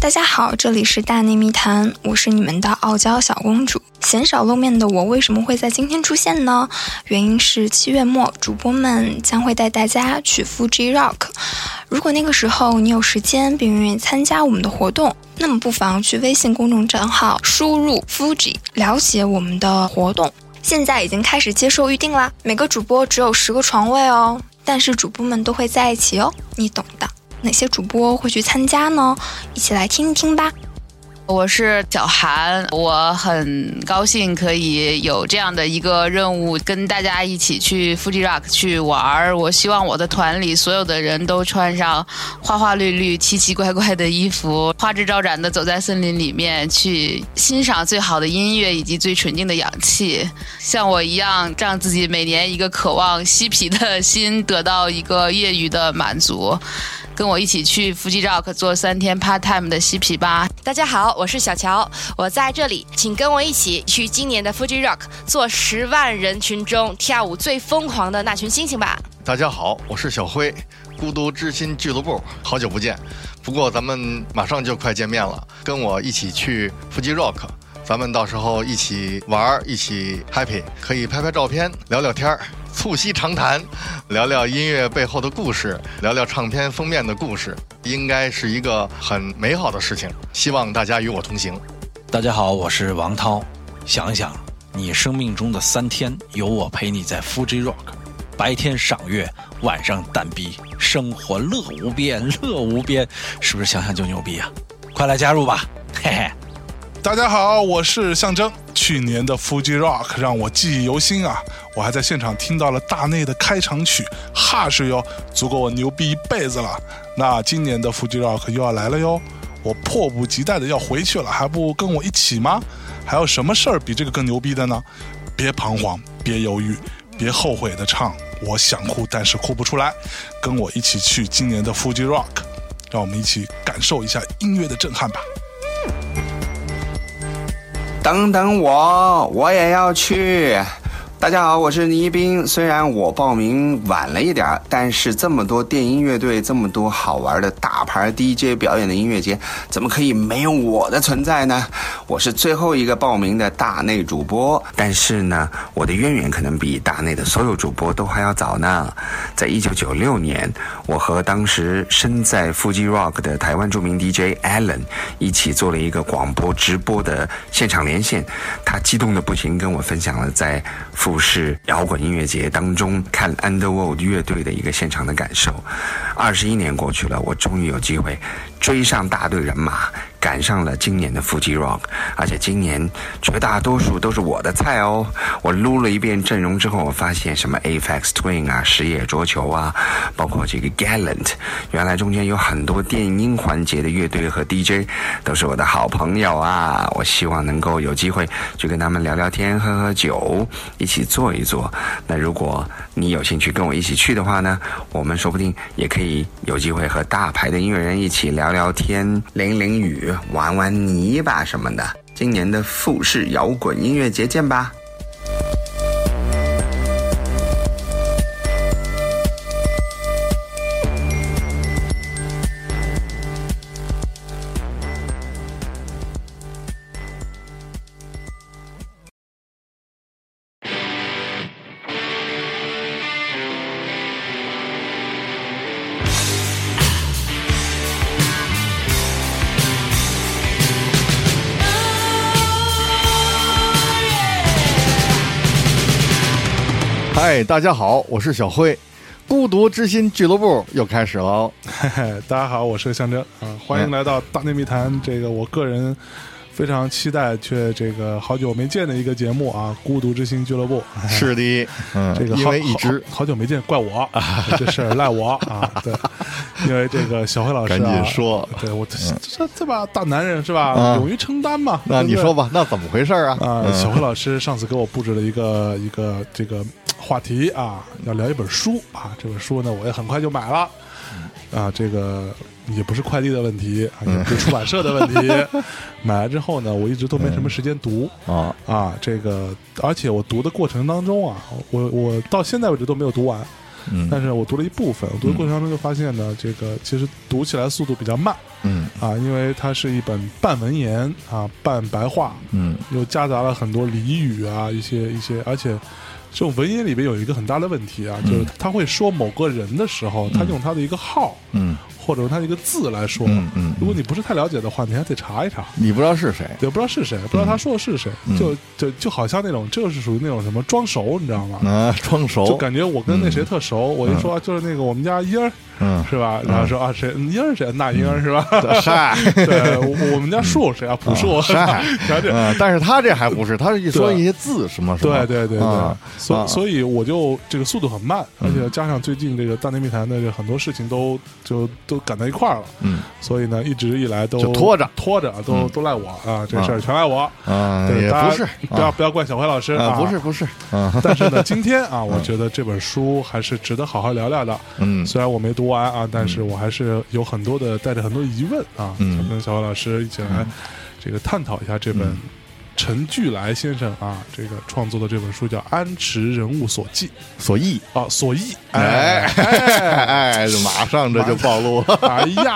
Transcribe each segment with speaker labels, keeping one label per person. Speaker 1: 大家好，这里是大内密谈，我是你们的傲娇小公主。鲜少露面的我为什么会在今天出现呢？原因是七月末，主播们将会带大家去 Fuji Rock。如果那个时候你有时间并愿意参加我们的活动，那么不妨去微信公众账号输入 Fuji 了解我们的活动。现在已经开始接受预定啦，每个主播只有十个床位哦，但是主播们都会在一起哦，你懂的。哪些主播会去参加呢？一起来听一听吧。
Speaker 2: 我是小韩，我很高兴可以有这样的一个任务，跟大家一起去 Fuji Rock 去玩儿。我希望我的团里所有的人都穿上花花绿绿、奇奇怪怪的衣服，花枝招展的走在森林里面，去欣赏最好的音乐以及最纯净的氧气。像我一样，让自己每年一个渴望嬉皮的心得到一个业余的满足。跟我一起去 Fuji Rock 做三天 part time 的嬉皮吧。
Speaker 3: 大家好，我是小乔，我在这里，请跟我一起去今年的 Fuji Rock 做十万人群中跳舞最疯狂的那群星星吧。
Speaker 4: 大家好，我是小辉，孤独之心俱乐部，好久不见。不过咱们马上就快见面了，跟我一起去 Fuji Rock，咱们到时候一起玩儿，一起 happy，可以拍拍照片，聊聊天儿，促膝长谈，聊聊音乐背后的故事，聊聊唱片封面的故事，应该是一个很美好的事情。希望大家与我同行。
Speaker 5: 大家好，我是王涛。想一想，你生命中的三天，有我陪你在 Fuji Rock，白天赏月，晚上蛋逼，生活乐无边，乐无边，是不是想想就牛逼啊？快来加入吧，嘿嘿。
Speaker 6: 大家好，我是象征。去年的 Fuji Rock 让我记忆犹新啊！我还在现场听到了大内的开场曲《哈是哟》，足够我牛逼一辈子了。那今年的 Fuji Rock 又要来了哟，我迫不及待的要回去了，还不跟我一起吗？还有什么事儿比这个更牛逼的呢？别彷徨，别犹豫，别后悔的唱。我想哭，但是哭不出来。跟我一起去今年的 Fuji Rock，让我们一起感受一下音乐的震撼吧。
Speaker 7: 等等我，我也要去。大家好，我是倪一冰。虽然我报名晚了一点儿，但是这么多电音乐队，这么多好玩的大牌 DJ 表演的音乐节，怎么可以没有我的存在呢？我是最后一个报名的大内主播，但是呢，我的渊源可能比大内的所有主播都还要早呢。在一九九六年，我和当时身在 Fuji Rock 的台湾著名 DJ Allen 一起做了一个广播直播的现场连线，他激动的不行，跟我分享了在富士摇滚音乐节当中看 Underworld 乐队的一个现场的感受。二十一年过去了，我终于有机会追上大队人马，赶上了今年的 Fuji Rock，而且今年绝大多数都是我的菜哦。我撸了一遍阵容之后，我发现什么 Apex Twin 啊、石野卓球啊，包括这个 Gallant，原来中间有很多电音环节的乐队和 DJ 都是我的好朋友啊。我希望能够有机会去跟他们聊聊天、喝喝酒，一起坐一坐。那如果你有兴趣跟我一起去的话呢，我们说不定也可以有机会和大牌的音乐人一起聊聊天、淋淋雨、玩玩泥巴什么的。今年的富士摇滚音乐节见吧！
Speaker 4: 嗨，大家好，我是小辉，孤独之心俱乐部又开始了 哦。
Speaker 6: 嘿，哎大家好，我是象征啊、欢迎来到大内密谈。这个我个人非常期待，却这个好久没见的一个节目啊，《孤独之心俱乐部》哎
Speaker 4: 是的，嗯，
Speaker 6: 这个
Speaker 4: 因
Speaker 6: 好
Speaker 4: 为一
Speaker 6: 好
Speaker 4: 直
Speaker 6: 好好久没见，怪 我，这事儿赖我啊。对，因为这个小辉老师、啊，
Speaker 4: 赶紧说
Speaker 6: 对我这这这吧，大男人是吧，
Speaker 4: 啊
Speaker 6: 勇于承担嘛。
Speaker 4: 那你
Speaker 6: 对不对
Speaker 4: 说吧，那怎么回事啊？
Speaker 6: 啊、
Speaker 4: 嗯
Speaker 6: 小辉老师上次给我布置了一个一个这个话题啊，要聊一本书啊，这本书呢我也很快就买了，啊，这个也不是快递的问题，啊、也不是出版社的问题，买了之后呢，我一直都没什么时间读。
Speaker 4: 啊，
Speaker 6: 啊，这个，而且我读的过程当中啊，我我到现在为止都没有读完，
Speaker 5: 嗯
Speaker 6: 但是我读了一部分，我读的过程当中就发现呢，这个其实读起来速度比较慢
Speaker 5: 嗯
Speaker 6: 啊，因为它是一本半文言啊，半白话，
Speaker 5: 嗯
Speaker 6: 又夹杂了很多俚语啊，一些一些，而且这种文言里边有一个很大的问题啊，就是他会说某个人的时候，他用他的一个号
Speaker 5: 嗯
Speaker 6: 或者用他的一个字来说，
Speaker 5: 嗯嗯
Speaker 6: 如果你不是太了解的话，你还得查一查。
Speaker 4: 你不知道是谁，
Speaker 6: 也不知道是谁，不知道他说的是谁，就就就好像那种，这是属于那种什么装熟，你知道吗？
Speaker 4: 啊，装熟，
Speaker 6: 就感觉我跟那谁特熟，我一说就是那个我们家英儿，
Speaker 4: 嗯
Speaker 6: 是吧？然后说啊谁嗯英儿是谁？那英儿是吧？
Speaker 4: 嗨，
Speaker 6: 对，我我们家树谁啊？
Speaker 4: 嗯
Speaker 6: 朴树，
Speaker 4: 嗨
Speaker 6: 然后这
Speaker 4: 嗯，但是他这还不是，他是一说一些字什么什么，
Speaker 6: 对对对对
Speaker 4: 啊，
Speaker 6: 所
Speaker 4: 啊嗯
Speaker 6: 以所以我就这个速度很慢，而且加上最近这个《大内密谈》的这很多事情都就都赶到一块儿了，
Speaker 4: 嗯
Speaker 6: 所以呢一直以来都
Speaker 4: 就拖着
Speaker 6: 拖着，都都赖我啊，这事儿全赖我。
Speaker 4: 啊，
Speaker 6: 对，
Speaker 4: 也
Speaker 6: 大家
Speaker 4: 不是，
Speaker 6: 不要
Speaker 4: 啊
Speaker 6: 不要怪小辉老师
Speaker 4: 啊，不是。 不是，啊，
Speaker 6: 但是呢，今天啊，我觉得这本书还是值得好好聊聊的。
Speaker 4: 嗯
Speaker 6: 虽然我没读完啊，但是我还是有很多的带着很多疑问啊，
Speaker 4: 嗯
Speaker 6: 想跟小何老师一起来这个探讨一下这本陈巨来先生啊这个创作的这本书叫《安池人物所记
Speaker 4: 所以，》
Speaker 6: 啊，所忆。
Speaker 4: 哎哎，马上这就暴露了。
Speaker 6: 哎 呀，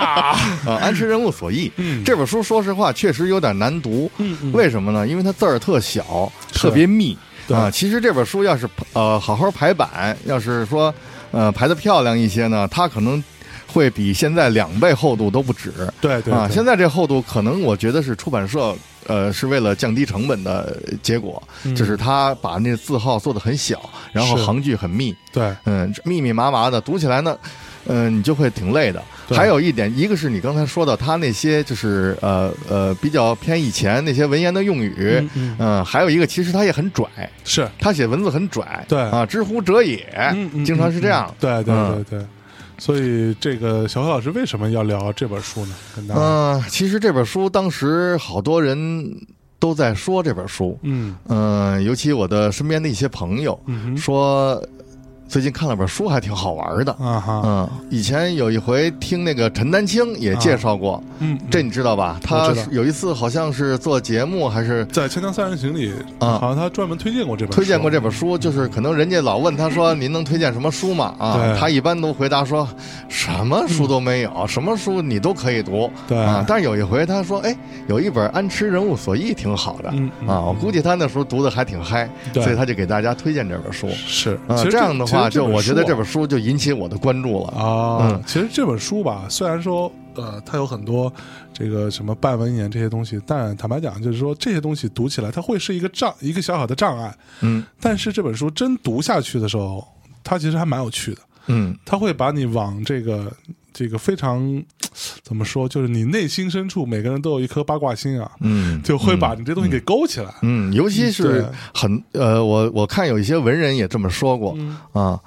Speaker 4: 啊，安池人物所忆。
Speaker 6: 嗯
Speaker 4: 这本书说实话确实有点难读，
Speaker 6: 嗯嗯
Speaker 4: 为什么呢？因为它字儿特小，
Speaker 6: 是
Speaker 4: 特别密
Speaker 6: 对
Speaker 4: 啊。其实这本书要是呃好好排版，要是说呃排的漂亮一些呢，它可能会比现在两倍厚度都不止。
Speaker 6: 对对
Speaker 4: 啊，
Speaker 6: 对
Speaker 4: 现在这厚度可能我觉得是出版社呃是为了降低成本的结果，
Speaker 6: 嗯
Speaker 4: 就是他把那字号做的很小，然后
Speaker 6: 是
Speaker 4: 行距很密，
Speaker 6: 对
Speaker 4: 嗯，密密麻麻的，读起来呢，嗯、你就会挺累的。
Speaker 6: 对
Speaker 4: 还有一点，一个是你刚才说的，他那些就是呃呃比较偏以前那些文言的用语，
Speaker 6: 嗯嗯
Speaker 4: 呃还有一个其实他也很拽，
Speaker 6: 是，
Speaker 4: 他写文字很拽，
Speaker 6: 对
Speaker 4: 啊，知乎者也，
Speaker 6: 嗯嗯，
Speaker 4: 哎经常是这样。
Speaker 6: 嗯嗯对对对
Speaker 4: 嗯
Speaker 6: 对。所以，这个小何老师为什么要聊这本书呢？跟大家，
Speaker 4: 嗯、其实这本书当时好多人都在说这本书，
Speaker 6: 嗯
Speaker 4: 嗯、尤其我的身边的一些朋友
Speaker 6: 嗯哼
Speaker 4: 说，最近看了本书还挺好玩的。
Speaker 6: 啊哈，
Speaker 4: 嗯，以前有一回听那个陈丹青也介绍过，
Speaker 6: 嗯，
Speaker 4: 这你知道吧？他
Speaker 6: 我知道
Speaker 4: 有一次好像是做节目还是
Speaker 6: 在《锵锵三人行》里，
Speaker 4: 啊
Speaker 6: 好像他专门推荐过这本书，
Speaker 4: 推荐过这本书，就是可能人家老问他说您能推荐什么书吗？啊
Speaker 6: 对，嗯
Speaker 4: 他一般都回答说什么书都没有，什么书你都可以读。
Speaker 6: 对
Speaker 4: 啊，但是有一回他说，哎，有一本《安吃人物所忆》挺好的
Speaker 6: 嗯嗯
Speaker 4: 啊，我估计他那时候读的还挺嗨，
Speaker 6: 对
Speaker 4: 所以他就给大家推荐这本书。
Speaker 6: 是
Speaker 4: 啊
Speaker 6: 其，实
Speaker 4: 这样的话，
Speaker 6: 其实
Speaker 4: 就我觉得这本
Speaker 6: 书
Speaker 4: 书就引起我的关注了。
Speaker 6: 啊，
Speaker 4: 嗯
Speaker 6: 其实这本书吧，虽然说呃，它有很多这个什么半文言这些东西，但坦白讲，就是说这些东西读起来，它会是一个障，一个小小的障碍。
Speaker 4: 嗯
Speaker 6: 但是这本书真读下去的时候，它其实还蛮有趣的，
Speaker 4: 嗯，
Speaker 6: 它会把你往这个这个非常怎么说，就是你内心深处每个人都有一颗八卦心啊，
Speaker 4: 嗯
Speaker 6: 就会把你这东西给勾起来。
Speaker 4: 嗯，尤其
Speaker 6: 对
Speaker 4: 是很呃，我我看有一些文人也这么说过、啊，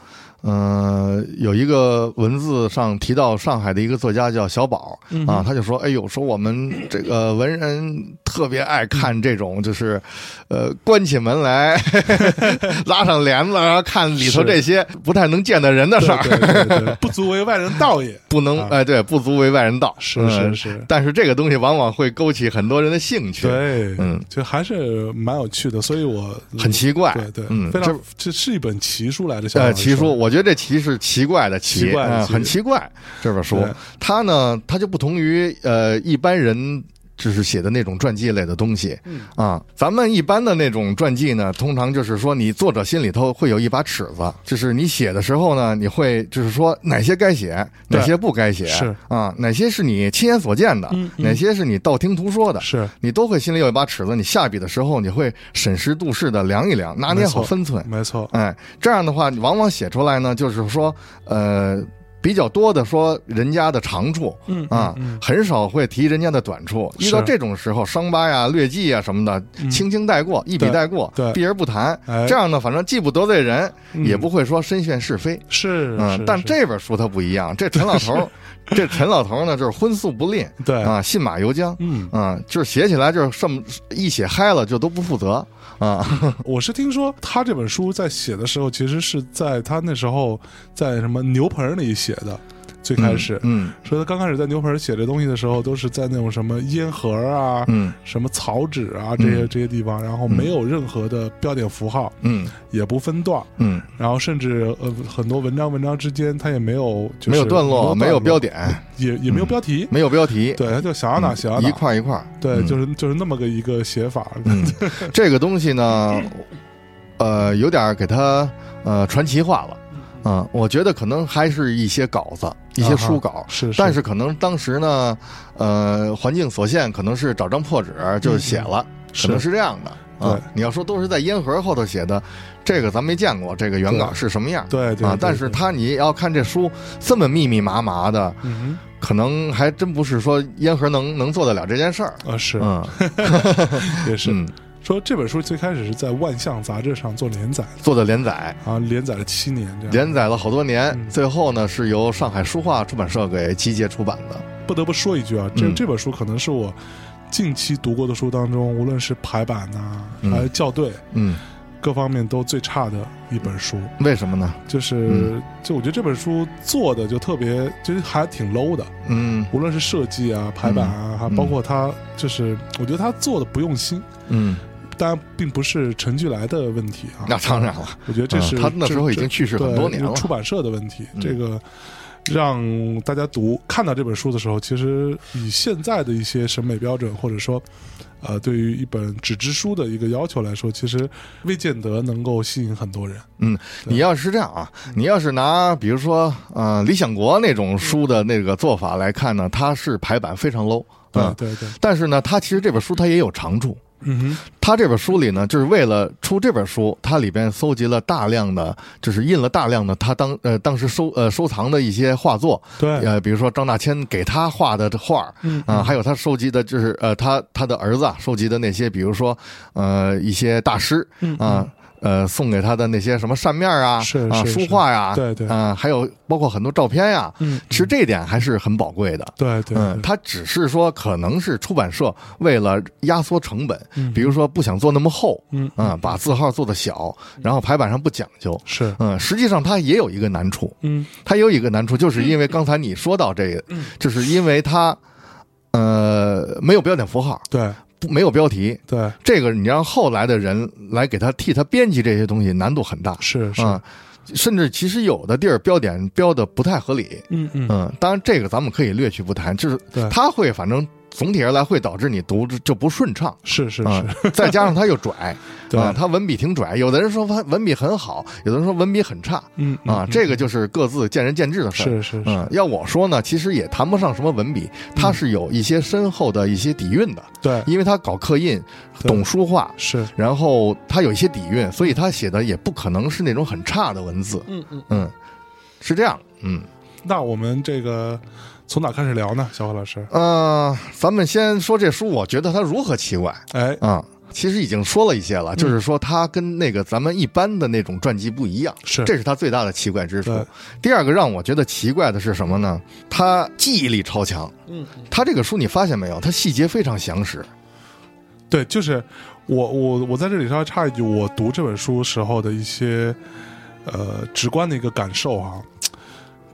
Speaker 4: 呃，有一个文字上提到上海的一个作家叫小宝
Speaker 6: 嗯
Speaker 4: 啊，他就说，哎呦，说我们这个文人特别爱看这种，就是呃，关起门来 拉上帘子，然后看里头
Speaker 6: 是
Speaker 4: 这些不太能见的人的事儿，
Speaker 6: 对对对对，不足为外人 道也。
Speaker 4: 不能
Speaker 6: 啊
Speaker 4: 哎，对，不足为外人道，
Speaker 6: 是
Speaker 4: 嗯
Speaker 6: 是是
Speaker 4: 但是这个东西往往会勾起很多人的兴趣，
Speaker 6: 对，
Speaker 4: 嗯
Speaker 6: 就还是蛮有趣的，所以我
Speaker 4: 很奇怪，
Speaker 6: 对对，
Speaker 4: 嗯，
Speaker 6: 非
Speaker 4: 这
Speaker 6: 常这是一本奇书来的，小
Speaker 4: 呃，
Speaker 6: 老师
Speaker 4: 奇书，我觉得这奇是奇怪的奇，
Speaker 6: 奇怪的
Speaker 4: 嗯
Speaker 6: 奇
Speaker 4: 很奇怪。这本书
Speaker 6: 对，
Speaker 4: 它呢，它就不同于呃一般人就是写的那种传记类的东西、
Speaker 6: 嗯
Speaker 4: 啊。咱们一般的那种传记呢，通常就是说你作者心里头会有一把尺子，就是你写的时候呢，你会就是说哪些该写，
Speaker 6: 对
Speaker 4: 哪些不该写，
Speaker 6: 是
Speaker 4: 啊，哪些是你亲眼所见的，
Speaker 6: 嗯嗯
Speaker 4: 哪些是你道听途说的，
Speaker 6: 是
Speaker 4: 你都会心里有一把尺子。你下笔的时候，你会审时度势的量一量，拿捏
Speaker 6: 没错
Speaker 4: 好分寸。
Speaker 6: 没错，
Speaker 4: 哎，这样的话，往往写出来呢，就是说，呃，比较多的说人家的长处，
Speaker 6: 嗯
Speaker 4: 啊，很少会提人家的短处。
Speaker 6: 是
Speaker 4: 遇到这种时候，伤疤呀、劣迹呀什么的，轻轻带过，一笔带过
Speaker 6: 嗯对，
Speaker 4: 避而不谈
Speaker 6: 哎。
Speaker 4: 这样呢，反正既不得罪人，
Speaker 6: 嗯
Speaker 4: 也不会说深陷是非。
Speaker 6: 是，
Speaker 4: 嗯
Speaker 6: 是，
Speaker 4: 但
Speaker 6: 是
Speaker 4: 这本书它不一样，这陈老头儿， 这陈老头儿呢，就是荤素不吝，
Speaker 6: 对
Speaker 4: 啊，信马由缰。
Speaker 6: 嗯，
Speaker 4: 啊，就是写起来就是这么一写嗨了就都不负责啊，
Speaker 6: 我是听说他这本哎书在写的时候，其实是在他那时候在什么牛棚里写的。最开始，
Speaker 4: 嗯
Speaker 6: 所以他刚开始在牛棚写这东西的时候，都是在那种什么烟盒啊、
Speaker 4: 嗯
Speaker 6: 什么草纸啊这些、
Speaker 4: 嗯
Speaker 6: 这些地方，然后没有任何的标点符号，
Speaker 4: 嗯
Speaker 6: 也不分段，
Speaker 4: 嗯，
Speaker 6: 然后甚至呃很多文章文章之间它也没有就是
Speaker 4: 没有段落，没有标，点，
Speaker 6: 也也没有标题。
Speaker 4: 没有标题，
Speaker 6: 对，他就想要哪想要哪，
Speaker 4: 一块儿一块儿，
Speaker 6: 对，
Speaker 4: 嗯
Speaker 6: 就是就是那么个一个写法，
Speaker 4: 嗯， 这个东西呢，呃，有点给它呃传奇化了。嗯，我觉得可能还是一些稿子，一些书稿，
Speaker 6: 啊是，
Speaker 4: 但是可能当时呢，呃，环境所限，可能是找张破纸就写了，可能
Speaker 6: 嗯是
Speaker 4: 是这样的。啊
Speaker 6: 对，
Speaker 4: 你要说都是在烟盒后头写的，这个咱没见过，这个原稿
Speaker 6: 对
Speaker 4: 是什么样
Speaker 6: 对对
Speaker 4: 啊
Speaker 6: 对？
Speaker 4: 但是
Speaker 6: 对
Speaker 4: 它你要看这书这么密密麻麻的，
Speaker 6: 嗯
Speaker 4: 可能还真不是说烟盒能能做得了这件事儿。
Speaker 6: 哼，啊是
Speaker 4: 嗯，
Speaker 6: 也是，
Speaker 4: 嗯，
Speaker 6: 说这本书最开始是在《万象》杂志上做连载
Speaker 4: 做的连载，
Speaker 6: 的，啊，连载了七年，这样
Speaker 4: 连载了好多年，
Speaker 6: 嗯
Speaker 4: 最后呢是由上海书画出版社给集结出版的。
Speaker 6: 不得不说一句啊，这、
Speaker 4: 嗯
Speaker 6: 这本书可能是我近期读过的书当中，无论是排版呐、
Speaker 4: 嗯
Speaker 6: 还是校对、
Speaker 4: 嗯，
Speaker 6: 各方面都最差的一本书。
Speaker 4: 为什么呢？
Speaker 6: 就是、
Speaker 4: 嗯
Speaker 6: 就我觉得这本书做的就特别，就是还挺 low 的，
Speaker 4: 嗯
Speaker 6: 无论是设计啊、排版啊，还包括它就是，我觉得它做的不用心。
Speaker 4: 嗯，
Speaker 6: 当然，并不是陈巨来的问题啊。
Speaker 4: 那当然了，
Speaker 6: 我觉得这是、
Speaker 4: 嗯他那时候
Speaker 6: 这
Speaker 4: 已经去世很
Speaker 6: 对
Speaker 4: 多年了
Speaker 6: 出版社的问题，
Speaker 4: 嗯
Speaker 6: 这个让大家读看到这本书的时候，其实以现在的一些审美标准，或者说。呃，对于一本纸质书的一个要求来说，其实未见得能够吸引很多人。对
Speaker 4: 你要是这样啊，
Speaker 6: 嗯
Speaker 4: 你要是拿比如说呃理想国那种书的那个做法来看呢，它是排版非常 low。
Speaker 6: 对、
Speaker 4: 嗯，
Speaker 6: 对对，
Speaker 4: 但是呢，它其实这本书它也有长处。
Speaker 6: 嗯
Speaker 4: 它这本书里呢，就是为了出这本书，它里边搜集了大量的，就是印了大量的他当呃当时收呃收藏的一些画作，
Speaker 6: 哼，对，
Speaker 4: 呃，比如说张大千给他画的画儿
Speaker 6: 嗯
Speaker 4: 啊、还有他收集的，就是呃，他他的儿子啊收集的那些，比如说呃一些大师
Speaker 6: 嗯
Speaker 4: 啊、呃送给他的那些什么扇面啊，
Speaker 6: 是
Speaker 4: 啊
Speaker 6: 是
Speaker 4: 书
Speaker 6: 是
Speaker 4: 画呀，
Speaker 6: 对对
Speaker 4: 啊、还有包括很多照片呀，
Speaker 6: 嗯，嗯
Speaker 4: 其实这一点还是很宝贵的。
Speaker 6: 对对，
Speaker 4: 嗯，
Speaker 6: 对
Speaker 4: 他只是说可能是出版社为了压缩成本，
Speaker 6: 嗯
Speaker 4: 比如说不想做那么厚，
Speaker 6: 嗯
Speaker 4: 啊、把字号做的小，然后排版上不讲究。
Speaker 6: 是，
Speaker 4: 嗯，实际上它也有一个难处，
Speaker 6: 嗯
Speaker 4: 它有一个难处，就是因为刚才你说到这个，就是因为它呃没有标点符号，
Speaker 6: 对
Speaker 4: 不没有标题，
Speaker 6: 对
Speaker 4: 这个你让后来的人来给他替他编辑这些东西，难度很大
Speaker 6: 是是，
Speaker 4: 啊、甚至其实有的地儿标点标的不太合理，
Speaker 6: 嗯嗯
Speaker 4: 嗯，当然这个咱们可以略去不谈，就是
Speaker 6: 对
Speaker 4: 它会反正总体而来会导致你读着就不顺畅。
Speaker 6: 是是
Speaker 4: 啊
Speaker 6: 是，，
Speaker 4: 再加上它又拽，
Speaker 6: 对
Speaker 4: 啊，它文笔挺拽。有的人说他文笔很好，有的人说文笔很差，
Speaker 6: 嗯
Speaker 4: 啊，
Speaker 6: 嗯
Speaker 4: 这个就是各自见仁见智的事儿。
Speaker 6: 是是是，
Speaker 4: 嗯，要我说呢，其实也谈不上什么文笔，
Speaker 6: 嗯
Speaker 4: 它是有一些深厚的一些底蕴的，
Speaker 6: 对
Speaker 4: 因为他搞刻印，
Speaker 6: 对
Speaker 4: 懂书画，
Speaker 6: 是，
Speaker 4: 然后他有一些底蕴，所以他写的也不可能是那种很差的文字。
Speaker 6: 嗯嗯。
Speaker 4: 嗯，是这样。嗯，
Speaker 6: 那我们这个从哪开始聊呢？小伙老师，
Speaker 4: 呃，咱们先说这书，我觉得它如何奇怪
Speaker 6: 哎，
Speaker 4: 啊、其实已经说了一些了，
Speaker 6: 嗯
Speaker 4: 就是说它跟那个咱们一般的那种传记不一样，
Speaker 6: 是
Speaker 4: 这是它最大的奇怪之处
Speaker 6: 对。
Speaker 4: 第二个让我觉得奇怪的是什么呢？它记忆力超强。
Speaker 6: 嗯，
Speaker 4: 它这个书你发现没有？它细节非常详实。
Speaker 6: 对，就是我我我在这里稍微插一句，我读这本书时候的一些呃直观的一个感受啊，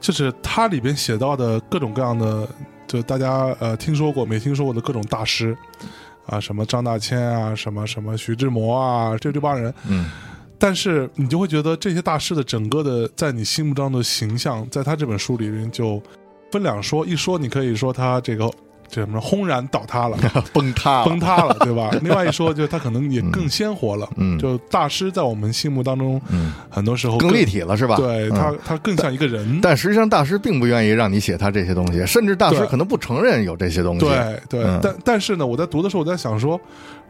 Speaker 6: 就是它里边写到的各种各样的，就大家呃听说过没听说过的各种大师啊，什么张大千啊，什么什么徐志摩啊，这这帮人，
Speaker 4: 嗯
Speaker 6: 但是你就会觉得这些大师的整个的在你心目中的形象，在他这本书里面就分两说，一说你可以说他这个这什么轰然倒塌 了，
Speaker 4: 崩塌了
Speaker 6: 崩塌了，对吧？另外一说就是他可能也更
Speaker 4: 嗯
Speaker 6: 鲜活了，
Speaker 4: 嗯
Speaker 6: 就大师在我们心目当中
Speaker 4: 嗯，
Speaker 6: 很多时候
Speaker 4: 更立，体了是吧？嗯
Speaker 6: 对他他更像一个人，
Speaker 4: 但实际上，大师并不愿意让你写他这些东西，甚至大师
Speaker 6: 对
Speaker 4: 可能不承认有这些东西。
Speaker 6: 对对
Speaker 4: 嗯，
Speaker 6: 但但是呢，我在读的时候，我在想说，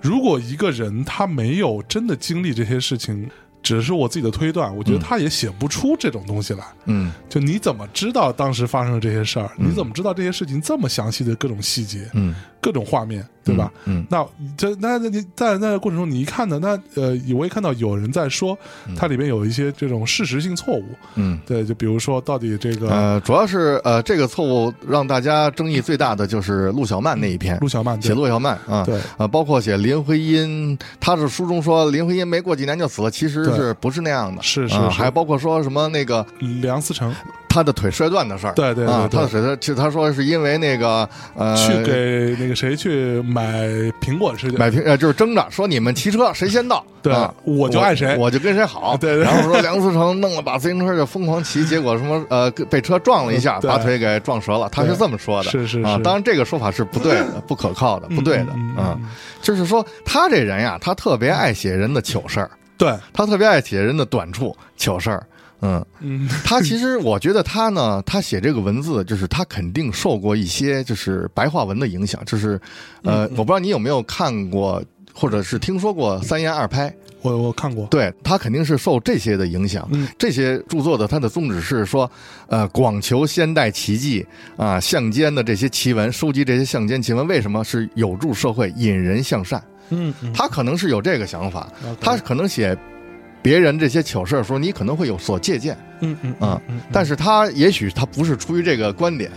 Speaker 6: 如果一个人他没有真的经历这些事情，只是我自己的推断，我觉得他也写不出这种东西来。
Speaker 4: 嗯
Speaker 6: 就你怎么知道当时发生了这些事儿？你怎么知道这些事情这么详细的各种细节、
Speaker 4: 嗯，
Speaker 6: 各种画面，对吧？
Speaker 4: 嗯
Speaker 6: 那这那那你在那个过程中，你一看呢，那呃，我也看到有人在说，它里面有一些这种事实性错误，
Speaker 4: 嗯。
Speaker 6: 对，就比如说到底这个、
Speaker 4: 呃，主要是呃，这个错误让大家争议最大的就是陆小曼那一篇，
Speaker 6: 陆小曼对
Speaker 4: 写陆小曼啊，
Speaker 6: 对
Speaker 4: 啊，包括写林徽因，他是书中说林徽因没过几年就死了，其实
Speaker 6: 对
Speaker 4: 嗯是不是那样的？
Speaker 6: 是是
Speaker 4: 啊
Speaker 6: 是
Speaker 4: 还包括说什么那个
Speaker 6: 梁思成，
Speaker 4: 他的腿摔断的事儿。
Speaker 6: 对对对
Speaker 4: 啊，
Speaker 6: 对
Speaker 4: 他的腿摔，其实他说是因为那个呃，
Speaker 6: 去给那个谁去买苹果吃去。
Speaker 4: 买瓶呃，就是争着说你们骑车谁先到，
Speaker 6: 对
Speaker 4: 啊
Speaker 6: 我就爱谁
Speaker 4: 我，就跟谁好。
Speaker 6: 对对
Speaker 4: 然后说梁思成弄了把自行车就疯狂骑，结果什么呃被车撞了一下，
Speaker 6: 对
Speaker 4: 把腿给撞折了。他是
Speaker 6: 对
Speaker 4: 这么说的，
Speaker 6: 是是
Speaker 4: 啊
Speaker 6: 是。
Speaker 4: 当然这个说法是不对 的，不可靠的，
Speaker 6: 嗯
Speaker 4: 不对的
Speaker 6: 嗯嗯
Speaker 4: 啊。就是说他这人呀，他特别爱写人的糗事儿，
Speaker 6: 对，
Speaker 4: 他特别爱写人的短处、糗事儿。嗯，
Speaker 6: 嗯，
Speaker 4: 他其实我觉得他呢，他写这个文字，就是他肯定受过一些就是白话文的影响，就是呃，我不知道你有没有看过或者是听说过三言二拍，
Speaker 6: 我我看过，
Speaker 4: 对他肯定是受这些的影响。
Speaker 6: 嗯
Speaker 4: 这些著作的他的宗旨是说，呃，广求先代奇迹啊，巷间的这些奇闻，收集这些巷间奇闻，为什么是有助社会，引人向善？
Speaker 6: 嗯嗯，
Speaker 4: 他可能是有这个想法，他可能写别人这些糗事儿的时候，你可能会有所借鉴。
Speaker 6: 嗯嗯
Speaker 4: 啊，但是他也许他不是出于这个观 点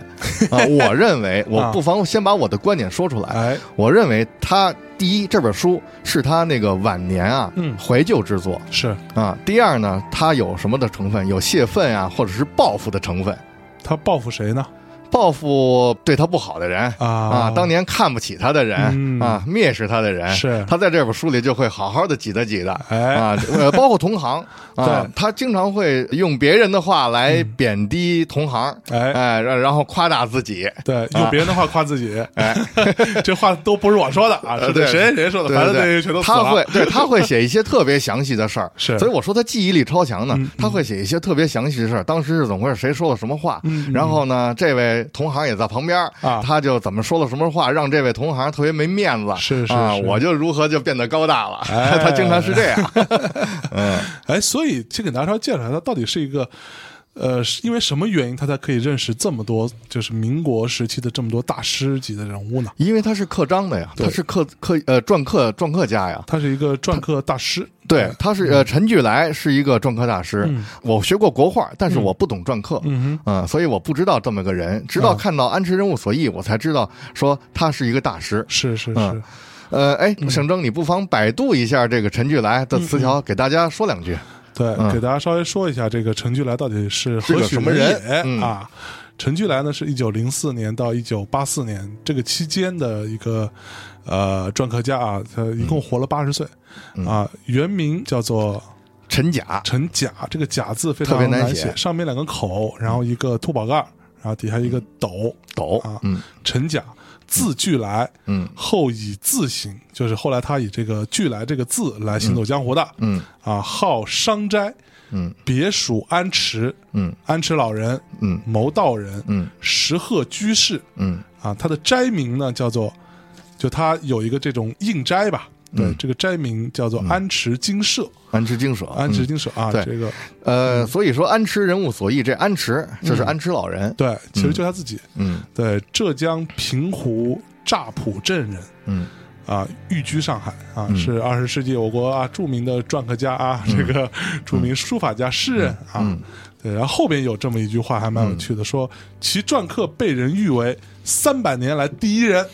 Speaker 4: 啊，我认为我
Speaker 6: 啊
Speaker 4: 不妨先把我的观点说出来。
Speaker 6: 哎，
Speaker 4: 我认为他第一，这本书是他那个晚年啊
Speaker 6: 嗯
Speaker 4: 怀旧之作
Speaker 6: 是
Speaker 4: 啊；第二呢，他有什么的成分？有泄愤啊，或者是报复的成分，
Speaker 6: 他报复谁呢？
Speaker 4: 报复对他不好的人
Speaker 6: 啊
Speaker 4: 啊，当年看不起他的人
Speaker 6: 嗯
Speaker 4: 啊，蔑视他的人，
Speaker 6: 是
Speaker 4: 他在这本书里就会好好的挤得挤的，
Speaker 6: 哎
Speaker 4: 啊，呃，包括同行啊
Speaker 6: 对，
Speaker 4: 他经常会用别人的话来贬低同行，
Speaker 6: 哎
Speaker 4: 哎，然然后夸大自己。
Speaker 6: 对，用别人的话夸自己，
Speaker 4: 啊哎，
Speaker 6: 这话都不是我说的啊，
Speaker 4: 呃
Speaker 6: 是
Speaker 4: 对
Speaker 6: 对谁谁说的，
Speaker 4: 对
Speaker 6: 反正
Speaker 4: 对
Speaker 6: 那
Speaker 4: 对
Speaker 6: 些全都死
Speaker 4: 他
Speaker 6: 了
Speaker 4: 会，对他会写一些特别详细的事儿，
Speaker 6: 是
Speaker 4: 所以我说他记忆力超强呢
Speaker 6: 嗯嗯。
Speaker 4: 他会写一些特别详细的事儿，当时是怎么回事，谁说了什么话，然后呢，这位同行也在旁边儿
Speaker 6: 嗯啊
Speaker 4: 他就怎么说了什么话，让这位同行特别没面子，
Speaker 6: 是是
Speaker 4: 啊，
Speaker 6: 是
Speaker 4: 我就如何就变得高大了，
Speaker 6: 哎
Speaker 4: 他经常是这样，嗯
Speaker 6: 哎，所以先给大家稍微介绍一下，他到底是一个，呃，是因为什么原因他才可以认识这么多，就是民国时期的这么多大师级的人物呢？
Speaker 4: 因为他是刻章的呀，他是刻刻呃篆刻篆刻家呀，
Speaker 6: 他是一个篆刻大师，
Speaker 4: 对，他
Speaker 6: 嗯
Speaker 4: 是呃陈巨来是一个篆刻大师，我学过国画，但是我不懂篆刻，嗯所以我不知道这么个人，直到看到《安池人物所忆》，我才知道说他是一个大师。
Speaker 6: 是是
Speaker 4: 嗯
Speaker 6: 是，
Speaker 4: 呃，哎，
Speaker 6: 嗯
Speaker 4: 省征，你不妨百度一下这个陈巨来的词条，给大家说两句。
Speaker 6: 对
Speaker 4: 嗯，
Speaker 6: 给大家稍微说一下这个陈巨来到底是
Speaker 4: 是
Speaker 6: 何
Speaker 4: 个
Speaker 6: 许
Speaker 4: 什么
Speaker 6: 人
Speaker 4: 人嗯
Speaker 6: 也啊？陈巨来呢，是一九零四年到一九八四年这个期间的一个呃篆刻家啊，他一共活了八十岁
Speaker 4: 嗯
Speaker 6: 啊，原名叫做
Speaker 4: 陈甲，
Speaker 6: 陈甲，这个甲字非
Speaker 4: 特
Speaker 6: 常
Speaker 4: 别难
Speaker 6: 难
Speaker 4: 写
Speaker 6: 上面两个口，然后一个兔宝盖儿，然后底下一个斗。
Speaker 4: 斗
Speaker 6: 啊，
Speaker 4: 嗯
Speaker 6: 陈甲，字巨来，
Speaker 4: 嗯
Speaker 6: 后以字行，就是后来他以这个巨来这个字来行走江湖的。
Speaker 4: 嗯
Speaker 6: 啊，号商斋，
Speaker 4: 嗯，
Speaker 6: 别属安池，
Speaker 4: 嗯，
Speaker 6: 安池老人，
Speaker 4: 嗯
Speaker 6: 谋道人，
Speaker 4: 嗯，
Speaker 6: 石鹤居士，
Speaker 4: 嗯
Speaker 6: 啊，他的斋名呢叫做，就他有一个这种印斋吧，对，
Speaker 4: 嗯
Speaker 6: 这个斋名叫做安池精舍，
Speaker 4: 安池精舍，
Speaker 6: 安池
Speaker 4: 嗯
Speaker 6: 精舍啊，
Speaker 4: 对
Speaker 6: 这个
Speaker 4: 呃，所以说安池人物所忆，这安池就是安池老人，
Speaker 6: 嗯对，其实就他自己，
Speaker 4: 嗯
Speaker 6: 对，浙江平湖乍浦镇人，
Speaker 4: 嗯
Speaker 6: 啊，寓居上海啊，是二十世纪我国啊著名的篆刻家啊，
Speaker 4: 嗯
Speaker 6: 这个著名书法家、诗人啊。对，然后后边有这么一句话还蛮有
Speaker 4: 嗯
Speaker 6: 趣的，说其篆刻被人誉为三百年来第一 人。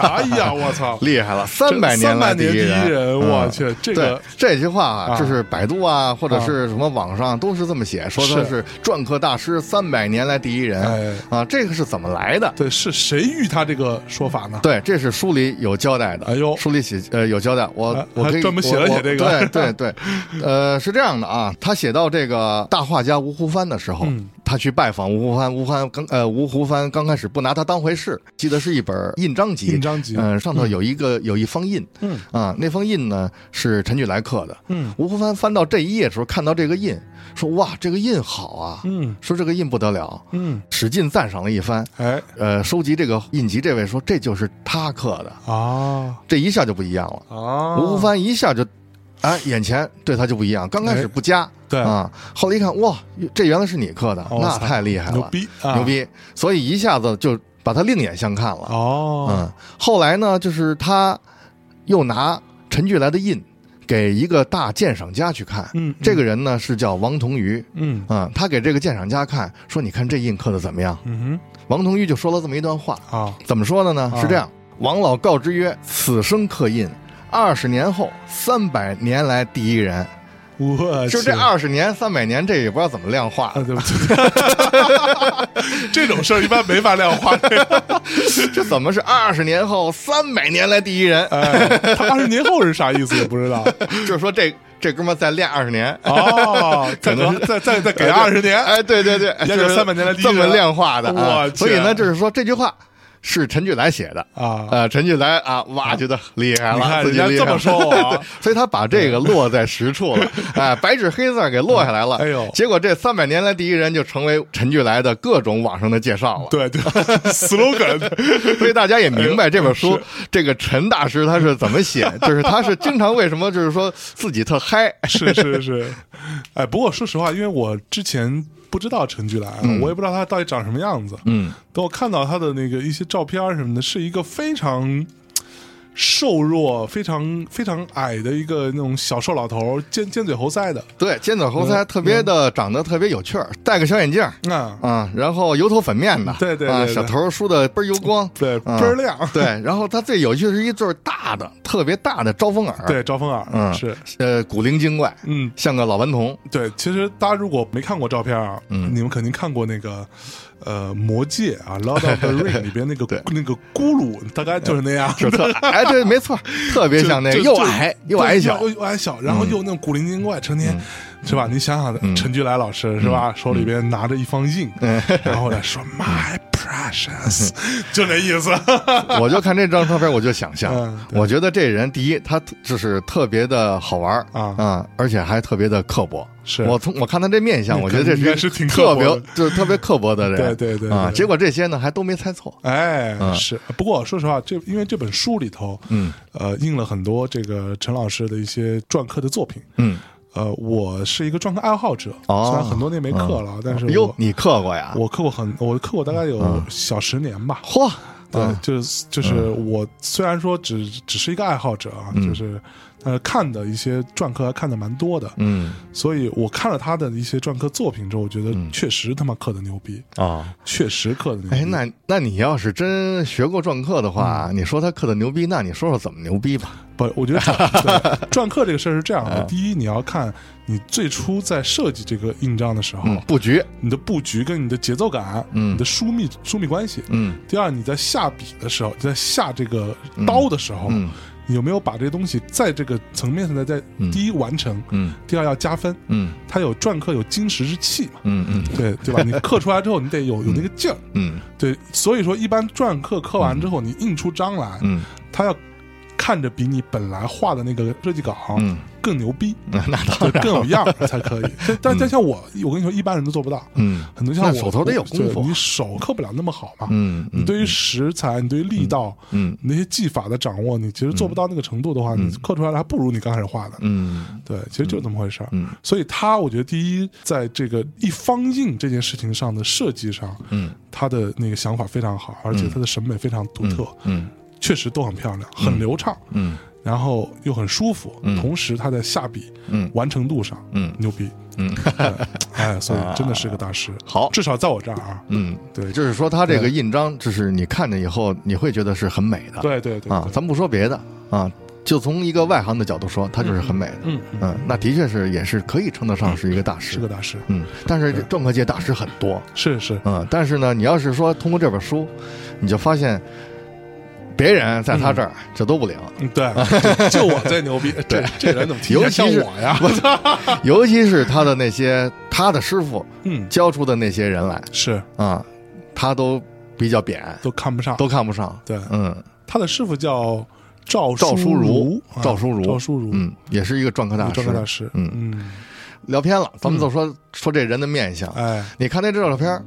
Speaker 6: 哎呀，我操！
Speaker 4: 厉害了，三百年来
Speaker 6: 300年
Speaker 4: 一
Speaker 6: 第一人我
Speaker 4: 嗯
Speaker 6: 去这个
Speaker 4: 对这句话啊，
Speaker 6: 啊
Speaker 4: 就是百度啊，或者是什么网上都是这么写，说他是
Speaker 6: 是
Speaker 4: 篆刻大师，三百年来第一人
Speaker 6: 哎
Speaker 4: 啊，这个是怎么来的？
Speaker 6: 对，是谁誉他这个说法呢？
Speaker 4: 对，这是书里有交代的。
Speaker 6: 哎呦
Speaker 4: 书里写呃有交代，我
Speaker 6: 还
Speaker 4: 我可以
Speaker 6: 还专门写了
Speaker 4: 我
Speaker 6: 写这个
Speaker 4: 我对对对，呃是这样的啊，他写到这个大画家吴湖帆的时候，
Speaker 6: 嗯
Speaker 4: 他去拜访吴湖帆，吴帆刚呃吴湖帆刚开始不拿他当回事，记得是一本印章集，
Speaker 6: 印章集
Speaker 4: 嗯、上头有一个、有一封印，
Speaker 6: 嗯
Speaker 4: 啊那封印呢是陈巨来刻的，
Speaker 6: 嗯
Speaker 4: 吴湖帆翻到这一页的时候看到这个印，说哇这个印好啊，
Speaker 6: 嗯
Speaker 4: 说这个印不得了，
Speaker 6: 嗯，
Speaker 4: 使劲赞赏了一番。
Speaker 6: 哎
Speaker 4: 呃，收集这个印集，这位说这就是他刻的，
Speaker 6: 啊
Speaker 4: 这一下就不一样了。
Speaker 6: 啊，
Speaker 4: 吴湖帆一下就，哎，眼前对他就不一样。刚开始不加，
Speaker 6: 对
Speaker 4: 啊，后来一看，哇，这原来是你刻的，
Speaker 6: 哎哦
Speaker 4: 那
Speaker 6: 我操
Speaker 4: 太厉害了，
Speaker 6: 牛逼啊
Speaker 4: 牛逼！所以一下子就把他另眼相看了。
Speaker 6: 哦，
Speaker 4: 嗯，后来呢，就是他又拿陈巨来的印给一个大鉴赏家去看，
Speaker 6: 嗯嗯
Speaker 4: 这个人呢是叫王同瑜。
Speaker 6: 嗯
Speaker 4: 嗯，他给这个鉴赏家看，说：“你看这印刻的怎么样
Speaker 6: 嗯？”
Speaker 4: 王同瑜就说了这么一段话，
Speaker 6: 哼啊，
Speaker 4: 怎么说的呢？
Speaker 6: 啊
Speaker 4: 是这样，王老告之曰：“此生刻印，二十年后，三百年来第一人。
Speaker 6: 我
Speaker 4: 就
Speaker 6: 去
Speaker 4: 这。二十年、三百年，这也不知道怎么量化
Speaker 6: 啊，，对不起，这种事儿一般没法量化。
Speaker 4: 这怎么是二十年后、三百年来第一人？
Speaker 6: 哎，他二十年后是啥意思也不知道。
Speaker 4: 就是说这这哥们儿再练二十年，
Speaker 6: 哦，再
Speaker 4: 可能
Speaker 6: 给再再再给二十年，
Speaker 4: 哎，对对对，
Speaker 6: 也
Speaker 4: 就
Speaker 6: 就是是300年来第一
Speaker 4: 这
Speaker 6: 人
Speaker 4: 么量化的啊
Speaker 6: 我。去
Speaker 4: 所以呢，就是说这句话是陈俊来写的
Speaker 6: 啊
Speaker 4: 呃，陈俊来啊，哇，觉得厉害
Speaker 6: 你
Speaker 4: 了，
Speaker 6: 看
Speaker 4: 自己
Speaker 6: 人家
Speaker 4: 厉害
Speaker 6: 这么啊
Speaker 4: 了
Speaker 6: 说
Speaker 4: 对
Speaker 6: 我
Speaker 4: 所以他把这个落在实处 了，哎，白纸黑字儿给落下来了。
Speaker 6: 哎呦
Speaker 4: 结果这三百年来第一人就成为陈俊来的各种网上的介绍了。
Speaker 6: 对 对，slogan
Speaker 4: 所以大家也明
Speaker 6: 哎
Speaker 4: 白这本书，这个陈大师他是怎么写，就是他是经常为什么就是说自己特嗨，
Speaker 6: 是是是。哎，不过说实话，因为我之前不知道陈巨来啊，我也不知道他到底长什么样子。
Speaker 5: 嗯，
Speaker 6: 等我看到他的那个一些照片儿什么的，是一个非常。瘦弱、非常非常矮的一个那种小瘦老头儿，尖尖嘴猴腮的，
Speaker 4: 对，尖嘴猴
Speaker 6: 嗯
Speaker 4: 腮，特别的长得特别有趣儿，戴个小眼镜儿
Speaker 6: 啊，
Speaker 4: 啊，然后油头粉面的，
Speaker 6: 对对
Speaker 4: 啊，
Speaker 6: 对对
Speaker 4: 小头梳的倍儿油光，
Speaker 6: 对，倍
Speaker 4: 啊
Speaker 6: 儿亮，
Speaker 4: 对，然后他最有趣的是一对儿大的，特别大的招风耳，
Speaker 6: 对，，招风耳，
Speaker 4: 嗯
Speaker 6: 是，
Speaker 4: 呃，古灵精怪，
Speaker 6: 嗯，
Speaker 4: 像个老顽童，
Speaker 6: 对，其实大家如果没看过照片啊，
Speaker 4: 嗯
Speaker 6: 你们肯定看过那个呃《魔戒》啊，《Lord of the Ring》里边那个
Speaker 4: 对
Speaker 6: 那个咕噜，大概 就是那样。
Speaker 4: 就 特矮，哎，对，没错，特别
Speaker 6: 就
Speaker 4: 像那个
Speaker 6: 就
Speaker 4: 又
Speaker 6: 就
Speaker 4: 矮又
Speaker 6: 对
Speaker 4: 矮小，嗯
Speaker 6: 又又矮小，然后又那种古灵精怪，成天是吧？你想想，陈菊来老师是
Speaker 4: 嗯
Speaker 6: 吧？手里边拿着一方印，然后呢说 “My precious”，就那意思。
Speaker 4: 我就看这张照片，我就想象，
Speaker 6: 嗯
Speaker 4: 我觉得这人第一，他就是特别的好玩儿
Speaker 6: 啊
Speaker 4: 而且还特别的刻薄。
Speaker 6: 是
Speaker 4: 我从我看他这面相，
Speaker 6: 你
Speaker 4: 我觉
Speaker 6: 看
Speaker 4: 得这
Speaker 6: 应该
Speaker 4: 是
Speaker 6: 是
Speaker 4: 挺
Speaker 6: 挺
Speaker 4: 特
Speaker 6: 刻
Speaker 4: 别
Speaker 6: 薄的，
Speaker 4: 就是特别刻薄的人。
Speaker 6: 对对对对
Speaker 4: 啊！
Speaker 6: 对
Speaker 4: 结果这些呢还都没猜错。
Speaker 6: 哎，
Speaker 4: 嗯
Speaker 6: 是。不过说实话，这因为这本书里头，
Speaker 4: 嗯
Speaker 6: 呃，印了很多这个陈老师的一些篆刻的作品。
Speaker 4: 嗯，
Speaker 6: 呃，我是一个篆刻爱好者，
Speaker 4: 哦嗯
Speaker 6: 虽然很多年没刻了，但是
Speaker 4: 哟
Speaker 6: 我，
Speaker 4: 你刻过呀？
Speaker 6: 我刻过很，我刻过大概有小十年吧。
Speaker 4: 嚯，嗯对
Speaker 6: 啊，就是就是我虽然说只只是一个爱好者啊，
Speaker 4: 嗯
Speaker 6: 就是呃看的一些篆刻还看的蛮多的，
Speaker 4: 嗯
Speaker 6: 所以我看了他的一些篆刻作品之后，我觉得确实他妈刻的牛逼，
Speaker 4: 啊，
Speaker 6: 确实刻的牛
Speaker 4: 嗯
Speaker 6: 逼。
Speaker 4: 哎，那那你要是真学过篆刻的话，
Speaker 6: 嗯
Speaker 4: 你说他刻的牛逼，那你说说怎么牛逼吧？
Speaker 6: 不，我觉 得篆对篆刻这个事儿是这样
Speaker 4: 嗯
Speaker 6: 的：第一，你要看你最初在设计这个印章的时候，
Speaker 4: 嗯，布局，
Speaker 6: 你的布局跟你的节奏感，
Speaker 4: 嗯
Speaker 6: 你的疏密疏密关系。
Speaker 4: 嗯
Speaker 6: 第二，你在下笔的时候，你在下这个刀的时候，
Speaker 4: 嗯
Speaker 6: 你有没有把这个东西在这个层面上在在
Speaker 4: 嗯
Speaker 6: 第一完成，
Speaker 4: 嗯
Speaker 6: 第二要加分。
Speaker 4: 嗯
Speaker 6: 它有篆刻有金石之气嘛，
Speaker 4: 嗯嗯
Speaker 6: 对对吧？你刻出来之后，你得有有那个劲儿。
Speaker 4: 嗯
Speaker 6: 对，所以说一般篆刻刻完之后，你印出章来，
Speaker 4: 嗯
Speaker 6: 它要看着比你本来画的那个设计稿
Speaker 4: 嗯，
Speaker 6: 更牛逼，
Speaker 4: 那那当
Speaker 6: 对
Speaker 4: 然，
Speaker 6: 更有样儿才可以。 但但但像我，我跟你说，一般人都做不到。
Speaker 4: 嗯
Speaker 6: 很多像我
Speaker 4: 那手头得有功夫啊
Speaker 6: 对你手刻不了那么好嘛。
Speaker 4: 嗯，
Speaker 6: 你对于食材，你对于力道，
Speaker 4: 嗯
Speaker 6: 你那些技法的掌握，你其实做不到那个程度的话，你刻出来的还不如你刚开始画的。
Speaker 4: 嗯。
Speaker 6: 对，其实就这么回事儿。
Speaker 4: 嗯
Speaker 6: 所以他，我觉得第一，在这个一方印这件事情上的设计上，
Speaker 4: 嗯
Speaker 6: 他的那个想法非常好，而且他的审美非常独特，
Speaker 4: 嗯
Speaker 6: 确实都很漂亮，很流畅，
Speaker 4: 嗯
Speaker 6: 然后又很舒服。
Speaker 4: 嗯
Speaker 6: 同时，他在下笔
Speaker 4: 嗯
Speaker 6: 完成度上，
Speaker 4: 嗯
Speaker 6: 牛逼。
Speaker 4: 嗯，
Speaker 6: 哎，所
Speaker 4: 啊
Speaker 6: 以真的是个大师。
Speaker 4: 好
Speaker 6: 至少在我这儿啊，
Speaker 4: 嗯，
Speaker 6: 对，就
Speaker 4: 就是说它这个印章，就是你看着以后，你会觉得是很美的。
Speaker 6: 对对对
Speaker 4: 啊，
Speaker 6: 对
Speaker 4: 咱们不说别的啊，就从一个外行的角度说，它就是很美的。
Speaker 6: 嗯嗯
Speaker 4: 嗯，那的确是也是可以称得上是一个大师
Speaker 6: 是个。大师，
Speaker 4: 嗯，但是篆刻界大师很多。
Speaker 6: 是是，
Speaker 4: 嗯，但是呢，你要是说通过这本书，你就发现别人在他这儿这都不灵，
Speaker 6: 嗯对， 就就我最牛逼，这这人怎么听
Speaker 4: 尤
Speaker 6: 着
Speaker 4: 其
Speaker 6: 像
Speaker 4: 是
Speaker 6: 我呀？
Speaker 4: 尤其是他的那些他的师傅
Speaker 6: 嗯，
Speaker 4: 教出的那些人来
Speaker 6: 是
Speaker 4: 啊，他都比较扁，
Speaker 6: 都看不上，
Speaker 4: 都看不上。
Speaker 6: 对，
Speaker 4: 嗯，
Speaker 6: 他的师傅叫赵
Speaker 4: 赵
Speaker 6: 书
Speaker 4: 书如
Speaker 6: 啊，
Speaker 4: 赵书如，
Speaker 6: 赵书如，
Speaker 4: 嗯，也是一个篆刻
Speaker 6: 一个
Speaker 4: 大师。
Speaker 6: 篆刻大师，
Speaker 4: 嗯
Speaker 6: 嗯，
Speaker 4: 聊偏了，咱们就说、说这人的面相。
Speaker 6: 哎，
Speaker 4: 你看那照片儿，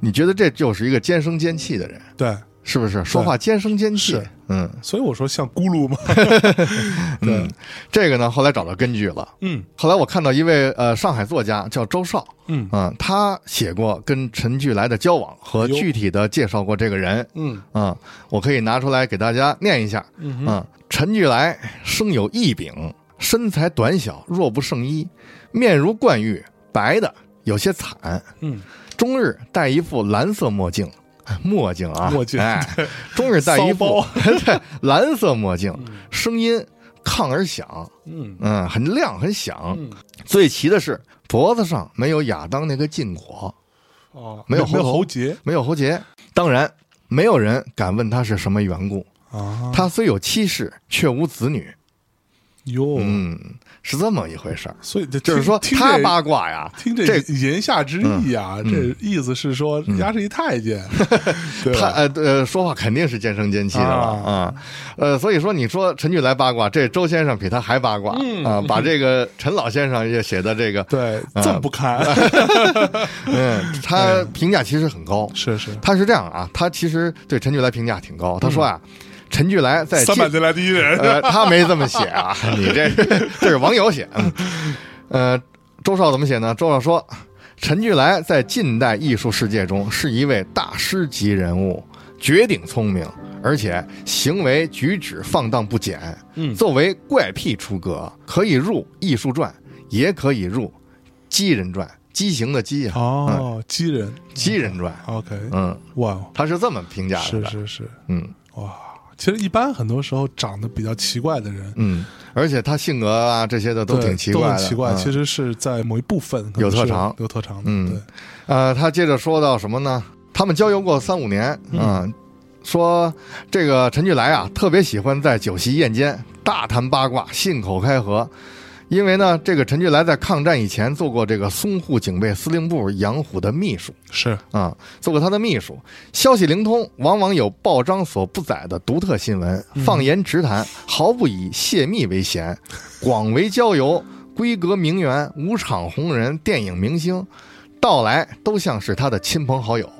Speaker 4: 你觉得这就是一个尖声尖气的人，
Speaker 6: 对，
Speaker 4: 是不是？说话尖声尖气
Speaker 6: 是。
Speaker 4: 嗯
Speaker 6: 所以我说像咕噜嘛，对
Speaker 4: 嗯，这个呢，后来找到根据了。
Speaker 6: 嗯
Speaker 4: 后来我看到一位呃上海作家叫周少，
Speaker 6: 嗯
Speaker 4: 嗯，他写过跟陈巨来的交往和
Speaker 6: 哟
Speaker 4: 具体的介绍过这个人。
Speaker 6: 嗯
Speaker 4: 啊、我可以拿出来给大家念一下。嗯、陈巨来生有异禀，身材短小，弱不胜衣，面如冠玉，白的有些惨。
Speaker 6: 嗯，
Speaker 4: 终日戴一副蓝色墨镜，哎墨镜啊，
Speaker 6: 墨镜
Speaker 4: 嗯哎，终日戴一副对蓝色墨镜，声音亢而响，
Speaker 6: 嗯
Speaker 4: 嗯，很亮很响。
Speaker 6: 嗯
Speaker 4: 最奇的是脖子上没有亚当那个禁果，
Speaker 6: 哦，
Speaker 4: 没有
Speaker 6: 没有
Speaker 4: 喉头
Speaker 6: 喉结
Speaker 4: 没有喉结。当然，没有人敢问他是什么缘故。
Speaker 6: 啊，
Speaker 4: 他虽有妻室，却无子女。
Speaker 6: 哟，
Speaker 4: 嗯，是这么一回事儿。
Speaker 6: 所以这
Speaker 4: 就是
Speaker 6: 听
Speaker 4: 说
Speaker 6: 听
Speaker 4: 他
Speaker 6: 这
Speaker 4: 八卦呀，
Speaker 6: 听
Speaker 4: 这嗯
Speaker 6: 这言下之意啊，这意思是说人家是一太 监，对
Speaker 4: 他
Speaker 6: 吧？
Speaker 4: 呃呃说话肯定是奸声奸气的了
Speaker 6: 啊
Speaker 4: 啊、呃，所以说你说陈俊来八卦，这周先生比他还八卦啊、把这个陈老先生也写的这个，
Speaker 6: 嗯 对，
Speaker 4: 啊
Speaker 6: 这么 不堪，
Speaker 4: 嗯，
Speaker 6: 哎
Speaker 4: 他评价其实很高，
Speaker 6: 是是，
Speaker 4: 他是这样啊，他其实对陈俊来评价挺高，他说啊，陈俊来 在
Speaker 6: 三
Speaker 4: 进
Speaker 6: 百年来第一人，
Speaker 4: 呃，他没这么写 啊，你这这是网友写。嗯呃，周少怎么写呢？周少说，陈巨来在近代艺术世界中是一位大师级人物，绝顶聪明，而且行为举止放荡不检。
Speaker 6: 嗯
Speaker 4: 作为怪癖出格，可以入艺术传，也可以入畸人传，畸形的畸啊，
Speaker 6: 哦，鸡 人
Speaker 4: 畸人传。
Speaker 6: ，OK，
Speaker 4: 嗯，
Speaker 6: 哇哦，
Speaker 4: 他是这么评价的。
Speaker 6: 是是是，
Speaker 4: 嗯
Speaker 6: 哇，其实一般很多时候长得比较奇怪的人。
Speaker 4: 嗯，而且他性格啊这些的都
Speaker 6: 对
Speaker 4: 挺奇怪的，
Speaker 6: 都很奇怪。
Speaker 4: 嗯
Speaker 6: 其实是在某一部分可能
Speaker 4: 有特
Speaker 6: 是
Speaker 4: 长
Speaker 6: 有特长的。
Speaker 4: 嗯
Speaker 6: 对，
Speaker 4: 呃，他接着说到什么呢？他们交游过三五年
Speaker 6: 嗯
Speaker 4: 啊、说这个陈巨来啊，特别喜欢在酒席宴间大谈八卦，信口开河。因为呢，这个陈巨来在抗战以前做过这个淞沪警备司令部杨虎的秘书
Speaker 6: 是
Speaker 4: 啊、做过他的秘书，消息灵通，往往有报章所不载的独特新闻，
Speaker 6: 嗯
Speaker 4: 放言直谈，毫不以泄密为嫌，广为交游，闺阁名媛、舞场红人、电影明星，到来都像是他的亲朋好友。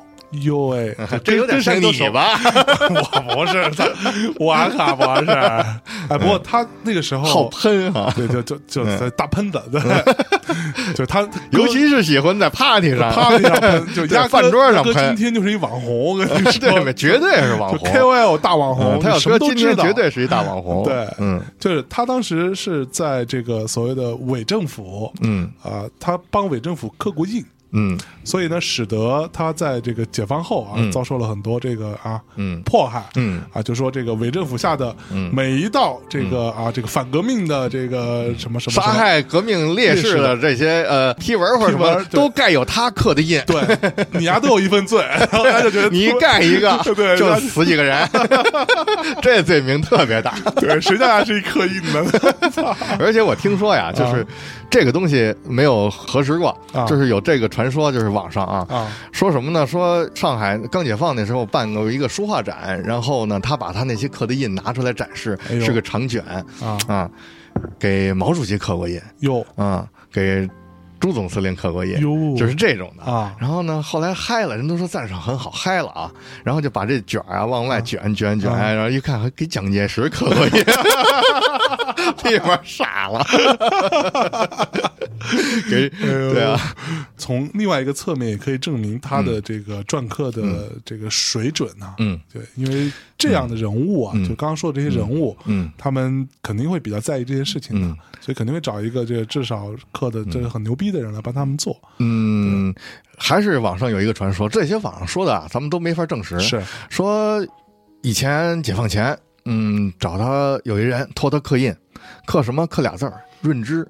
Speaker 6: 哟喂，
Speaker 4: 这有点
Speaker 6: 跟
Speaker 4: 像
Speaker 6: 谁都熟
Speaker 4: 你吧？
Speaker 6: 我不是他， 我可不是。哎，不过他那个时候
Speaker 4: 好喷啊！
Speaker 6: 对，就就就
Speaker 4: 嗯
Speaker 6: 就大喷 子， 对，就他
Speaker 4: 尤其是喜欢在 party 上，
Speaker 6: 啪一下喷，就
Speaker 4: 对
Speaker 6: 压根
Speaker 4: 饭桌上
Speaker 6: 哥今
Speaker 4: 喷，
Speaker 6: 天就是一网红，我跟你说，
Speaker 4: 对，绝对是网
Speaker 6: 就
Speaker 4: 红。
Speaker 6: KOL 大网红，
Speaker 4: 嗯他要
Speaker 6: 什么
Speaker 4: 说
Speaker 6: 都
Speaker 4: 今
Speaker 6: 知
Speaker 4: 天
Speaker 6: 道，
Speaker 4: 绝对是一大网红。
Speaker 6: 对
Speaker 4: 嗯
Speaker 6: 就是他当时是在这个所谓的伪政府
Speaker 4: 嗯
Speaker 6: 啊、他帮伪政府刻过印。
Speaker 4: 嗯
Speaker 6: 所以呢，使得他在这个解放后啊，
Speaker 4: 嗯
Speaker 6: 遭受了很多这个啊
Speaker 4: 嗯
Speaker 6: 迫害，
Speaker 4: 嗯
Speaker 6: 啊，就说这个伪政府下的
Speaker 4: 嗯
Speaker 6: 每一道这个、啊这个反革命的这个什么什么什么
Speaker 4: 杀害革命烈士的这些呃批文或者什
Speaker 6: 批
Speaker 4: 么
Speaker 6: 文，对
Speaker 4: 都盖有他刻的印。
Speaker 6: 对，你丫都有一份罪，然后他就觉得，
Speaker 4: 你一盖一个
Speaker 6: 对
Speaker 4: 就
Speaker 6: 他
Speaker 4: 死几个 人，这罪名特别大。
Speaker 6: 对，谁家是一刻印的？操
Speaker 4: 而且我听说呀，就是这个东西没有核实过
Speaker 6: 啊，
Speaker 4: 就是有这个传说，就是网上啊，
Speaker 6: 啊，
Speaker 4: 说什么呢？说上海刚解放那时候办过一个书画展，然后呢，他把他那些刻的印拿出来展示，
Speaker 6: 哎呦
Speaker 4: 是个长卷
Speaker 6: 啊
Speaker 4: 啊，给毛主席刻过印
Speaker 6: 哟
Speaker 4: 啊，给朱总司令刻过印，
Speaker 6: 哟，
Speaker 4: 就是这种的。
Speaker 6: 啊，
Speaker 4: 然后呢，后来嗨了，人都说赞赏很好，嗨了啊，然后就把这卷儿啊往外卷卷卷，哎
Speaker 6: 啊
Speaker 4: 然后一看还给蒋介石刻过印， 屁股
Speaker 6: 哎
Speaker 4: 傻了，给
Speaker 6: 呦
Speaker 4: 对啊，
Speaker 6: 从另外一个侧面也可以证明他的这个篆刻的这个水准啊。
Speaker 4: 嗯
Speaker 6: 对，因为这样的人物啊，
Speaker 4: 嗯
Speaker 6: 就刚刚说的这些人物，
Speaker 4: 嗯
Speaker 6: 他们肯定会比较在意这些事情的，
Speaker 4: 嗯
Speaker 6: 所以肯定会找一个这个至少刻的这个很牛逼的人来帮他们做。
Speaker 4: 嗯，还是网上有一个传说，这些网上说的啊，咱们都没法证实，
Speaker 6: 是
Speaker 4: 说以前解放前，嗯，找他有一人托他刻印，刻什么刻俩字儿润之，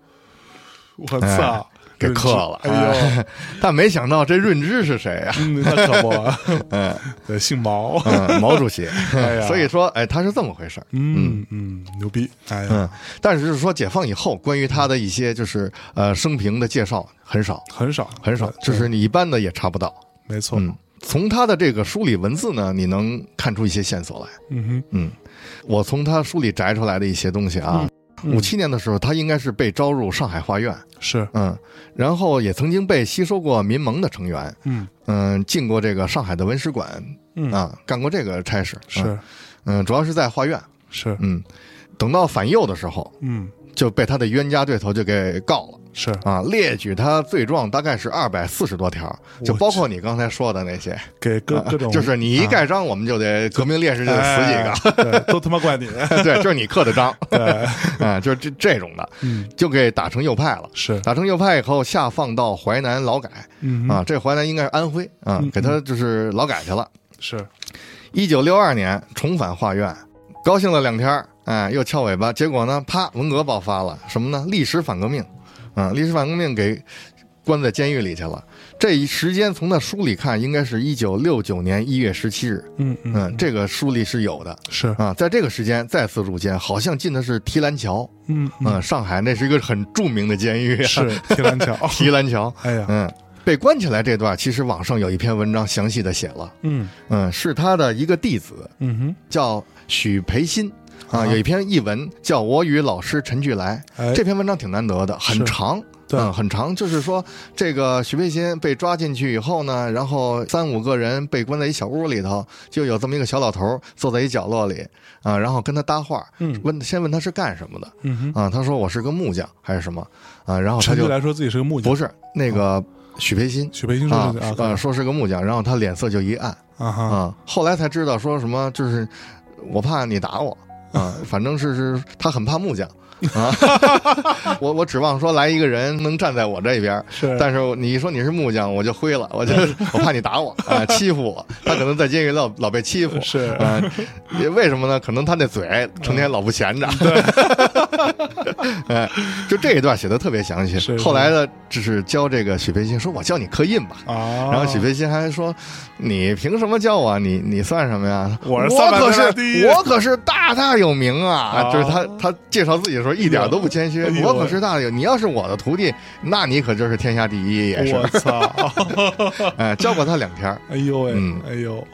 Speaker 6: 我操，
Speaker 4: 给
Speaker 6: 认知
Speaker 4: 刻了，
Speaker 6: 哎呦，
Speaker 4: 但没想到这润之是谁啊呀、
Speaker 6: 嗯那可不，
Speaker 4: 嗯
Speaker 6: 对，姓毛，
Speaker 4: 嗯，毛主席。
Speaker 6: 哎呀
Speaker 4: 所以说，哎，他是这么回事儿。
Speaker 6: 嗯嗯，牛逼，哎呀，
Speaker 4: 嗯，但是就是说，解放以后，关于他的一些就是呃生平的介绍很少，
Speaker 6: 很少
Speaker 4: 很少，
Speaker 6: 对
Speaker 4: 就是你一般的也查不到。
Speaker 6: 没错，
Speaker 4: 嗯，从他的这个梳理文字呢，你能看出一些线索来。
Speaker 6: 嗯哼，
Speaker 4: 嗯，我从他书里摘出来的一些东西啊，
Speaker 6: 嗯
Speaker 4: 五七年的时候，他应该是被招入上海画院，
Speaker 6: 是，
Speaker 4: 嗯，然后也曾经被吸收过民盟的成员，
Speaker 6: 嗯
Speaker 4: 嗯，进过这个上海的文史馆
Speaker 6: 嗯，
Speaker 4: 啊，干过这个差事，嗯
Speaker 6: 是
Speaker 4: 嗯，主要是在画院，
Speaker 6: 是，
Speaker 4: 嗯，等到反右的时候，
Speaker 6: 嗯
Speaker 4: 就被他的冤家对头就给告了。
Speaker 6: 是，
Speaker 4: 啊，列举他罪状大概是二百四十多条，就
Speaker 6: 我
Speaker 4: 包括你刚才说的那些，
Speaker 6: 给各各种
Speaker 4: 就是你一
Speaker 6: 啊哎
Speaker 4: 盖章，我们就得革命烈士就得死几个，
Speaker 6: 死几个，对都他 妈怪你。
Speaker 4: 对，就是你刻的章，
Speaker 6: 对，
Speaker 4: 啊，就是这这种的，
Speaker 6: 嗯，
Speaker 4: 就给打成右派了。
Speaker 6: 是，
Speaker 4: 打成右派以后，下放到淮南劳改
Speaker 6: 嗯哼
Speaker 4: 啊，这淮南应该是安徽啊
Speaker 6: 嗯，
Speaker 4: 给他就是劳改去了。
Speaker 6: 是，
Speaker 4: 一九六二年重返画院，高兴了两天儿，哎，又翘尾巴。结果呢，啪，文革爆发了，什么呢？历史反革命，啊，历史反革命给关在监狱里去了。这一时间从那书里看，应该是一九六九年一月十七日。
Speaker 6: 嗯
Speaker 4: 嗯，这个书里是有的
Speaker 6: 是，
Speaker 4: 啊。在这个时间再次入监，好像进的是提篮桥。
Speaker 6: 嗯
Speaker 4: 嗯，上海那是一个很著名的监狱、啊，
Speaker 6: 是提篮桥，
Speaker 4: 提篮桥。
Speaker 6: 哎呀，
Speaker 4: 嗯，被关起来这段，其实网上有一篇文章详细的写了。
Speaker 6: 嗯
Speaker 4: 嗯，是他的一个弟子
Speaker 6: 嗯哼，
Speaker 4: 叫许培新啊，
Speaker 6: 啊
Speaker 4: 有一篇译文叫《我与老师陈巨来》，
Speaker 6: 哎，
Speaker 4: 这篇文章挺难得的，
Speaker 6: 是
Speaker 4: 很长。
Speaker 6: 对
Speaker 4: 嗯，很长，就是说，这个许培新被抓进去以后呢，然后三五个人被关在一小屋里头，就有这么一个小老头儿坐在一角落里啊，然后跟他搭话，
Speaker 6: 嗯
Speaker 4: 问先问他是干什么的
Speaker 6: 嗯哼，
Speaker 4: 啊，他说我是个木匠还是什么啊，然后他
Speaker 6: 陈
Speaker 4: 就
Speaker 6: 局来说自己是个木匠，
Speaker 4: 不是那个许培新
Speaker 6: 许培新说
Speaker 4: 啊
Speaker 6: 是啊，
Speaker 4: 呃说是个木匠，然后他脸色就一暗
Speaker 6: 啊哈，
Speaker 4: 啊，后来才知道说什么就是我怕你打我啊，反正是是他很怕木匠啊， 我我指望说来一个人能站在我这边儿。
Speaker 6: 是，
Speaker 4: 但是你一说你是木匠，我就灰了，我就 我怕你打我啊，欺负我。他可能在监狱老老被欺负，
Speaker 6: 是
Speaker 4: 啊，也为什么呢？可能他那嘴成天老不闲着。对， 哎，就这一段写的特别详细。
Speaker 6: 是
Speaker 4: 后来呢，就是教这个许培新说：“我教你刻印吧。”
Speaker 6: 啊，
Speaker 4: 然后许培新还说：“你凭什么教我？你你算什么呀？
Speaker 6: 我
Speaker 4: 我
Speaker 6: 是三百
Speaker 4: 可
Speaker 6: 多第一
Speaker 4: 是我可是大大有名啊！”
Speaker 6: 啊
Speaker 4: 就是他他介绍自己的时候一点都不谦虚
Speaker 6: 哎呦，
Speaker 4: 我可是大有。你要是我的徒弟，那你可就是天下第一也是
Speaker 6: 我。操，
Speaker 4: 哎，教过他两天 儿。
Speaker 6: 哎呦喂
Speaker 4: 嗯，
Speaker 6: 哎呦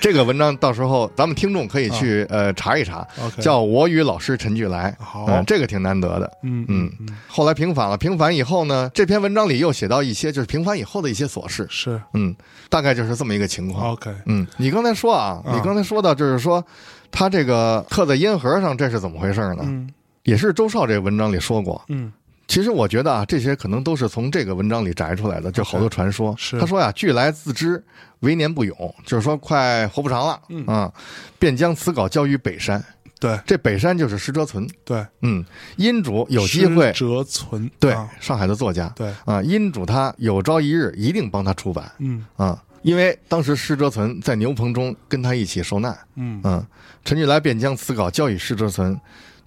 Speaker 4: 这个文章到时候咱们听众可以去
Speaker 6: 嗯
Speaker 4: 呃查一查，
Speaker 6: ，OK，
Speaker 4: 叫《我与老师陈巨来》。
Speaker 6: 好
Speaker 4: 嗯，这个挺难得的。
Speaker 6: 嗯
Speaker 4: 嗯后来平反了，平反以后呢，这篇文章里又写到一些就是平反以后的一些琐事。
Speaker 6: 是
Speaker 4: 嗯，大概就是这么一个情况。
Speaker 6: OK，
Speaker 4: 嗯，你刚才说啊，
Speaker 6: 啊
Speaker 4: 你刚才说到就是说，他这个刻在烟盒上，这是怎么回事呢？
Speaker 6: 嗯
Speaker 4: 也是周少这文章里说过。
Speaker 6: 嗯
Speaker 4: 其实我觉得啊，这些可能都是从这个文章里摘出来的，就好多传说。
Speaker 6: 是
Speaker 4: 他说呀、啊俱来自知，为年不永，就是说快活不长了，
Speaker 6: 嗯
Speaker 4: 啊，便将此稿交于北山。
Speaker 6: 对
Speaker 4: 这北山就是施哲存，
Speaker 6: 对，
Speaker 4: 嗯，因主有机会，
Speaker 6: 折存
Speaker 4: 对、
Speaker 6: 啊
Speaker 4: 上海的作家
Speaker 6: 对，
Speaker 4: 啊，因主他有朝一日一定帮他出版
Speaker 6: 嗯
Speaker 4: 啊，因为当时施哲存在牛棚中跟他一起受难。
Speaker 6: 嗯
Speaker 4: 嗯，陈巨来便将此稿交与施哲存，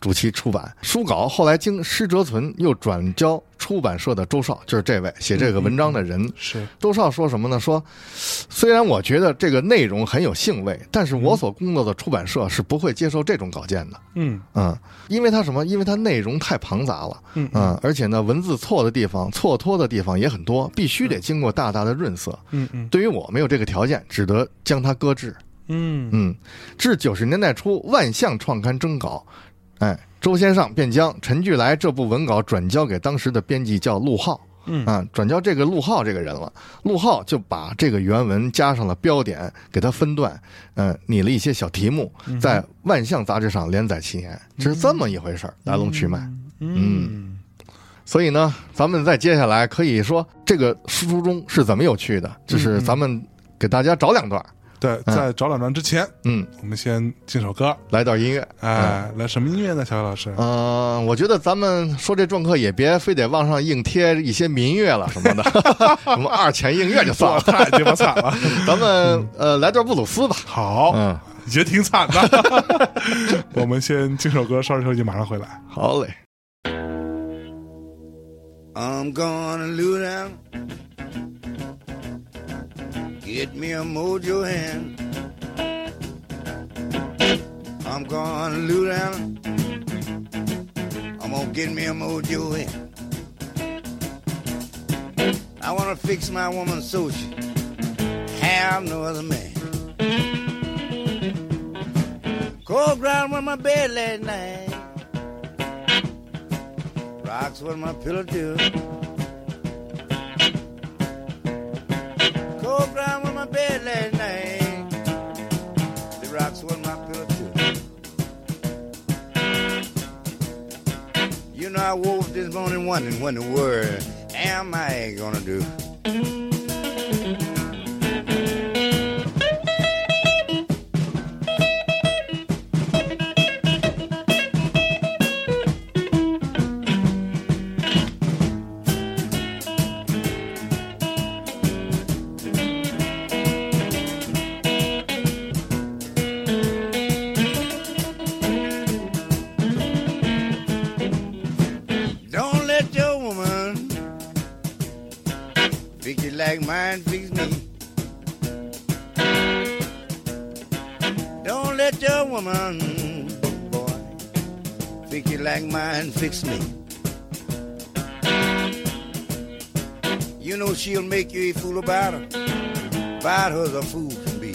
Speaker 4: 主其出版。书稿后来经施哲存又转交出版社的周少，就是这位写这个文章的人。
Speaker 6: 是
Speaker 4: 周少说什么呢？说虽然我觉得这个内容很有兴味，但是我所工作的出版社是不会接受这种稿件的。
Speaker 6: 嗯
Speaker 4: 嗯，因为它什么？因为它内容太庞杂了。
Speaker 6: 嗯
Speaker 4: 嗯，而且呢，文字错的地方、错脱的地方也很多，必须得经过大大的润色。
Speaker 6: 嗯嗯
Speaker 4: 对于我没有这个条件，只得将它搁置。
Speaker 6: 嗯
Speaker 4: 嗯，至九十年代初，万象创刊征稿，哎，周先生便将陈巨来这部文稿转交给当时的编辑叫陆浩，
Speaker 6: 嗯
Speaker 4: 啊，转交这个陆浩这个人了。陆浩就把这个原文加上了标点，给他分段，嗯、拟了一些小题目，
Speaker 6: 嗯
Speaker 4: 在万象杂志上连载七年，这是这么一回事儿，来龙去脉。
Speaker 6: 嗯
Speaker 4: 所以呢，咱们再接下来可以说这个书中是怎么有趣的，就是咱们给大家找两段儿，
Speaker 6: 对，在找两张之前，
Speaker 4: 嗯，
Speaker 6: 我们先进首歌，
Speaker 4: 来段音乐，
Speaker 6: 哎，来什么音乐呢？小伟老师，
Speaker 4: 嗯、我觉得咱们说这篆刻也别非得往上硬贴一些民乐了什么 的，什么二泉映月就算
Speaker 6: 哇，
Speaker 4: 了。
Speaker 6: 太鸡巴惨 了，
Speaker 4: 咱们呃来段布鲁斯吧。
Speaker 6: 好，
Speaker 4: 嗯，
Speaker 6: 也挺惨的。 我们先进首歌，稍事休息，马上回来。
Speaker 4: 好嘞。
Speaker 8: I'm gonna loot out. Get me a mojo hand. I'm gonna loot out. I'm gonna get me a mojo hand. I wanna fix my woman so she have no other man. Cold ground with my bed last night. Rocks what my pillow do. Cold ground with my bed last night. The rocks what my pillow do. You know I woke up this morning wondering what in the world am I gonna do? like mine please me. Don't let your woman, boy, fix you like mine fix me. You know she'll make you a fool about her. About her as a fool can be.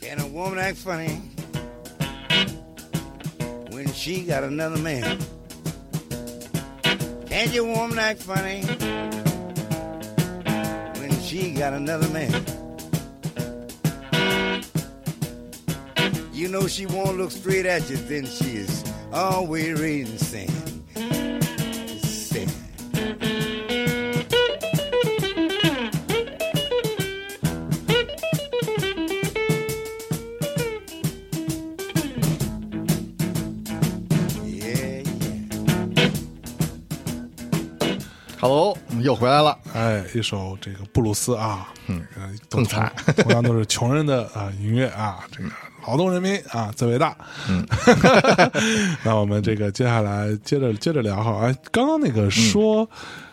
Speaker 8: Can a woman act funny when she got another man? Can't your woman act funny when she got another man? You know she won't look straight at you, then she is always raising sand. Sand. Yeah, yeah.
Speaker 4: Hello，我们又回来了。
Speaker 6: 哎，一首这个布鲁斯啊，嗯，
Speaker 4: 更惨，嗯
Speaker 6: 同样都是穷人的啊、音乐啊，这个劳动人民啊最伟大。嗯， 那我们这个接下来接着接着聊哈，哎，刚刚那个说，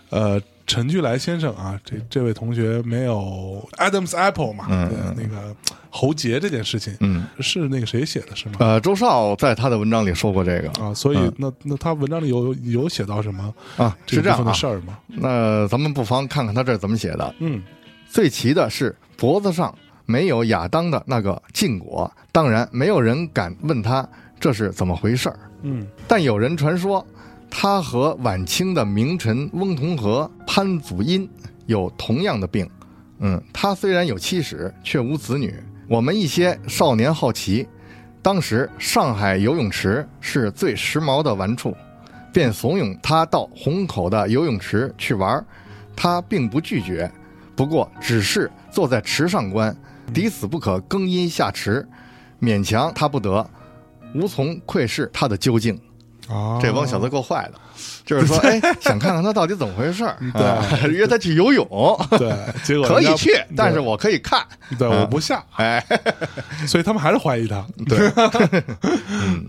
Speaker 6: 呃。陈巨来先生啊，
Speaker 4: 嗯
Speaker 6: 这这位同学没有 Adam's Apple 嘛？嗯，那个喉结这件事情，嗯，是那个谁写的，是吗？
Speaker 4: 呃，周少在他的文章里说过这个
Speaker 6: 啊，所以、
Speaker 4: 嗯
Speaker 6: 那那他文章里有有有写到什么
Speaker 4: 啊，是这
Speaker 6: 这部
Speaker 4: 样
Speaker 6: 分的
Speaker 4: 啊。
Speaker 6: 事儿吗？
Speaker 4: 那咱们不妨看看他这儿怎么写的。
Speaker 6: 嗯，
Speaker 4: 最奇的是脖子上没有亚当的那个禁果，当然没有人敢问他这是怎么回事儿。
Speaker 6: 嗯
Speaker 4: 但有人传说，他和晚清的名臣翁同龢、潘祖殷有同样的病。嗯，他虽然有妻室，却无子女。我们一些少年好奇，当时上海游泳池是最时髦的玩处，便怂恿他到虹口的游泳池去玩儿。他并不拒绝，不过只是坐在池上观，抵死不可更因下池，勉强他不得，无从窥视他的究竟。
Speaker 6: 啊，
Speaker 4: 这帮小子够坏的，就是 说，哎，想看看他到底怎么回事儿，啊 约他去游泳，
Speaker 6: 对，结果
Speaker 4: 可
Speaker 6: 人
Speaker 4: 以
Speaker 6: 家
Speaker 4: 去，但是
Speaker 6: 对
Speaker 4: 我可以看，
Speaker 6: 对
Speaker 4: 啊
Speaker 6: 我不下，
Speaker 4: 哎，
Speaker 6: 所以他们还是怀疑他。
Speaker 4: 对，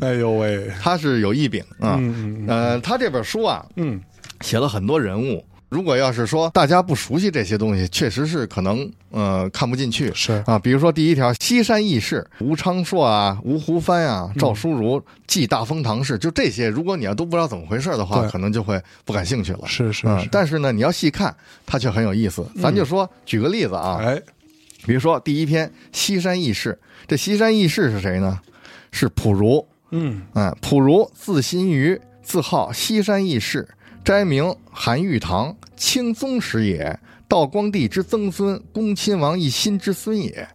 Speaker 6: 哎呦喂，
Speaker 4: 他是有异禀啊，
Speaker 6: 嗯嗯
Speaker 4: 呃，他这本书啊，
Speaker 6: 嗯
Speaker 4: 写了很多人物。如果要是说大家不熟悉这些东西，确实是可能呃看不进去
Speaker 6: 是
Speaker 4: 啊。比如说第一条，西山义士、吴昌硕啊、吴湖帆
Speaker 6: 嗯
Speaker 4: 啊、赵书如、纪大风堂氏，就这些，如果你要都不知道怎么回事的话，
Speaker 6: 对
Speaker 4: 可能就会不感兴趣了。
Speaker 6: 是是
Speaker 4: 嗯
Speaker 6: 是，，
Speaker 4: 但是嗯呢，你要细看，它却很有意思。咱就说，举个例子啊，
Speaker 6: 哎，
Speaker 4: 比如说第一篇《西山义士》，这西山义士是谁呢？是普如，
Speaker 6: 嗯
Speaker 4: 嗯，普如字新余，自号西山义士，斋名韩玉堂，清宗时也，道光帝之曾孙，恭亲王奕欣之孙也。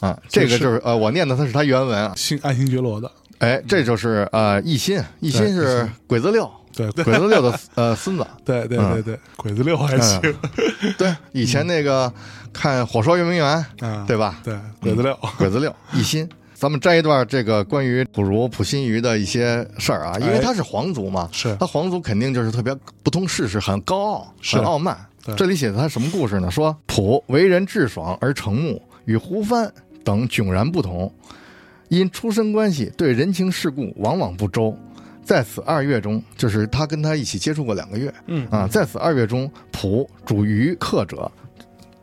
Speaker 4: 啊，这个就是呃，我念的它是它原文啊，
Speaker 6: 新爱新觉罗的，
Speaker 4: 哎，这就是呃奕欣，奕欣
Speaker 6: 对奕
Speaker 4: 是
Speaker 6: 欣
Speaker 4: 鬼子 六，
Speaker 6: 对对
Speaker 4: 鬼子六嗯的呃孙子，
Speaker 6: 对对对对，鬼子六还行
Speaker 4: 对，以前那个看《火烧圆明园》，
Speaker 6: 啊，
Speaker 4: 对吧？嗯
Speaker 6: 对，鬼子六，
Speaker 4: 鬼子六一心，咱们摘一段这个关于普如普心鱼的一些事儿啊，因为
Speaker 6: 哎
Speaker 4: 他是皇族嘛，
Speaker 6: 是
Speaker 4: 他皇族肯定就是特别不通世事，很高傲，
Speaker 6: 是
Speaker 4: 很傲慢
Speaker 6: 对。
Speaker 4: 这里写的他什么故事呢？说普为人智爽而成木，与胡帆等迥然不同，因出身关系对人情世故往往不周。在此二月中，就是他跟他一起接触过两个月，
Speaker 6: 嗯
Speaker 4: 啊，在此二月中，仆主于客者，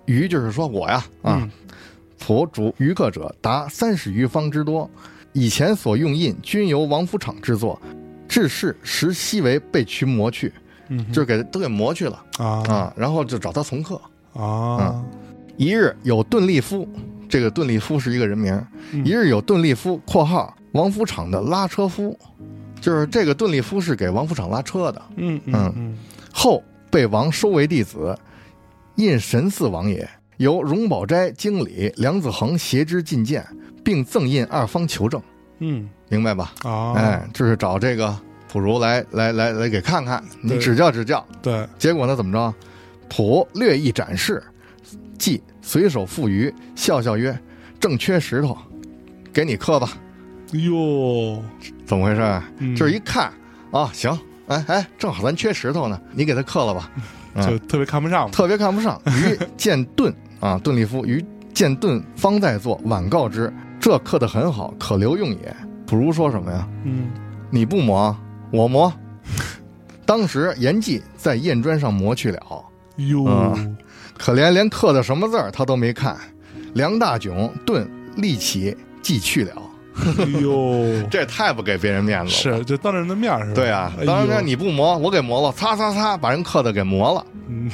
Speaker 4: 于就是说我呀啊
Speaker 6: 嗯，
Speaker 4: 仆主于客者达三十余方之多，以前所用印均由王府厂制作，制式时悉为被渠磨去，
Speaker 6: 嗯
Speaker 4: 就是给都给磨去了
Speaker 6: 啊
Speaker 4: 啊，然后就找他从客。
Speaker 6: 啊，
Speaker 4: 一日有顿利夫，这个顿利夫是一个人名儿。
Speaker 6: 嗯
Speaker 4: 一日有顿利夫（括号王府厂的拉车夫），就是这个顿利夫是给王府厂拉车的。
Speaker 6: 嗯嗯嗯
Speaker 4: 后被王收为弟子，印神寺王也。由荣宝斋经理梁子恒携之进谏，并赠印二方求证，
Speaker 6: 嗯
Speaker 4: 明白吧？
Speaker 6: 啊，
Speaker 4: 哎，就是找这个普如来来来来给看看，你
Speaker 6: 对
Speaker 4: 指教指教。
Speaker 6: 对，
Speaker 4: 结果呢，怎么着？普略一展示，即随手赋予，笑笑曰：“正缺石头，给你刻吧，
Speaker 6: 哟，
Speaker 4: 怎么回事啊？
Speaker 6: 嗯
Speaker 4: 就是一看啊，行，哎哎，正好咱缺石头呢，你给他刻了吧。嗯
Speaker 6: 就特别看不上嘛。
Speaker 4: 特别看不上。于见顿啊，顿利夫于见顿方在做，晚告之，这刻的很好，可留用也。不如说什么呀？
Speaker 6: 嗯，
Speaker 4: 你不磨，我磨。 当时严季在砚砖上磨去了，
Speaker 6: 哟，
Speaker 4: 嗯可怜连刻的什么字儿他都没看。梁大炯顿立起即去了，
Speaker 6: 哟，
Speaker 4: 这也太不给别人面子了。
Speaker 6: 是就当着人的面儿是吧？
Speaker 4: 对啊，当然
Speaker 6: 哎
Speaker 4: 呢，
Speaker 6: 呦
Speaker 4: 你不磨，我给磨了，擦擦擦，把人刻的给磨了，
Speaker 6: 嗯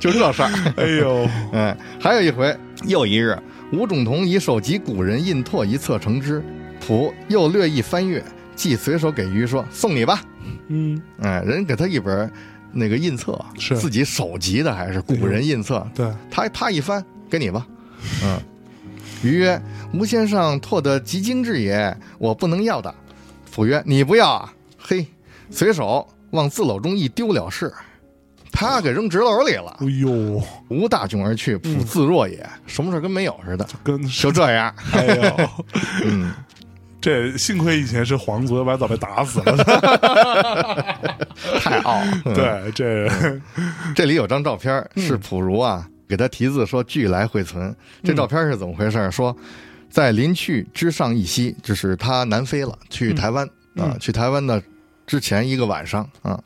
Speaker 4: 就这事儿。
Speaker 6: 哎呦，
Speaker 4: 哎，还有一回，又一日，吴仲同以手及古人印拓一册成之，仆又略一翻阅，即随手给鱼说：“送你吧。
Speaker 6: 嗯，”
Speaker 4: 哎，人给他一本那个印册，
Speaker 6: 是
Speaker 4: 自己手集的还是古人印册？
Speaker 6: 对，哎
Speaker 4: 他啪一翻，给你吧。嗯，鱼曰：“吴先生拓得极精致也，我不能要的。”仆曰：“你不要啊？嘿，随手往自篓中一丢了事，啪给扔纸篓里了。”
Speaker 6: 哎呦，
Speaker 4: 无大窘而去，普自若也，什么事儿跟没有似的，
Speaker 6: 跟
Speaker 4: 就这样。
Speaker 6: 哎呦，
Speaker 4: 嗯，
Speaker 6: 这幸亏以前是皇族，要不然早被打死了。
Speaker 4: 太傲。嗯，
Speaker 6: 对，这
Speaker 4: 这里有张照片儿是普如啊，给他题字说“俱来会存”。这照片是怎么回事儿？说在临去之上一夕，就是他南飞了，去台湾啊，去台湾的之前一个晚上啊，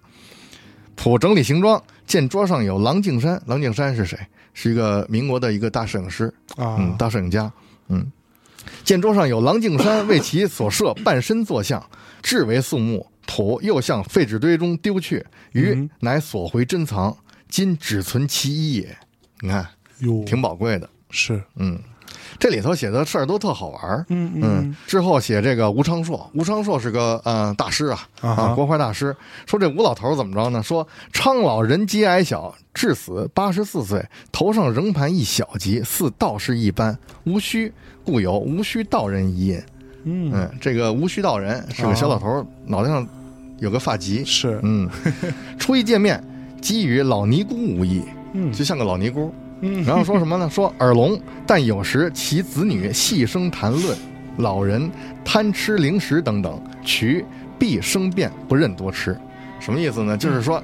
Speaker 4: 普整理行装，见桌上有郎静山。郎静山是谁？是一个民国的一个大摄影师。嗯，
Speaker 6: 啊，
Speaker 4: 大摄影家，嗯。见桌上有郎静山为其所设半身坐像，至为肃穆。普又向废纸堆中丢去，余
Speaker 6: 嗯
Speaker 4: 乃索回珍藏，今只存其一也。你看，
Speaker 6: 哟，
Speaker 4: 挺宝贵的。
Speaker 6: 是，
Speaker 4: 嗯，这里头写的事儿都特好玩儿。
Speaker 6: 嗯
Speaker 4: 嗯，之后写这个吴昌硕，吴昌硕是个呃大师啊，
Speaker 6: 啊哈
Speaker 4: 啊国画大师。说这吴老头儿怎么着呢？说昌老人极矮小，至死八十四岁，头上仍盘一小髻，似道士一般，无须，故有无须道人一印。
Speaker 6: 嗯啊
Speaker 4: 嗯，这个无须道人是个小老头儿，脑袋上有个发髻。
Speaker 6: 是，
Speaker 4: 嗯，初一见面，基于老尼姑无异，
Speaker 6: 嗯
Speaker 4: 就像个老尼姑。
Speaker 6: 嗯
Speaker 4: 然后说什么呢？ 说耳聋，但有时其子女细声谈论，老人贪吃零食等等，渠必生变，不任多吃。什么意思呢？就是说，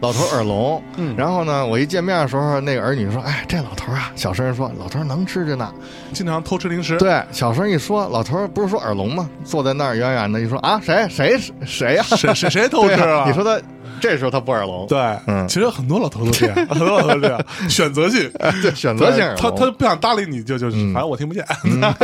Speaker 4: 老头耳聋，
Speaker 6: 嗯
Speaker 4: 然后呢，我一见面的时候，那个儿女说：“哎，这老头啊，小声说，老头能吃着呢。
Speaker 6: 经常偷吃零”食，
Speaker 4: 对，小声一说，老头不是说耳聋吗？坐在那儿远远的一说啊，谁谁谁呀、
Speaker 6: 谁谁谁偷吃
Speaker 4: 啊对
Speaker 6: 啊？
Speaker 4: 你说他这时候他不耳聋，
Speaker 6: 对，
Speaker 4: 嗯
Speaker 6: 其实很多老头都这 样，很多老头这样，选择性，
Speaker 4: 对，选择性耳
Speaker 6: 他
Speaker 4: 聋。
Speaker 6: 他不想搭理你，就就是
Speaker 4: 嗯
Speaker 6: 反正我听不见。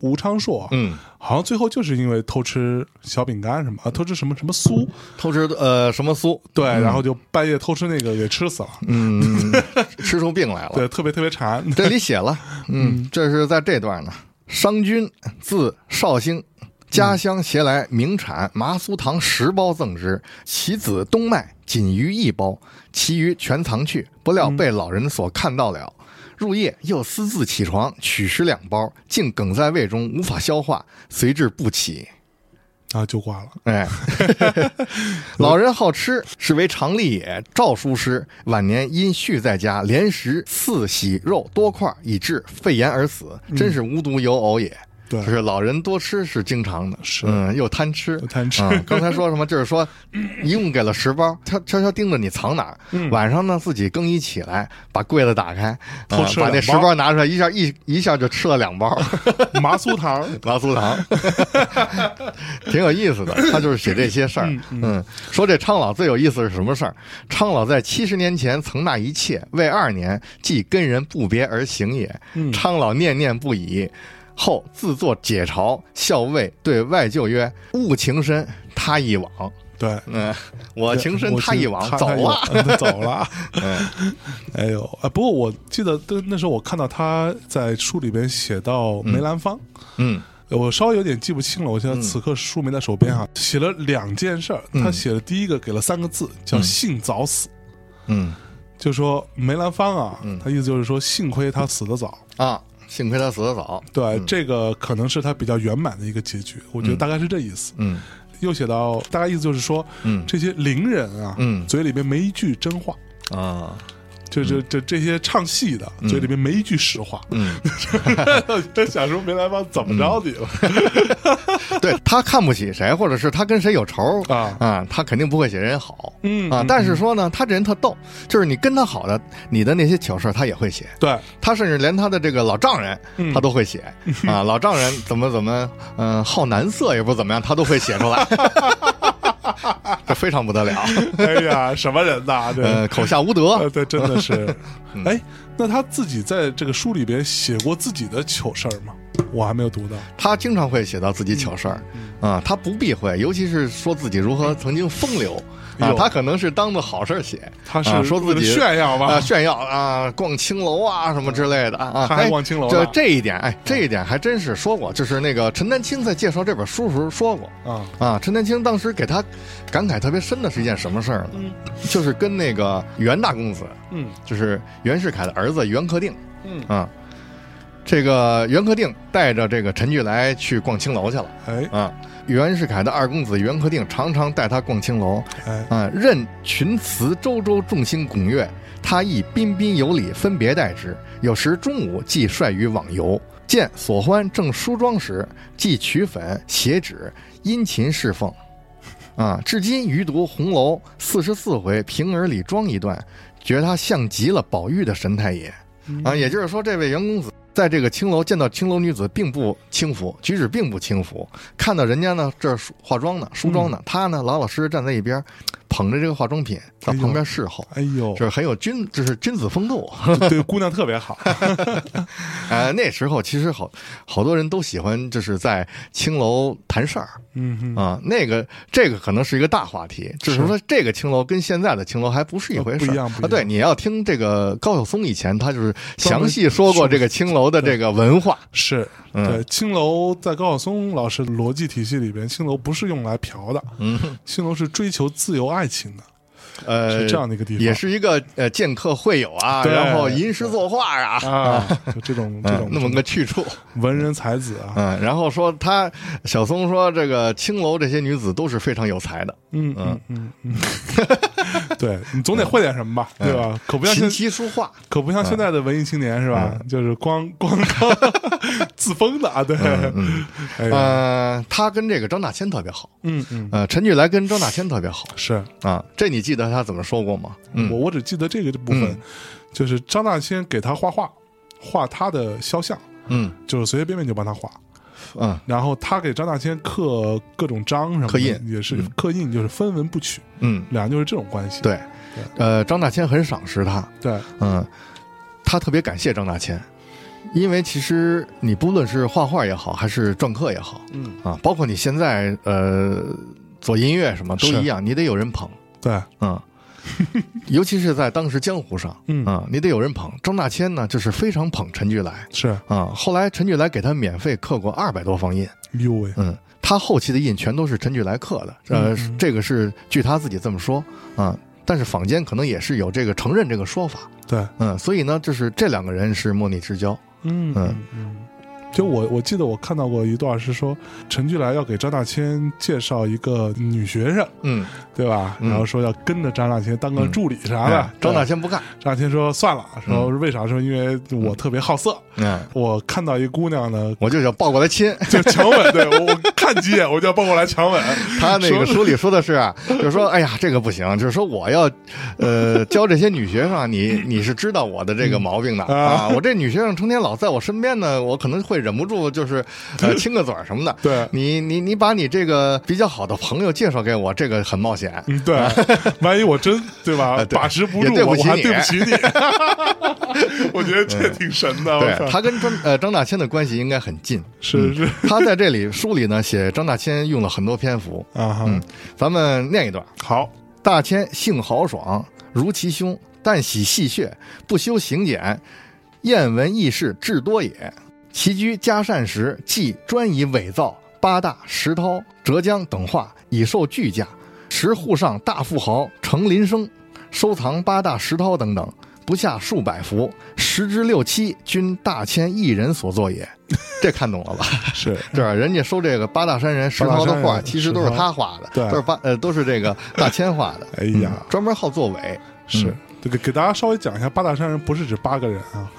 Speaker 6: 吴昌硕，
Speaker 4: 嗯，
Speaker 6: 好像最后就是因为偷吃小饼干什么，啊偷吃什么什么酥，
Speaker 4: 偷吃呃什么酥，
Speaker 6: 对，然后就半夜偷吃那个给吃死了，
Speaker 4: 嗯， 吃出病来了。
Speaker 6: 对，特别特别馋。
Speaker 4: 这里写了，嗯，这是在这段呢。商君字绍兴，家乡携来名产麻酥糖十包赠之，其子东麦仅余一包，其余全藏去。不料被老人所看到了。入夜又私自起床取食两包，竟梗在胃中无法消化，随之不起。
Speaker 6: 然后啊就挂了。
Speaker 4: 哎，老人好吃，是为常例也。赵书师晚年因续在家，连食四喜肉多块，以致肺炎而死，真是无独有偶也。
Speaker 6: 嗯对
Speaker 4: 就是老人多吃是经常的，
Speaker 6: 是
Speaker 4: 嗯，又贪吃，
Speaker 6: 又贪吃
Speaker 4: 嗯刚才说什么？就是 说，一共给了十包，悄悄悄盯着你藏哪儿。
Speaker 6: 嗯
Speaker 4: 晚上呢，自己更衣起来，把柜子打开，
Speaker 6: 偷
Speaker 4: 嗯
Speaker 6: 吃
Speaker 4: 把
Speaker 6: 两
Speaker 4: 那十
Speaker 6: 包
Speaker 4: 包拿出来，一下一一下就吃了两包。
Speaker 6: 麻酥糖，
Speaker 4: 麻酥糖，挺有意思的。他就是写这些事儿。嗯，说这昌老最有意思是什么事儿？昌老在七十年前曾纳一妾，为二年，即跟人不别而行也。昌老念念不已，后自作解嘲，校尉对外舅曰：“物情深，他亦往。
Speaker 6: 对，”
Speaker 4: 嗯，我情深，他亦往，走啊。
Speaker 6: 了，走 了。
Speaker 4: 嗯
Speaker 6: 哎呦，哎，不过我记得那那时候我看到他在书里边写到梅兰芳。
Speaker 4: 嗯
Speaker 6: 我稍微有点记不清了，我现在此刻书没在手边哈、啊
Speaker 4: 嗯
Speaker 6: 写了两件事儿，他写的第一个给了三个字，叫“幸早死
Speaker 4: 嗯”，
Speaker 6: 就说梅兰芳啊，他意思就是说幸亏他死得早，
Speaker 4: 啊，幸亏他死得早。
Speaker 6: 对，这个可能是他比较圆满的一个结局，我觉得大概是这意思。
Speaker 4: 嗯
Speaker 6: 又写到大概意思就是说，
Speaker 4: 嗯
Speaker 6: 这些伶人啊，
Speaker 4: 嗯
Speaker 6: 嘴里边没一句真话，
Speaker 4: 啊，
Speaker 6: 就就就这些唱戏的嘴里面没一句实话，
Speaker 4: 嗯，
Speaker 6: 这想说梅兰芳怎么着 你了？
Speaker 4: 对他看不起谁，或者是他跟谁有仇
Speaker 6: 啊
Speaker 4: 啊，他肯定不会写人好，
Speaker 6: 嗯
Speaker 4: 啊
Speaker 6: 嗯，
Speaker 4: 但是说呢，他这人特逗，就是你跟他好的，你的那些糗事儿他也会写，
Speaker 6: 对，
Speaker 4: 他甚至连他的这个老丈人
Speaker 6: 嗯
Speaker 4: 他都会写啊，老丈人怎么怎么嗯、好男色也不怎么样，他都会写出来， 这非常不得 了，
Speaker 6: 哎呀，什么人呐？这
Speaker 4: 呃，口下无
Speaker 6: 呃，
Speaker 4: 德，
Speaker 6: 对，真的是。
Speaker 4: 嗯
Speaker 6: 哎，那他自己在这个书里边写过自己的糗事儿吗？我还没有读到。
Speaker 4: 他经常会写到自己糗事儿
Speaker 6: 嗯
Speaker 4: 啊，他不避讳，尤其是说自己如何曾经风流啊
Speaker 6: 哟，
Speaker 4: 他可能是当做好事儿写，
Speaker 6: 他是
Speaker 4: 啊说
Speaker 6: 为
Speaker 4: 自
Speaker 6: 了
Speaker 4: 己
Speaker 6: 炫耀吧？
Speaker 4: 啊，炫耀啊，逛青楼啊，什么之类的啊，
Speaker 6: 他还
Speaker 4: 哎
Speaker 6: 逛青楼
Speaker 4: 这
Speaker 6: 了
Speaker 4: 这一点，哎，这一点还真是说过，就是那个陈丹青在介绍这本书时候说过
Speaker 6: 啊，
Speaker 4: 啊，陈丹青当时给他感慨特别深的是一件什么事儿呢？就是跟那个袁大公子，
Speaker 6: 嗯
Speaker 4: 就是袁世凯的儿子袁克定
Speaker 6: 嗯，
Speaker 4: 啊，这个袁克定带着这个陈巨来去逛青楼去了
Speaker 6: 哎
Speaker 4: 啊。袁世凯的二公子袁克定常常带他逛青楼，
Speaker 6: 哎，
Speaker 4: 啊，任群词周周众星拱月，他亦彬彬有礼，分别待之。有时中午即率于网游，见所欢正梳妆时，即取粉写纸，殷勤侍奉。啊，至今余读《红楼》四十四回，平儿李庄一段，觉他像极了宝玉的神态也。啊，也就是说，这位袁公子在这个青楼见到青楼女子，并不轻浮，举止并不轻浮。看到人家呢，这儿化妆呢，梳妆呢，他呢老老实实站在一边，捧着这个化妆品在旁边侍候，
Speaker 6: 哎呦，
Speaker 4: 就是很有君，就是君子风度。
Speaker 6: 对姑娘特别好。
Speaker 4: 啊哎，那时候其实好好多人都喜欢，就是在青楼谈事儿
Speaker 6: 嗯哼，
Speaker 4: 啊。那个这个可能是一个大话题，只是说这个青楼跟现在的青楼还不是一回事儿、
Speaker 6: 呃不一样不一样
Speaker 4: 啊。对，你要听这个高晓松以前，他就是详细说过这个青楼的这个文化。
Speaker 6: 是
Speaker 4: 嗯
Speaker 6: 对青楼在高晓松老师逻辑体系里边，青楼不是用来嫖的，
Speaker 4: 嗯，
Speaker 6: 青楼是追求自由爱情的，
Speaker 4: 呃，
Speaker 6: 是这样的一个地方。
Speaker 4: 也是一个呃剑客会友啊，
Speaker 6: 对
Speaker 4: 然后吟诗作画啊，
Speaker 6: 啊，就这种这
Speaker 4: 嗯
Speaker 6: 种
Speaker 4: 那么个去处。
Speaker 6: 文人才子啊，
Speaker 4: 嗯，然后说他小松说这个青楼这些女子都是非常有才的，
Speaker 6: 嗯嗯嗯嗯， 对你总得会点什么吧，对吧？可不像
Speaker 4: 琴
Speaker 6: 现
Speaker 4: 棋书 画。
Speaker 6: 可不像现在的文艺青年是
Speaker 4: 嗯
Speaker 6: 吧？就是光光 自封的啊，对，
Speaker 4: 嗯
Speaker 6: 哎呀，
Speaker 4: 呃，他跟这个张大千特别好，
Speaker 6: 嗯嗯，
Speaker 4: 呃，陈巨来跟张大千特别好
Speaker 6: 是
Speaker 4: 啊，这你记得他怎么说过吗？
Speaker 6: 我
Speaker 4: 嗯，
Speaker 6: 我只记得这个部分
Speaker 4: 嗯，
Speaker 6: 就是张大千给他画画，画他的肖像，
Speaker 4: 嗯
Speaker 6: 就是随随便便就帮他画。
Speaker 4: 嗯
Speaker 6: 然后他给张大千刻各种章什么的，
Speaker 4: 刻印
Speaker 6: 也是
Speaker 4: 嗯
Speaker 6: 刻印，就是分文不取，
Speaker 4: 嗯，
Speaker 6: 俩人就是这种关系。
Speaker 4: 对，呃，张大千很赏识他，
Speaker 6: 对，
Speaker 4: 嗯，他特别感谢张大千，因为其实你不论是画画也好，还是篆刻也好，
Speaker 6: 嗯
Speaker 4: 啊，包括你现在呃做音乐什么都
Speaker 6: 是
Speaker 4: 一样，你得有人捧，
Speaker 6: 对，
Speaker 4: 嗯， 尤其是在当时江湖上，
Speaker 6: 嗯
Speaker 4: 啊，你得有人捧。张大千呢，就是非常捧陈巨来
Speaker 6: 是，哎
Speaker 4: 啊。后来陈巨来给他免费刻过二百多方印，
Speaker 6: 哟喂，
Speaker 4: 嗯，他后期的印全都是陈巨来刻的，呃，
Speaker 6: 嗯嗯
Speaker 4: 这个是据他自己这么说啊，但是坊间可能也是有这个承认这个说法，
Speaker 6: 对，
Speaker 4: 嗯，所以呢，就是这两个人是莫逆之交，
Speaker 6: 嗯嗯
Speaker 4: 嗯
Speaker 6: 嗯。就我我记得我看到过一段是说，陈巨来要给张大千介绍一个女学生，
Speaker 4: 嗯，
Speaker 6: 对吧？
Speaker 4: 嗯
Speaker 6: 然后说要跟着张大千当个助理啥的。
Speaker 4: 哎张大
Speaker 6: 对
Speaker 4: 千不干，
Speaker 6: 张大千说算了，说为啥？说因为我特别好色，
Speaker 4: 嗯，
Speaker 6: 我看到一姑娘呢
Speaker 4: 我就想抱过来亲。
Speaker 6: 就强吻， 对我我看几眼我就要抱过来强吻。
Speaker 4: 他那个
Speaker 6: 说
Speaker 4: 书里说的是啊，就是说，哎呀，这个不行，就是说我要，呃，教这些女学生啊， 你你是知道我的这个毛病的
Speaker 6: 嗯啊
Speaker 4: 啊，我这女学生成天老在我身边呢，我可能会忍不住就是呃亲个嘴儿什么的。
Speaker 6: 对
Speaker 4: 你你你把你这个比较好的朋友介绍给我，这个很冒险。
Speaker 6: 嗯， 对，万一我真对吧
Speaker 4: 啊对
Speaker 6: 把持不
Speaker 4: 也
Speaker 6: 住，
Speaker 4: 对不
Speaker 6: 我我
Speaker 4: 起
Speaker 6: 还
Speaker 4: 你
Speaker 6: 对不起你。 我觉得这挺神的，我
Speaker 4: 对嗯
Speaker 6: 操
Speaker 4: 他跟张呃张大千的关系应该很近，
Speaker 6: 是是
Speaker 4: 他在这里书里呢写张大千用了很多篇幅，
Speaker 6: 啊哈，
Speaker 4: 嗯，咱们念一段。
Speaker 6: 好，
Speaker 4: 大千性豪爽，如其兄，但喜戏谑，不修行俭，厌闻异事至多也。其居嘉善时，即专以伪造八大、石涛、浙江等画，以受巨价。时沪上大富豪程林生，收藏八大、石涛等等，不下数百幅，十之六七均大千一人所作也。 这看懂了吧？
Speaker 6: 是
Speaker 4: 对，人家收这个八大山人石
Speaker 6: 八大
Speaker 4: 涛的
Speaker 6: 山
Speaker 4: 画，
Speaker 6: 人
Speaker 4: 其实都
Speaker 6: 石
Speaker 4: 是
Speaker 6: 涛
Speaker 4: 他画的，
Speaker 6: 对
Speaker 4: 都是八呃都是这个大千画的。
Speaker 6: 哎呀
Speaker 4: 嗯专门好作伪。
Speaker 6: 是
Speaker 4: 嗯，
Speaker 6: 这个给大家稍微讲一下，八大山人不是指八个人啊，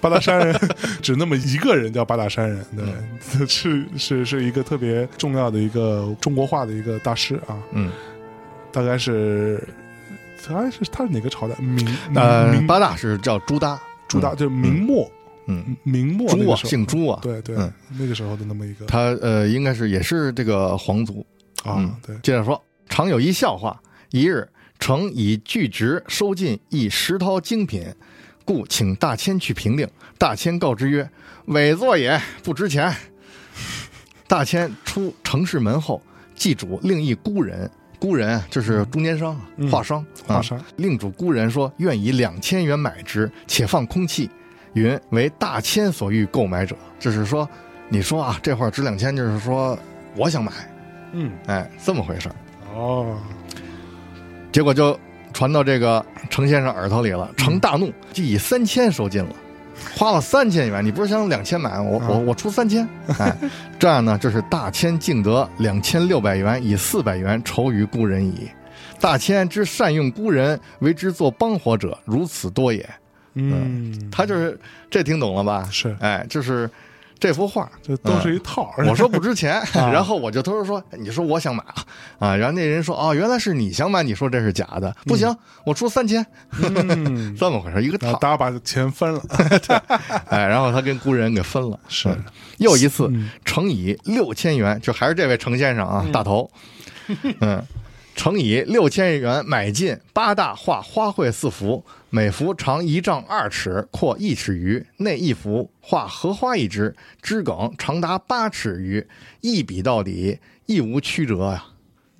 Speaker 6: 八大山人只那么一个人叫八大山人，对，
Speaker 4: 嗯
Speaker 6: 是是是一个特别重要的一个中国画的一个大师啊，
Speaker 4: 嗯，
Speaker 6: 大概是大概是他是哪个朝代？明
Speaker 4: 呃，
Speaker 6: 明
Speaker 4: 八大是叫朱耷，
Speaker 6: 嗯朱耷，就明末，
Speaker 4: 嗯，
Speaker 6: 明末那
Speaker 4: 朱
Speaker 6: 个
Speaker 4: 啊，
Speaker 6: 时候
Speaker 4: 姓朱啊，
Speaker 6: 对对
Speaker 4: 嗯，
Speaker 6: 那个时候的那么一个
Speaker 4: 他呃应该是也是这个皇族。
Speaker 6: 啊
Speaker 4: 嗯，
Speaker 6: 对，
Speaker 4: 接着说，常有一笑话：一日，诚以巨值收进一石涛精品，故请大千去评定。大千告之曰：“伪作也，不值钱。”大千出城市门后，祭主另一孤人，孤人就是中间商、
Speaker 6: 嗯
Speaker 4: 画商，
Speaker 6: 华
Speaker 4: 啊
Speaker 6: 山
Speaker 4: 令主孤人说：“愿以两千元买之，且放空气。”云为大千所欲购买者，就是说，你说啊，这会儿值两千，就是说我想买，
Speaker 6: 嗯，
Speaker 4: 哎，这么回事儿。
Speaker 6: 哦，
Speaker 4: 结果就传到这个程先生耳朵里了，程大怒，就以三千收进了。花了三千元，你不是想两千买？我我
Speaker 6: 嗯
Speaker 4: 我出三千，哎，这样呢，就是大千敬得两千六百元，以四百元酬于孤人矣。大千之善用孤人，为之作帮火者，如此多也。
Speaker 6: 嗯，
Speaker 4: 他就是这听懂了吧？
Speaker 6: 是
Speaker 4: 哎，就是这幅画，
Speaker 6: 这都是一套， 而且
Speaker 4: 我说不值钱，
Speaker 6: 啊
Speaker 4: 然后我就偷偷说，你说我想买了啊，然后那人说哦，原来是你想买，你说这是假的，不行，我出三千，
Speaker 6: 嗯，
Speaker 4: 这么回事，一个
Speaker 6: 然后
Speaker 4: 套，
Speaker 6: 大家把钱 分了，
Speaker 4: 哎，然后他跟孤人给分了，
Speaker 6: 是
Speaker 4: 嗯又一次
Speaker 6: 嗯
Speaker 4: 乘以六千元，就还是这位程先生啊，大 头，嗯，乘以六千元买进八大画花卉四幅，每幅长一丈二尺，阔一尺余，内一幅画荷花一只，枝梗长达八尺余，一笔到底，亦无曲折呀、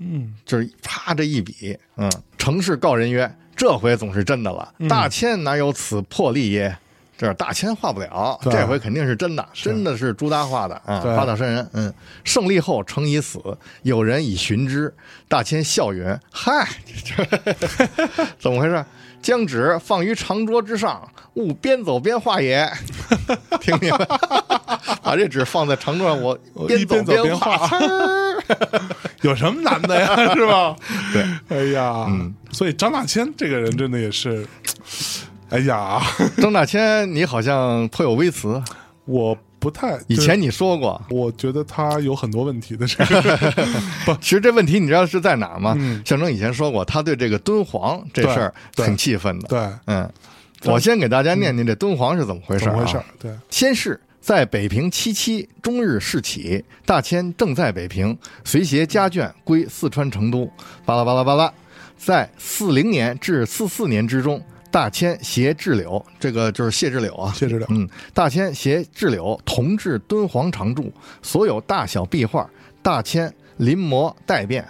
Speaker 6: 嗯，
Speaker 4: 就是啪这一笔，嗯，程氏告人曰：“这回总是真的了，
Speaker 6: 嗯
Speaker 4: 大千哪有此魄力耶？”这大千画不了，
Speaker 6: 对
Speaker 4: 这回肯定是真的，真的是朱耷画的啊，
Speaker 6: 对
Speaker 4: 八大山人。嗯，胜利后程已死，有人以寻之。大千笑云：“嗨， 这怎么回事？将纸放于长桌之上，勿边走边画 也。听明白？ 把这纸放在长桌上，我
Speaker 6: 我一
Speaker 4: 边
Speaker 6: 边走边
Speaker 4: 边
Speaker 6: 画
Speaker 4: 呲 儿
Speaker 6: 有什么难的呀， 是吧？
Speaker 4: 对，
Speaker 6: 哎呀，
Speaker 4: 嗯
Speaker 6: 所以张大千这个人真的也是，哎呀，
Speaker 4: 张大千，你好像颇有微词。
Speaker 6: 我不太
Speaker 4: 以前。你说过，
Speaker 6: 就是我觉得他有很多问题的，这个
Speaker 4: 其实这问题你知道是在哪儿吗？象征以前说过，他对这个敦煌这事儿
Speaker 6: 嗯对对
Speaker 4: 挺气愤的。
Speaker 6: 对，
Speaker 4: 嗯，我先给大家念念这敦煌是怎么回事、
Speaker 6: 怎
Speaker 4: 啊。
Speaker 6: 么回事儿？对，
Speaker 4: 先是在北平七七中日事起，大千正在北平，随携家眷归四川成都，巴拉巴拉巴拉。在四零年至四四年之中，大千携智柳，这个就是谢智柳啊，
Speaker 6: 谢知了，
Speaker 4: 嗯，大千携智柳同至敦煌常驻，所有大小壁画，大千临摹代变。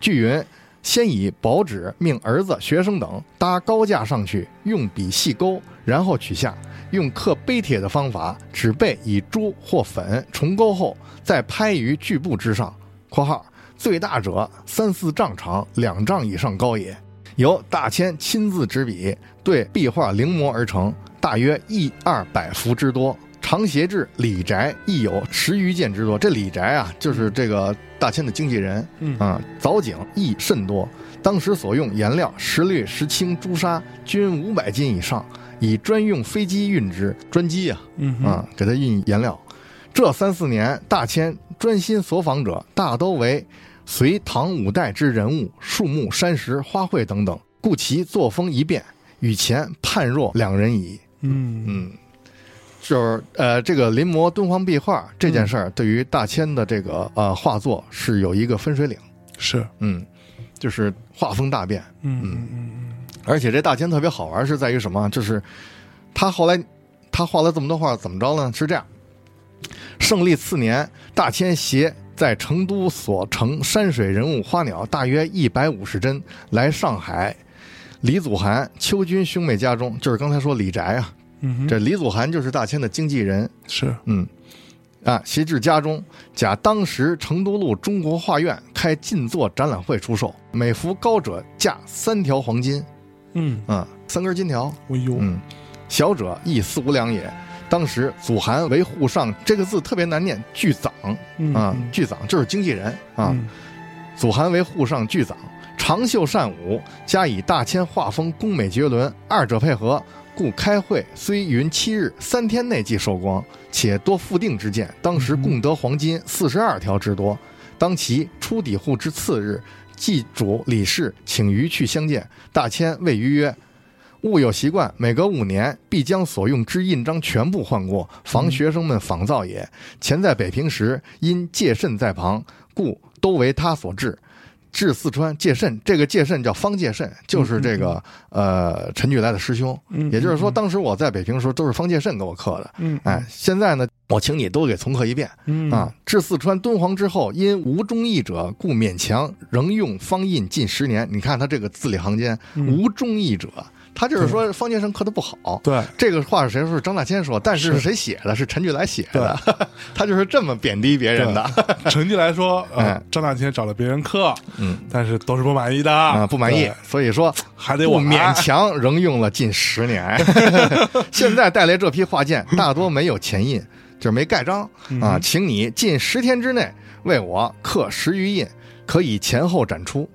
Speaker 4: 据云，先以薄纸命儿子、学生等搭高架上去，用笔细勾，然后取下。用刻碑帖的方法，纸背以朱或粉重勾后，再拍于巨布之上（括号最大者三四丈长，两丈以上高也），由大千亲自执笔对壁画临摹而成，大约一二百幅之多。长协志李宅亦有十余件之多。这李宅啊，就是这个大千的经纪人，
Speaker 6: 嗯
Speaker 4: 啊，藻井亦甚多。当时所用颜料石绿、石青、朱砂均五百斤以上，以专用飞机运之，专机啊，
Speaker 6: 嗯
Speaker 4: 啊，给它运颜料。这三四年，大千专心所访者，大都为隋唐五代之人物、树木、山石、花卉等等，故其作风一变，与前判若两人矣。
Speaker 6: 嗯
Speaker 4: 嗯，就是呃，这个临摹敦煌壁画这件事儿，对于大千的这个呃画作是有一个分水岭。
Speaker 6: 是，
Speaker 4: 嗯，就是画风大变，
Speaker 6: 嗯嗯嗯
Speaker 4: 而且这大千特别好玩是在于什么？就是他后来他画了这么多画，怎么着呢？是这样，胜利次年，大千携在成都所成山水人物花鸟大约一百五十帧来上海。李祖涵、邱军兄妹家中，就是刚才说李宅啊，
Speaker 6: 嗯哼，
Speaker 4: 这李祖涵就是大千的经纪人，
Speaker 6: 是，
Speaker 4: 嗯，啊，携至家中，假当时成都路中国画院开进作展览会出售，每幅高者价三条黄金，
Speaker 6: 嗯，
Speaker 4: 啊、三根金条，
Speaker 6: 哎呦，
Speaker 4: 嗯，小者亦四五两也。当时祖涵为沪上这个字特别难念，巨长
Speaker 6: 嗯
Speaker 4: 啊
Speaker 6: 嗯，
Speaker 4: 巨长就是经纪人啊，
Speaker 6: 嗯
Speaker 4: 祖涵为沪上巨长，长袖善舞，加以大千画风，工美绝伦，二者配合，故开会虽云七日，三天内即寿光，且多复定之见。当时共得黄金四十二条之多。当其出抵户之次日，祭主李氏请余去相见，大千谓余曰：“物有习惯，每隔五年必将所用之印章全部换过，防学生们仿造也。前在北平时，因戒慎在旁，故都为他所制。至四川戒慎，这个戒慎叫方戒慎，就是这个、呃陈举来的师兄。
Speaker 6: 嗯
Speaker 4: 也就是说，当时我在北平的时候，都是方戒慎给我刻的。
Speaker 9: 嗯
Speaker 4: 哎，现在呢，我请你都给重刻一遍。
Speaker 9: 嗯
Speaker 4: 啊，至四川敦煌之后，因无忠义者，故勉强仍用方印近十年。你看他这个字里行间，无忠义者，他就是说方剑生刻的不好。
Speaker 6: 对，
Speaker 4: 这个话是谁说？是张大千说，但是是谁写的？是陈巨来写的， 他就是这么贬低别人 的
Speaker 6: 成绩来说，呃
Speaker 4: 哎，
Speaker 6: 张大千找了别人刻，
Speaker 4: 嗯，
Speaker 6: 但是都是不满意的
Speaker 4: 啊，不满意
Speaker 6: 对，
Speaker 4: 所以说
Speaker 6: 还得我啊
Speaker 4: 不
Speaker 6: 来
Speaker 4: 勉强仍用了近十年。 现在带来这批画 件大多没有前印，就是没盖章
Speaker 6: 嗯
Speaker 4: 啊，请你近十天之内为我刻十余印，可以前后展
Speaker 6: 嗯
Speaker 4: 出。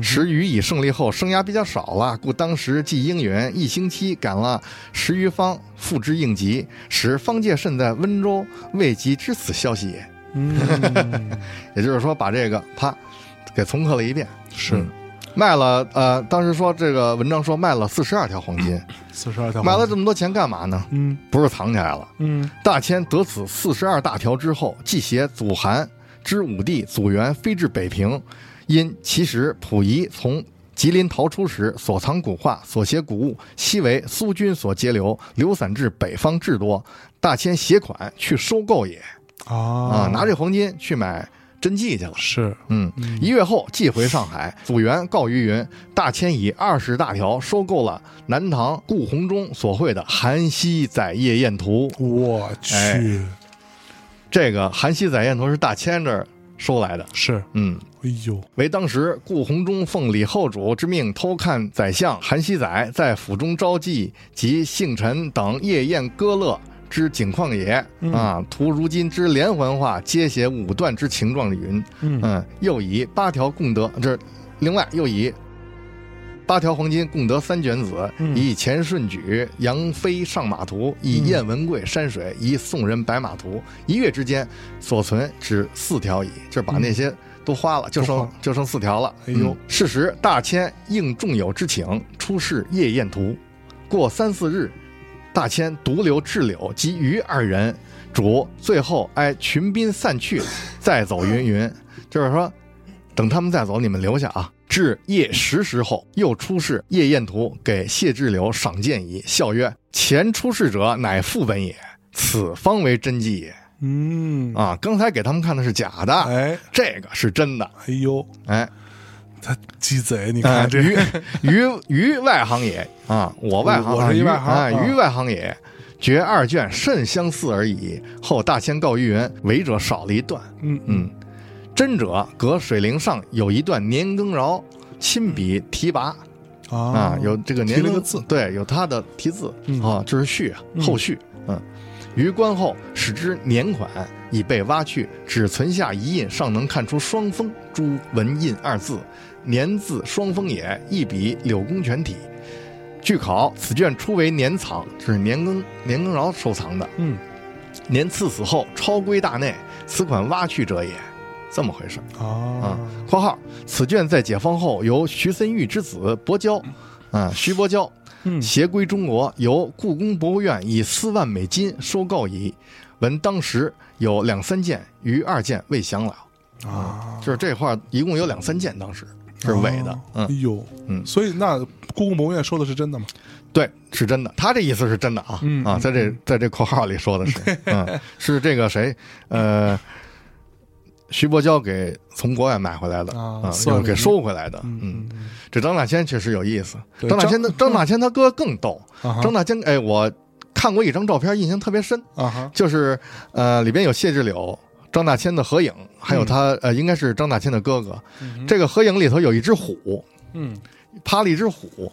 Speaker 4: 十余以胜利后，生涯比较少了，故当时即应援，一星期赶了十余方，付之应急，使方介慎在温州未及知此消息也。
Speaker 6: 嗯
Speaker 4: 也就是说，把这个啪给重刻了一遍，
Speaker 6: 是
Speaker 4: 嗯卖了呃，当时说这个文章说嗯卖了四十二条黄金，
Speaker 6: 四十二条，
Speaker 4: 买了这么多钱干嘛呢？
Speaker 9: 嗯
Speaker 4: 不是藏起来了。
Speaker 9: 嗯
Speaker 4: 大千得此四十二大条之后，即携祖韩之武帝祖元飞至北平，因其实溥仪从吉林逃出时所藏古画、所携古物，悉为苏军所截留，流散至北方至多。大千携款去收购也啊，
Speaker 6: 啊
Speaker 4: 拿这黄金去买真迹去了。
Speaker 6: 是
Speaker 4: 嗯，一月后寄回上海。祖元告于云，大千以二十大条收购了南唐顾闳中所绘的《韩熙载夜宴图》。
Speaker 6: 我去
Speaker 4: 哎，这个《韩熙载宴图》是大千这儿收来的。
Speaker 6: 是，
Speaker 4: 嗯，
Speaker 6: 哎呦，
Speaker 4: 为当时顾闳中奉李后主之命偷看宰相韩熙载在府中招妓及幸臣等夜宴歌乐之景况也、啊，图如今之连环画，皆写五段之情状云。
Speaker 9: 嗯
Speaker 4: 嗯，又以八条共得，这是另外又以八条黄金共得三卷子，
Speaker 9: 嗯
Speaker 4: 以前顺举杨飞上马图，以燕文贵山
Speaker 6: 嗯
Speaker 4: 水，以宋人白马图。一月之间所存只四条矣，就是把那些都花了，就
Speaker 6: 嗯都花
Speaker 4: 剩
Speaker 6: 了
Speaker 4: 就剩四条了。
Speaker 6: 哎呦
Speaker 4: 嗯事实大千应众友之请，出示夜宴图。过三四日，大千独留智柳及余二人，主最后哀群宾散去，再走云云。 就是说，等他们再走，你们留下啊。至夜十时后，又出示夜宴图给谢志柳赏鉴矣，笑曰：“前出示者乃副本也，此方为真迹也。
Speaker 6: 嗯，”
Speaker 4: 啊，刚才给他们看的是假的，
Speaker 6: 哎
Speaker 4: 这个是真的。
Speaker 6: 哎呦，
Speaker 4: 哎，
Speaker 6: 他鸡贼，你
Speaker 4: 呃
Speaker 6: 看这
Speaker 4: 于于于外行也啊，我外行啊，
Speaker 6: 我是一
Speaker 4: 于
Speaker 6: 外行
Speaker 4: 哎
Speaker 6: 啊
Speaker 4: 于外行也。觉二卷甚相似而已。后大千告于云，违者少了一段。
Speaker 6: 嗯
Speaker 4: 嗯，真者隔水陵上有一段年羹尧亲笔题跋啊，有这个年
Speaker 6: 哦提了
Speaker 4: 羹
Speaker 6: 个字，
Speaker 4: 对，有他的题字
Speaker 6: 嗯
Speaker 4: 啊，这是序啊后续。嗯，于官后使之年款已被挖去，只存下一印，尚能看出双峰朱文印二字。年字双峰也，一笔柳公全体。据考，此卷初为年藏，是年羹年羹尧收藏的。
Speaker 9: 嗯，
Speaker 4: 年赐死后，超归大内，此款挖去者也，这么回事儿。
Speaker 6: 啊
Speaker 4: 啊，（括号此卷在解放后由徐森玉之子伯交，啊徐伯交
Speaker 9: 嗯
Speaker 4: 携归中国，由故宫博物院以四万美金收购矣。闻当时有两三件，余二件未详了。
Speaker 6: 啊，
Speaker 4: 就是这块儿一共有两三件，当时是伪的。
Speaker 6: 哎
Speaker 4: 嗯，
Speaker 6: 呦，
Speaker 4: 嗯
Speaker 6: 所以那故宫博物院说的是真的吗？
Speaker 4: 对，是真的。他这意思是真的啊、
Speaker 9: 嗯
Speaker 4: 啊，
Speaker 9: 嗯
Speaker 4: 在这在这括号里说的是，嗯，是这个谁呃。徐伯交给从国外买回来的
Speaker 6: 啊
Speaker 4: 啊，
Speaker 6: 算
Speaker 4: 又
Speaker 6: 了
Speaker 4: 给收回来的，嗯，这张大千确实有意思。张大千的张大千他哥更逗。
Speaker 6: 啊哈
Speaker 4: 张大千，哎，我看过一张照片，印象特别深，
Speaker 6: 啊哈，
Speaker 4: 就是呃，里边有谢志柳、张大千的合影，还有他、呃，应该是张大千的哥哥。这个合影里头有一只虎，
Speaker 9: 嗯
Speaker 4: 趴了一只虎，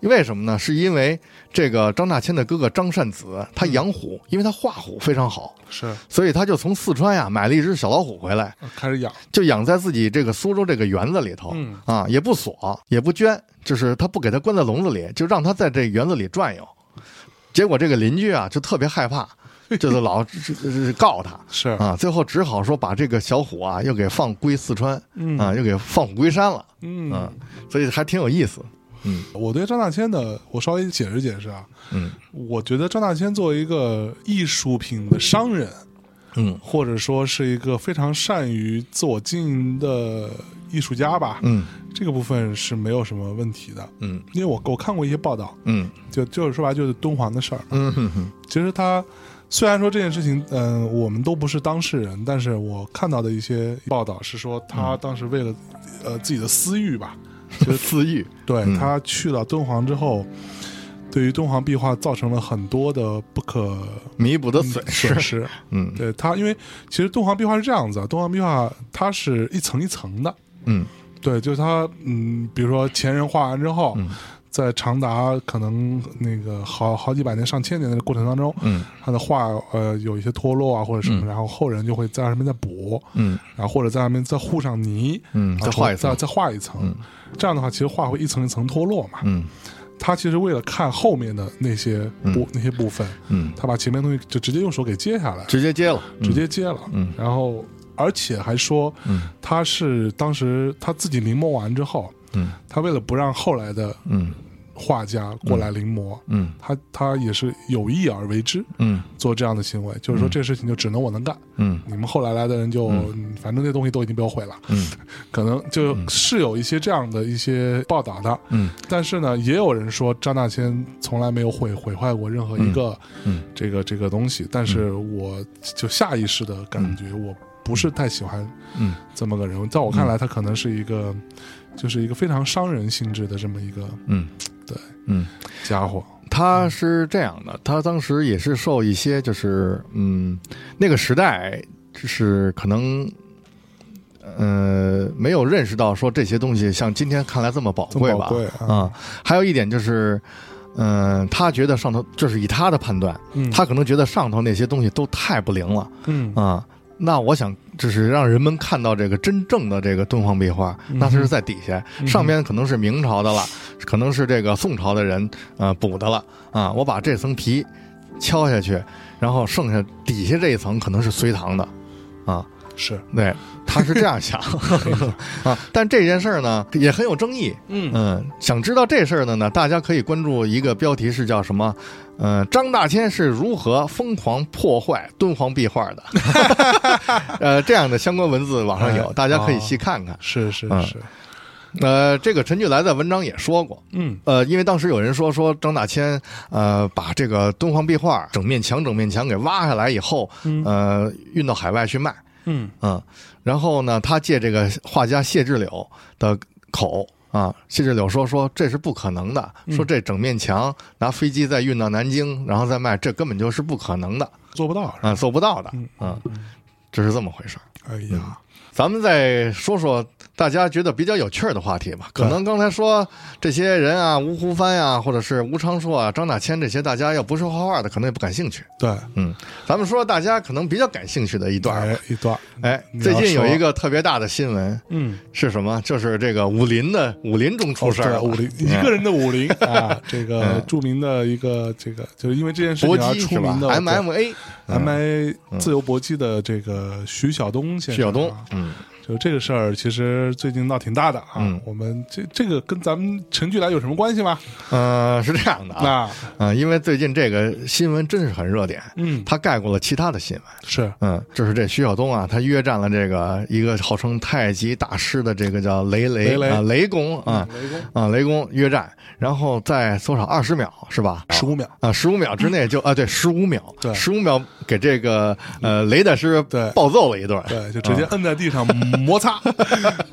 Speaker 4: 为什么呢？是因为这个张大千的哥哥张善子他养虎，因为他画虎非常好，
Speaker 6: 是
Speaker 4: 所以他就从四川呀买了一只小老虎回来，
Speaker 6: 开始养，
Speaker 4: 就养在自己这个苏州这个园子里头，
Speaker 6: 嗯
Speaker 4: 啊，也不锁，也不圈，就是他不给它关在笼子里，就让它在这园子里转悠。结果这个邻居啊，就特别害 怕，就就老这这这告他
Speaker 6: 是
Speaker 4: 啊，最后只好说把这个小虎啊又给放归四川，啊，又给放虎归山了，
Speaker 6: 嗯
Speaker 4: 啊，所以还挺有意思。
Speaker 6: 我对张大千的，我稍微解释解释啊。
Speaker 4: 嗯，
Speaker 6: 我觉得张大千作为一个艺术品的商人，
Speaker 4: 嗯
Speaker 6: 或者说是一个非常善于自我经营的艺术家吧，
Speaker 4: 嗯
Speaker 6: 这个部分是没有什么问题的。
Speaker 4: 嗯
Speaker 6: 因为我我看过一些报道，
Speaker 4: 嗯
Speaker 6: 就就是说白了就是敦煌的事儿。
Speaker 4: 嗯哼哼
Speaker 6: 其实他虽然说这件事情，嗯、我们都不是当事人，但是我看到的一些报道是说，他
Speaker 4: 嗯
Speaker 6: 当时为了、呃自己的私欲吧，
Speaker 4: 私欲，
Speaker 6: 对、
Speaker 4: 嗯
Speaker 6: 他去了敦煌之后，对于敦煌壁画造成了很多的不可
Speaker 4: 弥补的损失
Speaker 6: 损，失。
Speaker 4: 嗯
Speaker 6: 对他，因为其实敦煌壁画是这样子啊，敦煌壁画它是一层一层的，
Speaker 4: 嗯
Speaker 6: 对，就是它，嗯，比如说前人画完之后，
Speaker 4: 嗯
Speaker 6: 在长达可能那个好好几百年、上千年的过程当中，
Speaker 4: 嗯
Speaker 6: 他的画呃有一些脱落啊或者什
Speaker 4: 嗯
Speaker 6: 么，然后后人就会在上面再补，
Speaker 4: 嗯
Speaker 6: 然后或者在上面再糊上泥，
Speaker 4: 嗯，再
Speaker 6: 然后
Speaker 4: 画一次
Speaker 6: 啊再，再画一层，
Speaker 4: 嗯
Speaker 6: 这样的话其实画会一层一层脱落嘛。
Speaker 4: 嗯
Speaker 6: 他其实为了看后面的那些部、那些部分，
Speaker 4: 嗯，
Speaker 6: 他把前面东西就直接用手给揭下来，
Speaker 4: 直接接了，
Speaker 6: 直接揭了，
Speaker 4: 嗯
Speaker 6: 然后而且还说
Speaker 4: 嗯
Speaker 6: 他是当时他自己临摹完之后，
Speaker 4: 嗯
Speaker 6: 他为了不让后来的
Speaker 4: 嗯
Speaker 6: 画家过来临摹，
Speaker 4: 嗯
Speaker 6: 他他也是有意而为之，
Speaker 4: 嗯
Speaker 6: 做这样的行为，就是说这事情就只能我能干，
Speaker 4: 嗯
Speaker 6: 你们后来来的人就、嗯反正这东西都已经被我毁了，
Speaker 4: 嗯
Speaker 6: 可能就是有一些这样的一些报道的，
Speaker 4: 嗯
Speaker 6: 但是呢，也有人说张大千从来没有毁毁坏过任何一个、
Speaker 4: 嗯
Speaker 6: 这个这个东西，但是我就下意识的感觉我不是太喜欢
Speaker 4: 嗯
Speaker 6: 这么个人，在我看来，他可能是一个。就是一个非常伤人性质的这么一个
Speaker 4: 嗯，
Speaker 6: 对，
Speaker 4: 嗯，
Speaker 6: 家伙，
Speaker 4: 他是这样的，他当时也是受一些就是嗯那个时代就是可能。呃，没有认识到说这些东西像今天看来这么宝
Speaker 6: 这么
Speaker 4: 贵吧？
Speaker 6: 宝贵
Speaker 4: 啊
Speaker 6: 啊！，
Speaker 4: 还有一点就是，嗯、他觉得上头就是以他的判断，
Speaker 6: 嗯
Speaker 4: 他可能觉得上头那些东西都太不灵了
Speaker 6: 嗯
Speaker 4: 啊。那我想，就是让人们看到这个真正的这个敦煌壁画，
Speaker 6: 嗯
Speaker 4: 那它是在底下，上边可能是明朝的了，可能是这个宋朝的人呃补的了啊。我把这层皮敲下去，然后剩下底下这一层可能是隋唐的啊。
Speaker 6: 是
Speaker 4: 对，他是这样 想啊。但这件事儿呢，也很有争议。
Speaker 6: 嗯
Speaker 4: 想知道这事儿的呢，大家可以关注一个标题是叫什么？呃，张大千是如何疯狂破坏敦煌壁画的？ 呃，这样的相关文字网上有，
Speaker 6: 哎
Speaker 4: 大家可以细看看。
Speaker 6: 是是
Speaker 4: 嗯
Speaker 6: 是，
Speaker 4: 呃，这个陈巨来在文章也说过，
Speaker 6: 嗯
Speaker 4: 呃，因为当时有人说说张大千，呃，把这个敦煌壁画整面墙整面墙给挖下来以后，呃，运到海外去卖。
Speaker 6: 嗯
Speaker 4: 嗯，然后呢，他借这个画家谢志柳的口啊，谢志柳说说这是不可能的，说这整面墙拿飞机再运到南京，然后再卖，这根本就是不可能的
Speaker 6: 做不到，
Speaker 4: 啊，做不到的
Speaker 6: 嗯
Speaker 4: 啊，这是这么回事儿。
Speaker 6: 哎呀，
Speaker 4: 咱们再说说大家觉得比较有趣儿的话题吧。可能刚才说这些人啊，吴湖帆呀、或者是吴昌硕啊、张大千这些，大家要不是画画的，可能也不感兴趣。
Speaker 6: 对，
Speaker 4: 嗯，咱们说大家可能比较感兴趣的一段儿吧。
Speaker 6: 哎一段，
Speaker 4: 哎，
Speaker 6: 你
Speaker 4: 最
Speaker 6: 要
Speaker 4: 近有
Speaker 6: 说
Speaker 4: 一个特别大的新闻，
Speaker 6: 嗯，
Speaker 4: 是什么？就是这个武林的武林中出事儿
Speaker 6: 哦对
Speaker 4: 了，
Speaker 6: 武林一个人的 武林啊，这个
Speaker 4: 嗯
Speaker 6: 著名的一个这个，就是因为这件事情
Speaker 4: 嗯搏
Speaker 6: 而
Speaker 4: 击
Speaker 6: 出
Speaker 4: 是吧嗯
Speaker 6: 名的
Speaker 4: ？MMA，
Speaker 6: M A 自由搏击的这个徐晓东先生，啊
Speaker 4: 徐晓东，嗯
Speaker 6: 就这个事儿，其实最近闹挺大的啊
Speaker 4: 嗯。
Speaker 6: 我们这这个跟咱们陈巨来有什么关系吗？
Speaker 4: 呃，是这样的啊，
Speaker 6: 那
Speaker 4: 啊，因为最近这个新闻真是很热点，
Speaker 6: 嗯，
Speaker 4: 它盖过了其他的新闻。
Speaker 6: 是
Speaker 4: 嗯，就是这徐晓东啊，他约战了这个一个号称太极大师的这个叫雷雷
Speaker 6: 雷雷嗯
Speaker 4: 啊雷公啊
Speaker 6: 雷公
Speaker 4: 啊雷公约战，然后在多少二十秒是吧？
Speaker 6: 十五秒，
Speaker 4: 啊，十五秒之内就啊，对，十五秒，
Speaker 6: 对
Speaker 4: 十五秒给这个呃雷大师
Speaker 6: 对
Speaker 4: 暴揍了一顿，
Speaker 6: 对，就直接摁在地上摩擦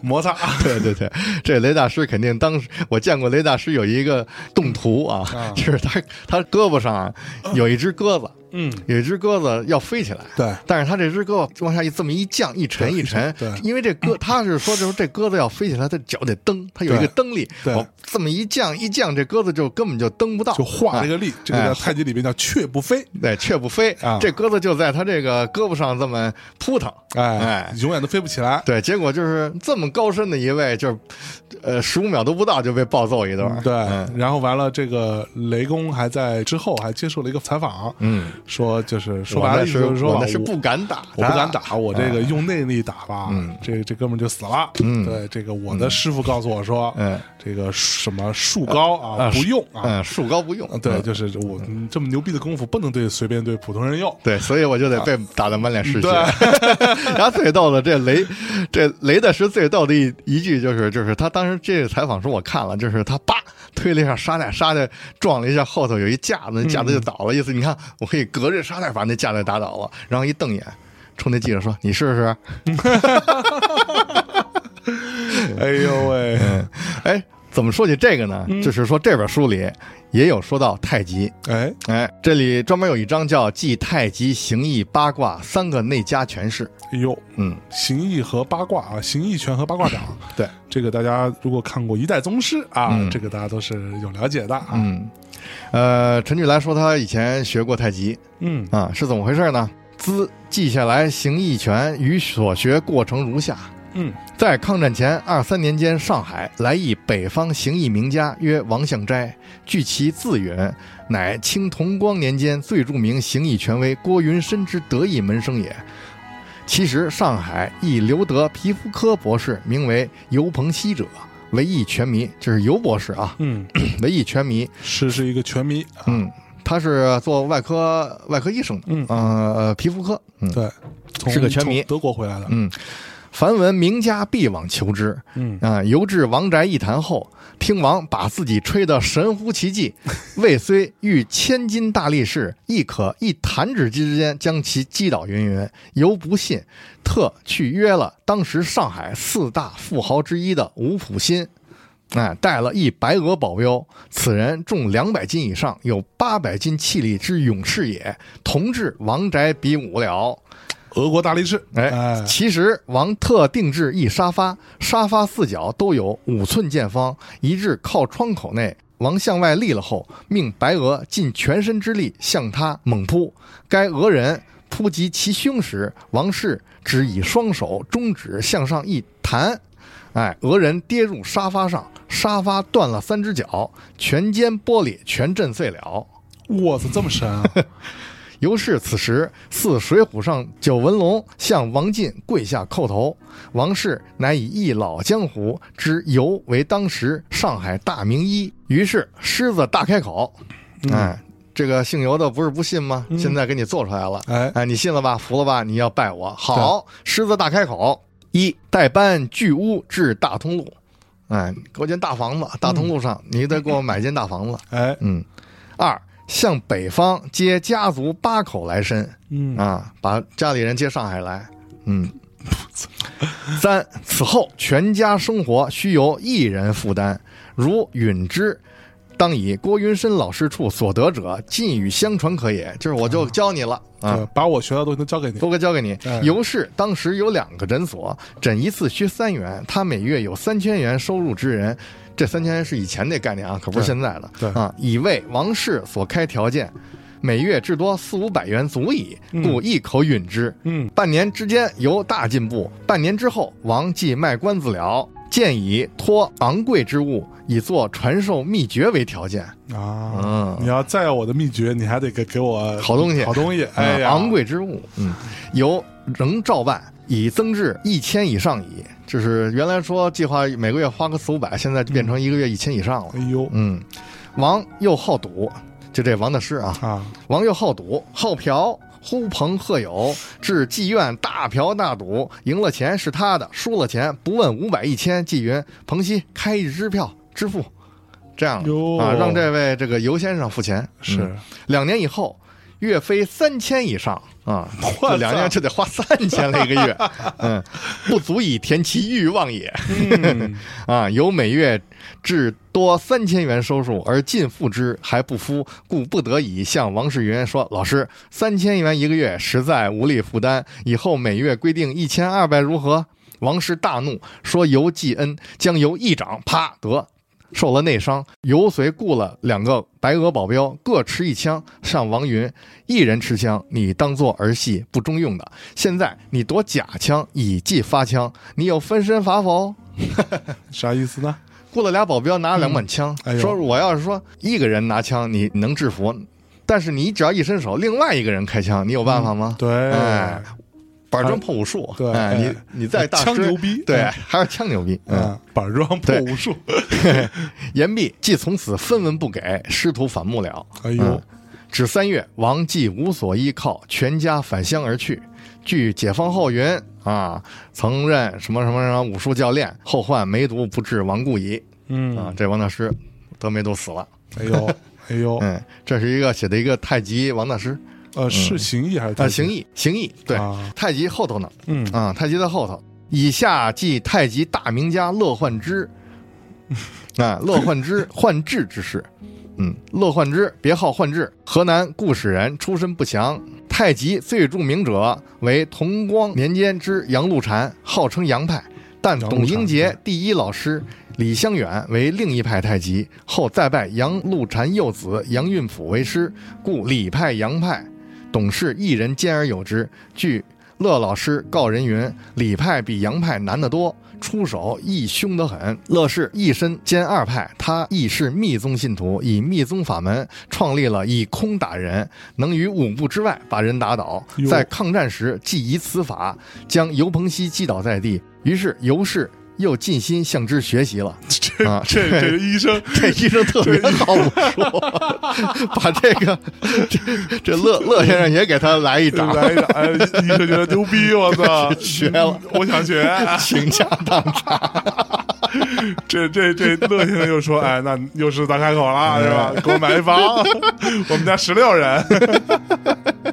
Speaker 6: 摩擦，
Speaker 4: 对对对，这雷大师肯定当时我见过雷
Speaker 6: 啊
Speaker 4: 大师有一个动图啊，就是他他胳膊上有一只鸽子，
Speaker 6: 嗯，
Speaker 4: 有一只鸽子要飞起来，
Speaker 6: 对，
Speaker 4: 但是它这只鸽子往下一这么一降，一沉
Speaker 6: 对
Speaker 4: 一沉，
Speaker 6: 对
Speaker 4: 因为这鸽它是说就是这鸽子要飞起来，它脚得蹬，它有一个
Speaker 6: 对
Speaker 4: 蹬力，
Speaker 6: 对
Speaker 4: 我这么一降一降，这鸽子就根本就蹬不到，
Speaker 6: 就画了一个
Speaker 4: 啊
Speaker 6: 力，这个
Speaker 4: 哎
Speaker 6: 叫太极里边叫雀不飞，
Speaker 4: 对，却不飞
Speaker 6: 啊
Speaker 4: 这鸽子就在它这个胳膊上这么扑腾，
Speaker 6: 哎
Speaker 4: 哎，
Speaker 6: 永远都飞不起来。
Speaker 4: 对，结果就是这么高深的一位，就是呃十五秒都不到就被暴揍一顿，
Speaker 6: 对
Speaker 4: 嗯，
Speaker 6: 然后完了，这个雷公还在之后还接受了一个采访，
Speaker 4: 嗯，
Speaker 6: 说就是说
Speaker 4: 我
Speaker 6: 白
Speaker 4: 那
Speaker 6: 了意思
Speaker 4: 是
Speaker 6: 就是说
Speaker 4: 我
Speaker 6: 吧
Speaker 4: 那是不敢打，啊
Speaker 6: 我不敢，打，我这个用内力打吧，
Speaker 4: 嗯
Speaker 6: 这这哥们儿就死了。
Speaker 4: 嗯
Speaker 6: 对，这个我的师傅告诉我说，
Speaker 4: 嗯
Speaker 6: 这个什么树高啊，
Speaker 4: 啊
Speaker 6: 不用啊，
Speaker 4: 嗯，树高不用，
Speaker 6: 对，
Speaker 4: 嗯
Speaker 6: 就是我嗯这么牛逼的功夫，不能对随便对普通人用。
Speaker 4: 对，所以我就得被打得满脸是血。
Speaker 6: 啊对
Speaker 4: 然后最逗的，这雷，这雷大师最逗的一一句就是，就是他当时这个采访时候我看了，就是他叭推了一下沙袋，沙袋撞了一下后头有一架子，那
Speaker 6: 嗯
Speaker 4: 架子就倒了，意思你看我可以隔着沙袋把那架子打倒了，然后一瞪眼。冲那记者说：“你试试。
Speaker 6: 哎呦喂，”嗯
Speaker 4: 哎，怎么说起这个呢？就是说这本书里也有说到太极，
Speaker 6: 哎，
Speaker 4: 哎，这里专门有一章叫《记太极、形意、八卦三个内家拳式》。
Speaker 6: 哎呦，
Speaker 4: 嗯，
Speaker 6: 形意和八卦啊，形意拳和八卦掌，
Speaker 4: 对，
Speaker 6: 这个大家如果看过《一代宗师》啊，
Speaker 4: 嗯
Speaker 6: 这个大家都是有了解的啊。
Speaker 4: 嗯，呃，陈巨来说他以前学过太极
Speaker 6: 嗯
Speaker 4: 啊，是怎么回事呢？兹记下来行一拳与所学过程如下：
Speaker 6: 嗯
Speaker 4: 在抗战前二三年间，上海来一北方行医名家，曰王向斋。据其自云，乃清同光年间最著名行医权威郭云深之得意门生也。其实，上海一留德皮肤科博士，名为尤鹏熙者，为一拳迷，就是尤博士啊，
Speaker 6: 嗯，
Speaker 4: 为一拳迷。
Speaker 6: 是是一个拳迷啊。
Speaker 4: 嗯，他是做外科外科医生的，
Speaker 6: 嗯
Speaker 4: 呃，呃皮肤科，嗯，
Speaker 6: 对，从
Speaker 4: 是个拳迷
Speaker 6: 从德国回来的。
Speaker 4: 嗯，凡闻名家必往求之，
Speaker 6: 嗯
Speaker 4: 啊、游至王宅一谈后，听王把自己吹得神乎其技，未虽遇千金大力士，亦可一弹指之间将其击倒云云。犹不信，特去约了当时上海四大富豪之一的吴普新。哎，带了一白俄保镖，此人重两百斤以上，有八百斤气力之勇士也，同至王宅比武了。
Speaker 6: 俄国大力士，
Speaker 4: 哎，其实王特定制一沙发，沙发四角都有五寸见方，一至靠窗口内。王向外立了后，命白俄尽全身之力向他猛扑。该俄人扑及其胸时，王氏只以双手中指向上一弹，哎，俄人跌入沙发上，沙发断了三只脚，全间玻璃全震碎了。
Speaker 6: 我操，这么 神啊！
Speaker 4: 尤氏此时似水浒上九纹龙，向王进跪下叩头。王氏乃以一老江湖之尤为当时上海大名医，于是狮子大开口。哎，这个姓尤的不是不信吗？现在给你做出来了。
Speaker 6: 哎
Speaker 4: 哎，你信了吧？服了吧？你要拜我。好，狮子大开口。一代班巨屋至大通路，哎，给我间大房子，大通路上，你得给我买间大房子。
Speaker 6: 哎，
Speaker 4: 嗯，二向北方接家族八口来申
Speaker 6: 嗯
Speaker 4: 啊，把家里人接上海来。嗯，三此后全家生活须由一人负担，如允之。当以郭云深老师处所得者，尽与相传可也。就是我就教你了啊
Speaker 6: 对，，把我学到的东西都交给你。
Speaker 4: 都哥交给你
Speaker 6: 哎。
Speaker 4: 尤氏当时有两个诊所，诊一次需三元，他每月有三千元收入之人。这三千元是以前那概念啊，可不是
Speaker 6: 对
Speaker 4: 现在的。
Speaker 6: 对
Speaker 4: 啊，以为王氏所开条件，每月至多四五百元足矣，故一口允之。
Speaker 6: 嗯，
Speaker 4: 半年之间尤大进步，半年之后王即卖关子了，建以托昂贵之物，以作传授秘诀为条件。
Speaker 6: 啊
Speaker 4: 嗯，
Speaker 6: 你要再要我的秘诀，你还得给给我
Speaker 4: 好东西嗯
Speaker 6: 好东西。哎呀，
Speaker 4: 呃昂贵之物，嗯，由仍照办，以增至一千以上矣。就是原来说计划每个月花个四五百，现在就变成一个月一千以上了
Speaker 6: 哎。呦
Speaker 4: 嗯，王又好赌，就这王大师啊，
Speaker 6: 啊，
Speaker 4: 王又好赌，好嫖，呼朋喝友，至妓院大嫖大赌，赢了钱是他的，输了钱不问五百一千。纪云，彭熙开一支票支付，这样
Speaker 6: 哟
Speaker 4: 啊，让这位这个尤先生付钱。嗯
Speaker 6: 是
Speaker 4: 嗯两年以后，岳飞三千以上，啊，
Speaker 6: 我
Speaker 4: 这两
Speaker 6: 操
Speaker 4: 年就得花三千了一个 月，嗯，不足以填其欲望也。
Speaker 6: 嗯
Speaker 4: 啊，由每月至多三千元收入而尽付之，还不敷，故不得已向王世云说：“老师，三千元一个月实在无力负担，以后每月规定一千二百如何？”王氏大怒，说：“尤季恩将尤一掌，啪得。”受了内伤，尤随雇了两个白俄保镖，各持一枪上王云，一人持枪，你当做儿戏不中用的。现在你夺假枪以计发枪，你有分身法否？
Speaker 6: 啥意思呢？
Speaker 4: 雇了俩保镖，拿了两把枪，
Speaker 6: 嗯哎呦
Speaker 4: 说我要是说一个人拿枪，你能制服，但是你只要一伸手，另外一个人开枪，你有办法吗？
Speaker 6: 嗯对，
Speaker 4: 哎，板砖破武术，
Speaker 6: 对
Speaker 4: 哎，
Speaker 6: 哎
Speaker 4: 你你在大师
Speaker 6: 枪牛逼
Speaker 4: 对
Speaker 6: 嗯，
Speaker 4: 还是枪牛逼，嗯。
Speaker 6: 嗯，板砖破
Speaker 4: 对
Speaker 6: 无数，
Speaker 4: 言必既从此分文不给，师徒反目了。
Speaker 6: 哎呦
Speaker 4: 嗯只三月，王继无所依靠，全家返乡而去。据解放后云啊，曾任什么什么什么武术教练，后患梅毒不治，亡故矣。
Speaker 6: 嗯
Speaker 4: 啊，这王大师得梅毒死了。
Speaker 6: 哎呦，哎呦，
Speaker 4: 嗯，这是一个写的一个太极王大师
Speaker 6: 呃，是行医还是
Speaker 4: 啊，
Speaker 6: 太
Speaker 4: 形意形意对，
Speaker 6: 啊
Speaker 4: 太极后头呢
Speaker 6: 嗯
Speaker 4: 啊，太极在后头。以下记太极大名家乐焕之， 啊，乐焕之焕志之事。嗯，乐焕之别号焕志，河南固始人，出身不详。太极最著名者为同光年间之杨露禅，号称杨派。但
Speaker 6: 杨
Speaker 4: 董
Speaker 6: 露禅
Speaker 4: 英杰第一老师李香远为另一派太极，后再拜杨露禅幼子杨运甫为师，故李派杨派。董氏一人兼而有之。据乐老师告人云：“李派比杨派难得多，出手亦凶得很。乐氏一身兼二派，他亦是密宗信徒，以密宗法门创立了以空打人，能于五步之外把人打倒
Speaker 6: 哟。
Speaker 4: 在抗战时，即以此法将尤鹏熙击倒在地。于是尤氏又尽心向之学习了。啊，
Speaker 6: 这这个 医生
Speaker 4: 这医生特别好武术，把这个这这乐乐先生也给他来一掌，
Speaker 6: 来一个，哎，医生觉得牛逼，我 操，嗯
Speaker 4: 学了
Speaker 6: 我 想学。
Speaker 4: 请假当场。
Speaker 6: 这这这乐先生又说，哎，那又是大开口了，
Speaker 4: 嗯
Speaker 6: 是吧？给我买 一房，我们家十六人。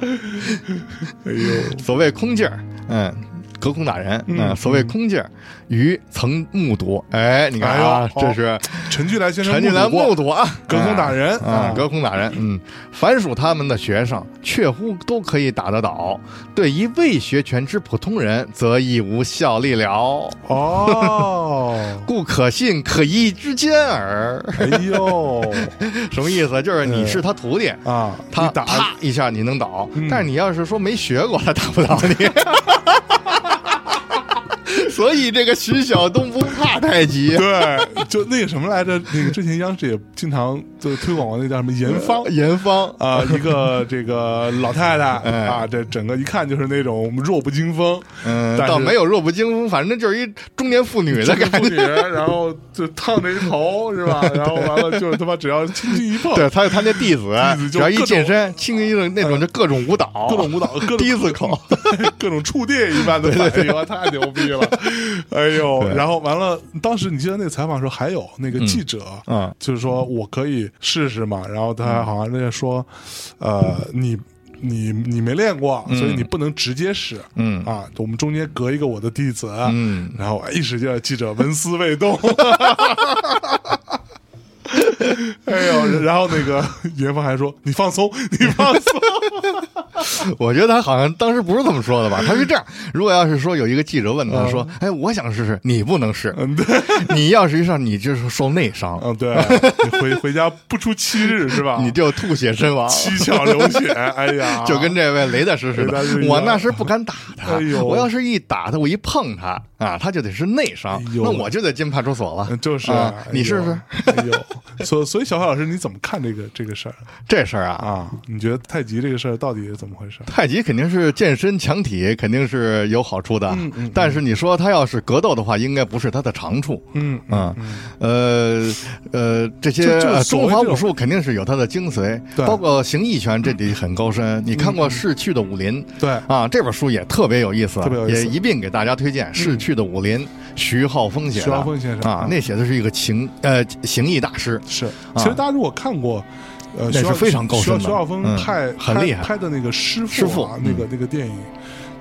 Speaker 6: 哎呦，
Speaker 4: 所谓空劲儿，嗯，隔空打人，嗯，所谓空劲儿，于曾目睹，哎，你看啊，
Speaker 6: 哎呦
Speaker 4: 这是
Speaker 6: 陈巨来先生
Speaker 4: 陈近南
Speaker 6: 目睹
Speaker 4: 目
Speaker 6: 过
Speaker 4: 睹啊，
Speaker 6: 隔空打人
Speaker 4: 啊
Speaker 6: 啊，
Speaker 4: 隔空打人，嗯，凡属他们的学生，确乎都可以打得倒；对于未学拳之普通人，则亦无效力了。
Speaker 6: 哦，
Speaker 4: 故可信可依之间耳。
Speaker 6: 哎呦
Speaker 4: 什么意思？就是你
Speaker 6: 嗯
Speaker 4: 是他徒弟，
Speaker 6: 啊，
Speaker 4: 他
Speaker 6: 一打
Speaker 4: 啪一下你能倒，
Speaker 6: 嗯
Speaker 4: 但是你要是说没学过，他打不倒你。 所以这个徐晓东不怕太极，
Speaker 6: 对，就那个什么来着，那个之前央视也经常就推广过那叫什么严 方。
Speaker 4: 严方
Speaker 6: 啊、一个这个老太太
Speaker 4: 哎
Speaker 6: 啊，这整个一看就是那种弱不禁风，
Speaker 4: 嗯，
Speaker 6: 但是
Speaker 4: 倒没有弱不禁风，反正就是一中年妇女的
Speaker 6: 这个
Speaker 4: 感觉。
Speaker 6: 妇女，然后就烫着一头是吧？然后完了就是他妈只要轻轻一碰，
Speaker 4: 对，他他那弟子，
Speaker 6: 弟子
Speaker 4: 只
Speaker 6: 就
Speaker 4: 要一
Speaker 6: 各种
Speaker 4: 健身，轻轻一种那种就嗯各种舞蹈，
Speaker 6: 各 种舞蹈，各种
Speaker 4: 第一次口，
Speaker 6: 各种触电一般的反应，哇太牛逼了！哎呦，然后完了，当时你记得那个采访说还有那个记者，
Speaker 4: 嗯，
Speaker 6: 就是说我可以试试嘛，然后他好像那个说，呃，你。你你没练过，所以你不能直接试。
Speaker 4: 嗯
Speaker 6: 啊，我们中间隔一个我的弟子，
Speaker 4: 嗯，
Speaker 6: 然后一时间记者纹丝 未动。哎呦，然后那个元芳还说：“你放松，你放松。
Speaker 4: 我觉得他好像当时不是这么说的吧？他是这样，如果要是说有一个记者问他说：“哎，我想试试，你不能试，
Speaker 6: 嗯，对，
Speaker 4: 你要是一上你就是受内伤，
Speaker 6: 嗯， 对，你回回家不出七日是吧？
Speaker 4: 你就吐血身 亡。”
Speaker 6: 七窍流血，哎 呀，
Speaker 4: 就跟这位雷大师似的
Speaker 6: 雷大师，一样
Speaker 4: 我那时不敢打他，
Speaker 6: 哎呦
Speaker 4: 我要是一打他，我一碰他啊，他就得是内伤，
Speaker 6: 哎呦
Speaker 4: 那我就得进派出所了。
Speaker 6: 嗯就是
Speaker 4: 啊
Speaker 6: 哎呦
Speaker 4: 你试试
Speaker 6: 哎呦，所所以小海老师你怎么看这个这个事儿
Speaker 4: 这事儿啊，
Speaker 6: 啊？你觉得太极这个事儿到底是怎么回事？
Speaker 4: 太极肯定是健身强体，肯定是有好处的。
Speaker 6: 嗯
Speaker 4: 但是你说他要是格斗的话，应该不是他的长处。
Speaker 6: 嗯
Speaker 4: 啊，呃呃，这些
Speaker 6: 就就
Speaker 4: 呃
Speaker 6: 所
Speaker 4: 中
Speaker 6: 谓
Speaker 4: 华
Speaker 6: 这种
Speaker 4: 武术肯定是有它的精髓，
Speaker 6: 对嗯
Speaker 4: 包括形意拳这里很高深。你看过《逝去的武林》
Speaker 6: 对
Speaker 4: 啊，这本书也特别有意思，
Speaker 6: 特别有意思
Speaker 4: 也一并给大家推荐《逝去的武林》，徐浩峰写的。
Speaker 6: 徐浩峰先生
Speaker 4: 啊
Speaker 6: 嗯，
Speaker 4: 那写的是一个情呃形意大师。
Speaker 6: 是，其实大家如果看过呃，
Speaker 9: 那
Speaker 6: 徐
Speaker 9: 是
Speaker 6: 浩
Speaker 9: 非常高
Speaker 6: 徐浩
Speaker 9: 深的
Speaker 6: 徐浩峰
Speaker 9: 嗯
Speaker 6: 拍、
Speaker 9: 很
Speaker 6: 拍
Speaker 9: 厉害
Speaker 6: 拍的那个师
Speaker 9: 师
Speaker 6: 傅
Speaker 9: 傅
Speaker 6: 啊，
Speaker 9: 嗯
Speaker 6: 那个那个电影，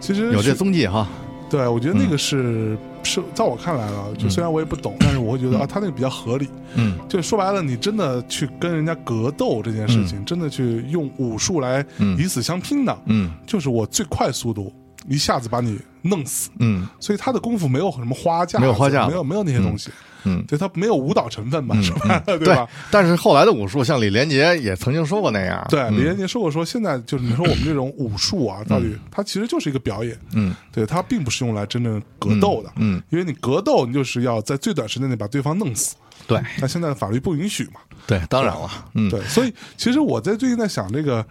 Speaker 6: 其实
Speaker 4: 有这
Speaker 6: 是
Speaker 4: 踪迹哈。
Speaker 6: 对我觉得那
Speaker 9: 嗯
Speaker 6: 个是、是在我看来啊，就虽然我也 不懂，但是我会觉得啊，他那个比较合理。
Speaker 9: 嗯，
Speaker 6: 就说白了，你真的去跟人家格斗这件事情，真的去用武术来
Speaker 9: 嗯
Speaker 6: 以死相拼的，
Speaker 9: 嗯
Speaker 6: 就是我最快速度一下子把你弄死。
Speaker 9: 嗯
Speaker 6: 所以他的功夫没有什么花架，
Speaker 4: 没有花架
Speaker 6: 没有没有那些东西，
Speaker 9: 嗯
Speaker 6: 对他没有舞蹈成分嘛，是吧？对
Speaker 4: 对
Speaker 6: 吧？，
Speaker 4: 但是后来的武术，像李连杰也曾经说过那样，
Speaker 6: 对，李连杰说过说，现在就是你说我们这种武术啊，到底它其实就是一个表演，
Speaker 9: 嗯，
Speaker 6: 对，它并不是用来真正格斗的，
Speaker 9: 嗯嗯
Speaker 6: 因为你格斗，你就是要在最短时间内把对方弄死，
Speaker 9: 对
Speaker 6: 那现在的法律不允许嘛，
Speaker 9: 对，当然了，嗯
Speaker 6: 对，所以其实我在最近在想这个，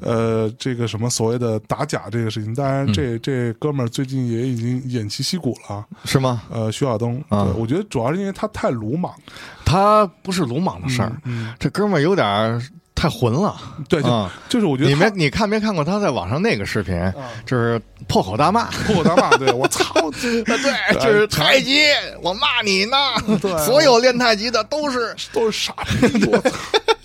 Speaker 6: 呃，这个什么所谓的打假这个事情，当然这、这哥们儿最近也已经偃旗息鼓了啊，
Speaker 4: 是吗？
Speaker 6: 呃，徐晓东，
Speaker 4: 啊
Speaker 6: 对，我觉得主要是因为他太鲁莽，
Speaker 4: 他不是鲁莽的事儿，
Speaker 6: 嗯
Speaker 4: 这哥们儿有点儿太混了。
Speaker 6: 对，就、
Speaker 4: 啊
Speaker 6: 就是我觉得
Speaker 4: 你没
Speaker 6: 他嗯
Speaker 4: 你看没看过他在网上那个视频，就是破口大骂，
Speaker 6: 破口大骂，对我操，这
Speaker 4: 对，就是太极，我骂你呢
Speaker 6: 对，
Speaker 4: 所有练太极的都是。
Speaker 6: 都是傻逼，我 操，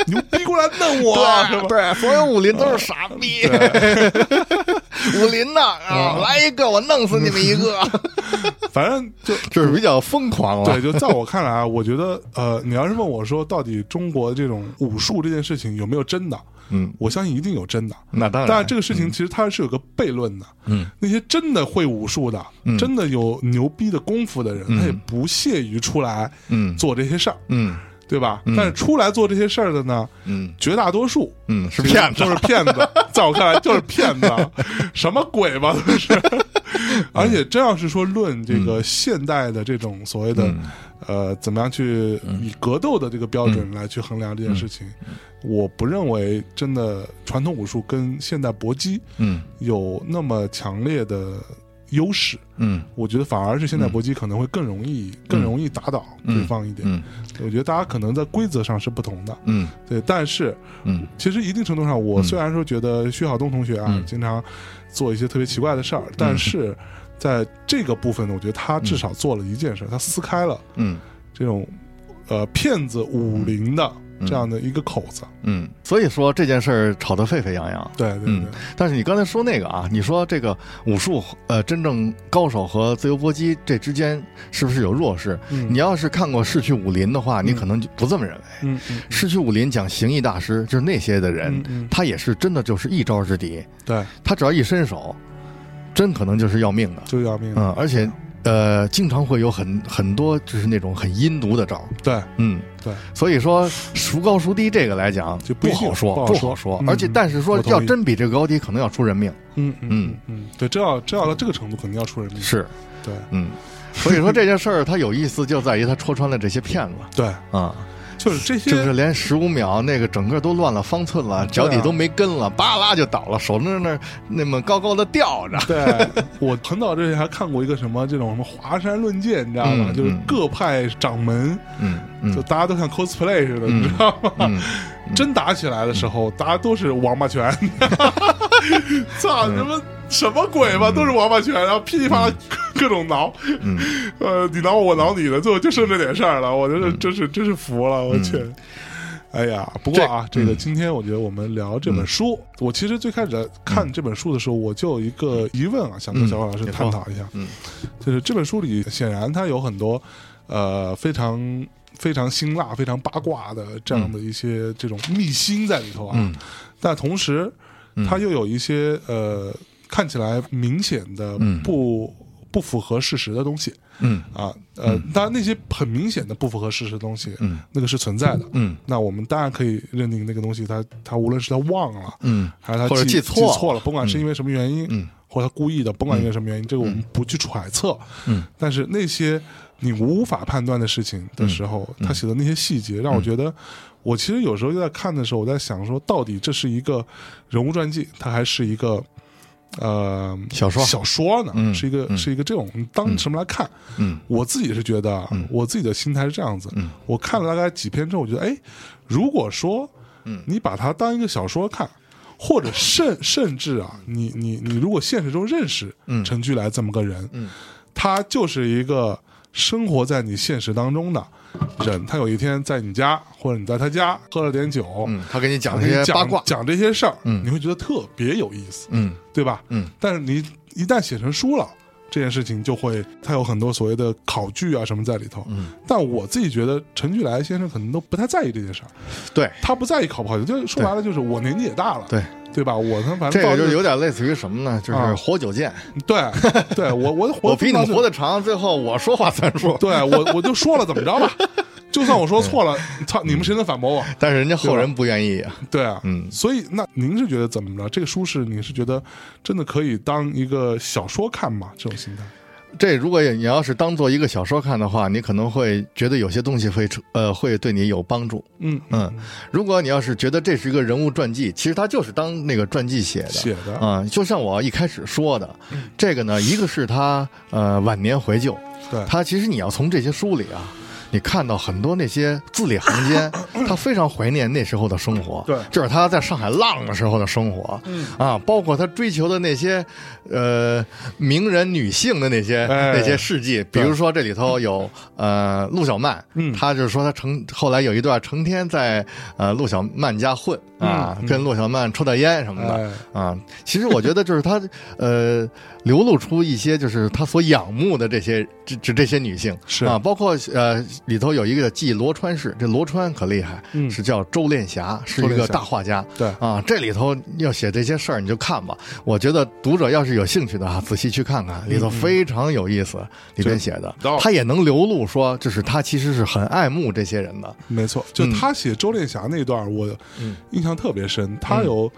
Speaker 6: 牛逼过来弄我，啊是吧
Speaker 4: 对？啊对，所有武林都是傻逼， 武林呐啊，来一个我弄死你们一个，
Speaker 6: 反正就
Speaker 4: 嗯 就是比较疯狂了。
Speaker 6: 对，就在我看来啊，我觉得呃，你要是问我说，到底中国这种武术这件事情有没有真的？
Speaker 4: 嗯，
Speaker 6: 我相信一定有真的。
Speaker 4: 那当然
Speaker 6: 但这个事情其实它是有个悖论的。嗯，那些真的会武术的，真的有牛逼的功夫的人，他也不屑于出来
Speaker 4: 嗯
Speaker 6: 做这些事儿，
Speaker 4: 嗯
Speaker 6: 对吧？但是出来做这些事儿的呢，
Speaker 4: 嗯
Speaker 6: 绝大多数
Speaker 4: 嗯，是骗子
Speaker 6: 就，是骗子，在我看来就是骗子，啊什么鬼吧都是。 而且真要是说论这个现代的这种所谓的、呃怎么样去以格斗的这个标准来去衡量这件事情，我不认为真的传统武术跟现代搏击
Speaker 9: 嗯
Speaker 6: 有那么强烈的优势。
Speaker 9: 嗯
Speaker 6: 我觉得反而是现代搏击可能会更容易、更容易打倒对方一点。
Speaker 9: 嗯
Speaker 6: 我觉得大家可能在规则上是不同的，
Speaker 9: 嗯
Speaker 6: 对，但是
Speaker 9: 嗯
Speaker 6: 其实一定程度上，
Speaker 4: 嗯
Speaker 6: 我虽然说觉得薛晓东同学啊，经常做一些特别奇怪的事儿，
Speaker 4: 嗯
Speaker 6: 但是在这个部分呢，我觉得他至少做了一件事，他撕开了
Speaker 9: 嗯
Speaker 6: 这种呃骗子武林的
Speaker 4: 嗯
Speaker 6: 这样的一个口子。
Speaker 9: 嗯
Speaker 4: 所以说这件事儿吵得沸沸扬扬。
Speaker 6: 对对
Speaker 9: 嗯
Speaker 6: 对，
Speaker 4: 但是你刚才说那个啊，你说这个武术呃，真正高手和自由搏击这之间是不是有弱势？
Speaker 6: 嗯
Speaker 4: 你要是看过《逝去武林》的话，你
Speaker 6: 嗯
Speaker 4: 可能就不这么认为。
Speaker 6: 嗯嗯，
Speaker 4: 《逝去武林》讲形意大师，就是那些的人，
Speaker 6: 嗯嗯
Speaker 4: 他也是真的就是一招之敌，
Speaker 6: 对，
Speaker 4: 他只要一伸手，真可能就是要命的。
Speaker 6: 就要命。
Speaker 4: 嗯，而且呃，经常会有很很多就是那种很阴毒的招儿。
Speaker 6: 对
Speaker 4: 嗯，
Speaker 6: 对，
Speaker 4: 所以说孰高孰低这个来讲
Speaker 6: 就不一
Speaker 4: 不
Speaker 6: 定
Speaker 4: 好
Speaker 6: 不
Speaker 4: 说，
Speaker 6: 好
Speaker 4: 不
Speaker 6: 说
Speaker 4: 好说。
Speaker 6: 嗯
Speaker 4: 而且
Speaker 6: 嗯
Speaker 4: 但是说
Speaker 6: 我同
Speaker 4: 要
Speaker 6: 意
Speaker 4: 真比这个高低，可能要出人命。
Speaker 6: 嗯嗯嗯嗯，对，这要这要到这个程度，肯定要出人命。，
Speaker 4: 是，
Speaker 6: 对
Speaker 4: 嗯，所以说这件事儿它有意思就在于它戳穿了这些骗子
Speaker 6: 对，
Speaker 4: 啊，
Speaker 6: 就是这些，
Speaker 4: 就是连十五秒那个整个都乱了方寸了，脚底都没根了，巴拉就倒了，手那那那么高高的吊着。
Speaker 6: 对，我很早之前还看过一个什么这种什么华山论剑，你知道吗？
Speaker 4: 嗯
Speaker 6: 就是
Speaker 4: 嗯
Speaker 6: 各派掌门，
Speaker 4: 嗯
Speaker 6: 就
Speaker 4: 嗯
Speaker 6: 大家都像 cosplay 似的，你知道吗？真打起来的时候，大家都是王八拳，操什么什么鬼吧，都是王八拳，然后噼里啪啦 各各种挠，呃，你挠我，我挠你的，最后就剩这点事儿了，我真是真是真是服了，我去。哎呀，不过啊，这个今天我觉得我们聊这本书，我其实最开始看这本书的时候，我就有一个疑问啊，想跟小伙老师探讨一下，嗯，就是这本书里显然它有很多呃非常非常辛辣、非常八卦的这样的一些这种秘辛在里头啊，但同时它又有一些呃看起来明显的不、不符合事实的东西，
Speaker 9: 嗯
Speaker 6: 啊，呃，当然那些很明显的不符合事实的东西，嗯，那个是存在的，
Speaker 9: 嗯，
Speaker 6: 那我们当然可以认定那个东西它，它无论是他忘了，
Speaker 9: 嗯，
Speaker 6: 还是他
Speaker 4: 或者
Speaker 6: 记
Speaker 4: 记
Speaker 6: 错
Speaker 4: 错
Speaker 6: 了，甭管是因为什么原因，嗯，或者他故意的，甭管因为什么原因，这个我们不去揣测，嗯，但是那些你无法判断的事情的时候，他写的那些细节，让我觉得。我其实有时候就在看的时候，我在想说，到底这是一个人物传记，它还是一个呃
Speaker 4: 小说
Speaker 6: 小说呢，
Speaker 4: 嗯
Speaker 6: 是一个、是一个这种你当什么来看？嗯，我自己是觉得，啊，
Speaker 4: 嗯
Speaker 6: 我自己的心态是这样子。嗯，我看了大概几篇之后，我觉得，哎，如果说，嗯，你把它当一个小说看，或者 甚甚至啊，你你你如果现实中认识陈
Speaker 4: 嗯
Speaker 6: 巨来这么个人，嗯，他就是一个生活在你现实当中的，人，他有一天在你家或者你在他家喝了点酒，
Speaker 4: 嗯，他给你讲这
Speaker 6: 给你
Speaker 4: 些
Speaker 6: 讲
Speaker 4: 八卦，
Speaker 6: 讲这些事儿，
Speaker 4: 嗯
Speaker 6: 你会觉得特别有意思，
Speaker 4: 嗯
Speaker 6: 对吧？
Speaker 4: 嗯，
Speaker 6: 但是你一旦写成书了，这件事情就会它有很多所谓的考据啊什么在里头。
Speaker 4: 嗯，
Speaker 6: 但我自己觉得陈巨来先生可能都不太在意这件事儿，
Speaker 4: 对
Speaker 6: 他不在意考不考究，就是说白了就是我年纪也大了，
Speaker 4: 对，
Speaker 6: 对吧？我他妈反
Speaker 4: 这
Speaker 6: 正到
Speaker 4: 个就有点类似于什么呢？就
Speaker 6: 啊
Speaker 4: 是活久见，
Speaker 6: 对对，我我活
Speaker 4: 我比你们
Speaker 6: 到
Speaker 4: 活得长，最后我说话算数。
Speaker 6: 对我我就说了怎么着吧，就算我说错了，
Speaker 4: 嗯
Speaker 6: 操你们谁能反驳我？
Speaker 4: 但是人家后人不愿意啊，
Speaker 6: 对啊，
Speaker 4: 嗯
Speaker 6: 所以那您是觉得怎么着？这个书是您是觉得真的可以当一个小说看吗？这种心态？
Speaker 4: 这如果你要是当做一个小说看的话，你可能会觉得有些东西会出呃会对你有帮助。
Speaker 6: 嗯
Speaker 4: 嗯，如果你要是觉得这是一个人物传记，其实它就是当那个传记写的。
Speaker 6: 写的
Speaker 4: 啊、就像我一开始说的，这个呢，一个是他呃晚年怀旧，
Speaker 6: 对
Speaker 4: 他其实你要从这些书里啊，你看到很多那些字里行 间，他非常怀念那时候的生活，
Speaker 6: 对
Speaker 4: 就是他在上海浪的时候的生活，嗯啊，包括他追求的那些呃名人女性的那些、
Speaker 6: 哎
Speaker 4: 那些事迹，比如说这里头有呃陆小曼，
Speaker 6: 嗯
Speaker 4: 他就是说他成后来有一段成天在呃陆小曼家混啊，
Speaker 6: 嗯嗯
Speaker 4: 跟陆小曼抽大烟什么的。
Speaker 6: 哎
Speaker 4: 啊，其实我觉得就是他呃，流露出一些就是他所仰慕的这些这这这些女性
Speaker 6: 是
Speaker 4: 啊，包括呃里头有一个记罗川氏，这罗川可厉害，
Speaker 6: 嗯
Speaker 4: 是叫周练霞，是一
Speaker 6: 周练
Speaker 4: 个
Speaker 6: 霞
Speaker 4: 大画家。
Speaker 6: 对
Speaker 4: 啊，这里头要写这些事儿，你就看吧。我觉得读者要是有兴趣的啊，仔细去看看，里
Speaker 6: 嗯
Speaker 4: 头非常有意思，里边写的
Speaker 6: 道，
Speaker 4: 他也能流露说，就是他其实是很爱慕这些人的。
Speaker 6: 没错，
Speaker 4: 嗯
Speaker 6: 就他写周练霞那段儿，我印象特别
Speaker 4: 嗯
Speaker 6: 深。他有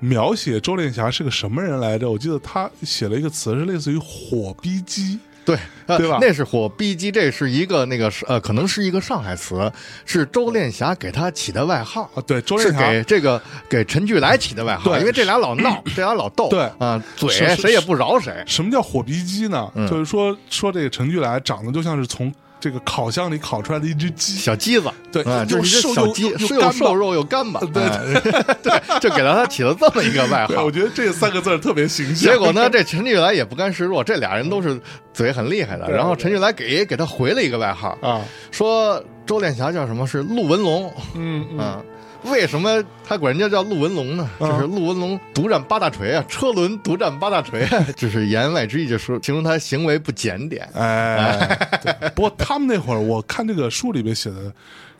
Speaker 6: 描写周练霞是个什么人来着？我记得他写了一个词是类似于“火逼鸡
Speaker 4: 对，呃、
Speaker 6: 对吧
Speaker 4: 那是火逼鸡，这是一个那个是呃，可能是一个上海词，是周练霞给他起的外号”。
Speaker 6: 啊，对，周
Speaker 4: 是
Speaker 6: 练
Speaker 4: 给
Speaker 6: 霞
Speaker 4: 这个给陈巨来起的外号，
Speaker 6: 对
Speaker 4: 因为这俩 老闹，这俩老斗，
Speaker 6: 对
Speaker 4: 啊，嘴
Speaker 6: 是是
Speaker 4: 谁也不饶谁，
Speaker 6: 什么叫“火逼鸡”呢？
Speaker 4: 嗯
Speaker 6: 就是说说这个陈巨来长得就像是从这个烤箱里烤出来的一只鸡，
Speaker 4: 小鸡子，
Speaker 6: 对
Speaker 4: 啊，
Speaker 6: 又
Speaker 4: 就是一只
Speaker 6: 瘦
Speaker 4: 小
Speaker 6: 又
Speaker 4: 鸡，
Speaker 6: 又
Speaker 4: 是
Speaker 6: 干
Speaker 4: 又
Speaker 6: 巴
Speaker 4: 瘦肉又干巴，
Speaker 6: 对
Speaker 4: 哎对，就给了他起了这么一个外
Speaker 6: 对，
Speaker 4: 号
Speaker 6: 我。觉得这三个字儿特别形象。
Speaker 4: 结果呢，这陈巨来也不甘示弱，这俩人都是嘴很厉害的。
Speaker 6: 对
Speaker 4: 然后
Speaker 6: 对
Speaker 4: 陈巨来给给他回了一个外号，
Speaker 6: 啊，
Speaker 4: 说周练霞叫什么是陆文龙，
Speaker 6: 嗯嗯，
Speaker 4: 啊，为什么他管人家叫陆文龙呢？
Speaker 6: 嗯
Speaker 4: 就是陆文龙独占八大锤啊，车轮独占八大锤 啊，就是言外之意就是形容他行为不检点。
Speaker 6: 哎，对不过他们那会儿，我看这个书里面写的，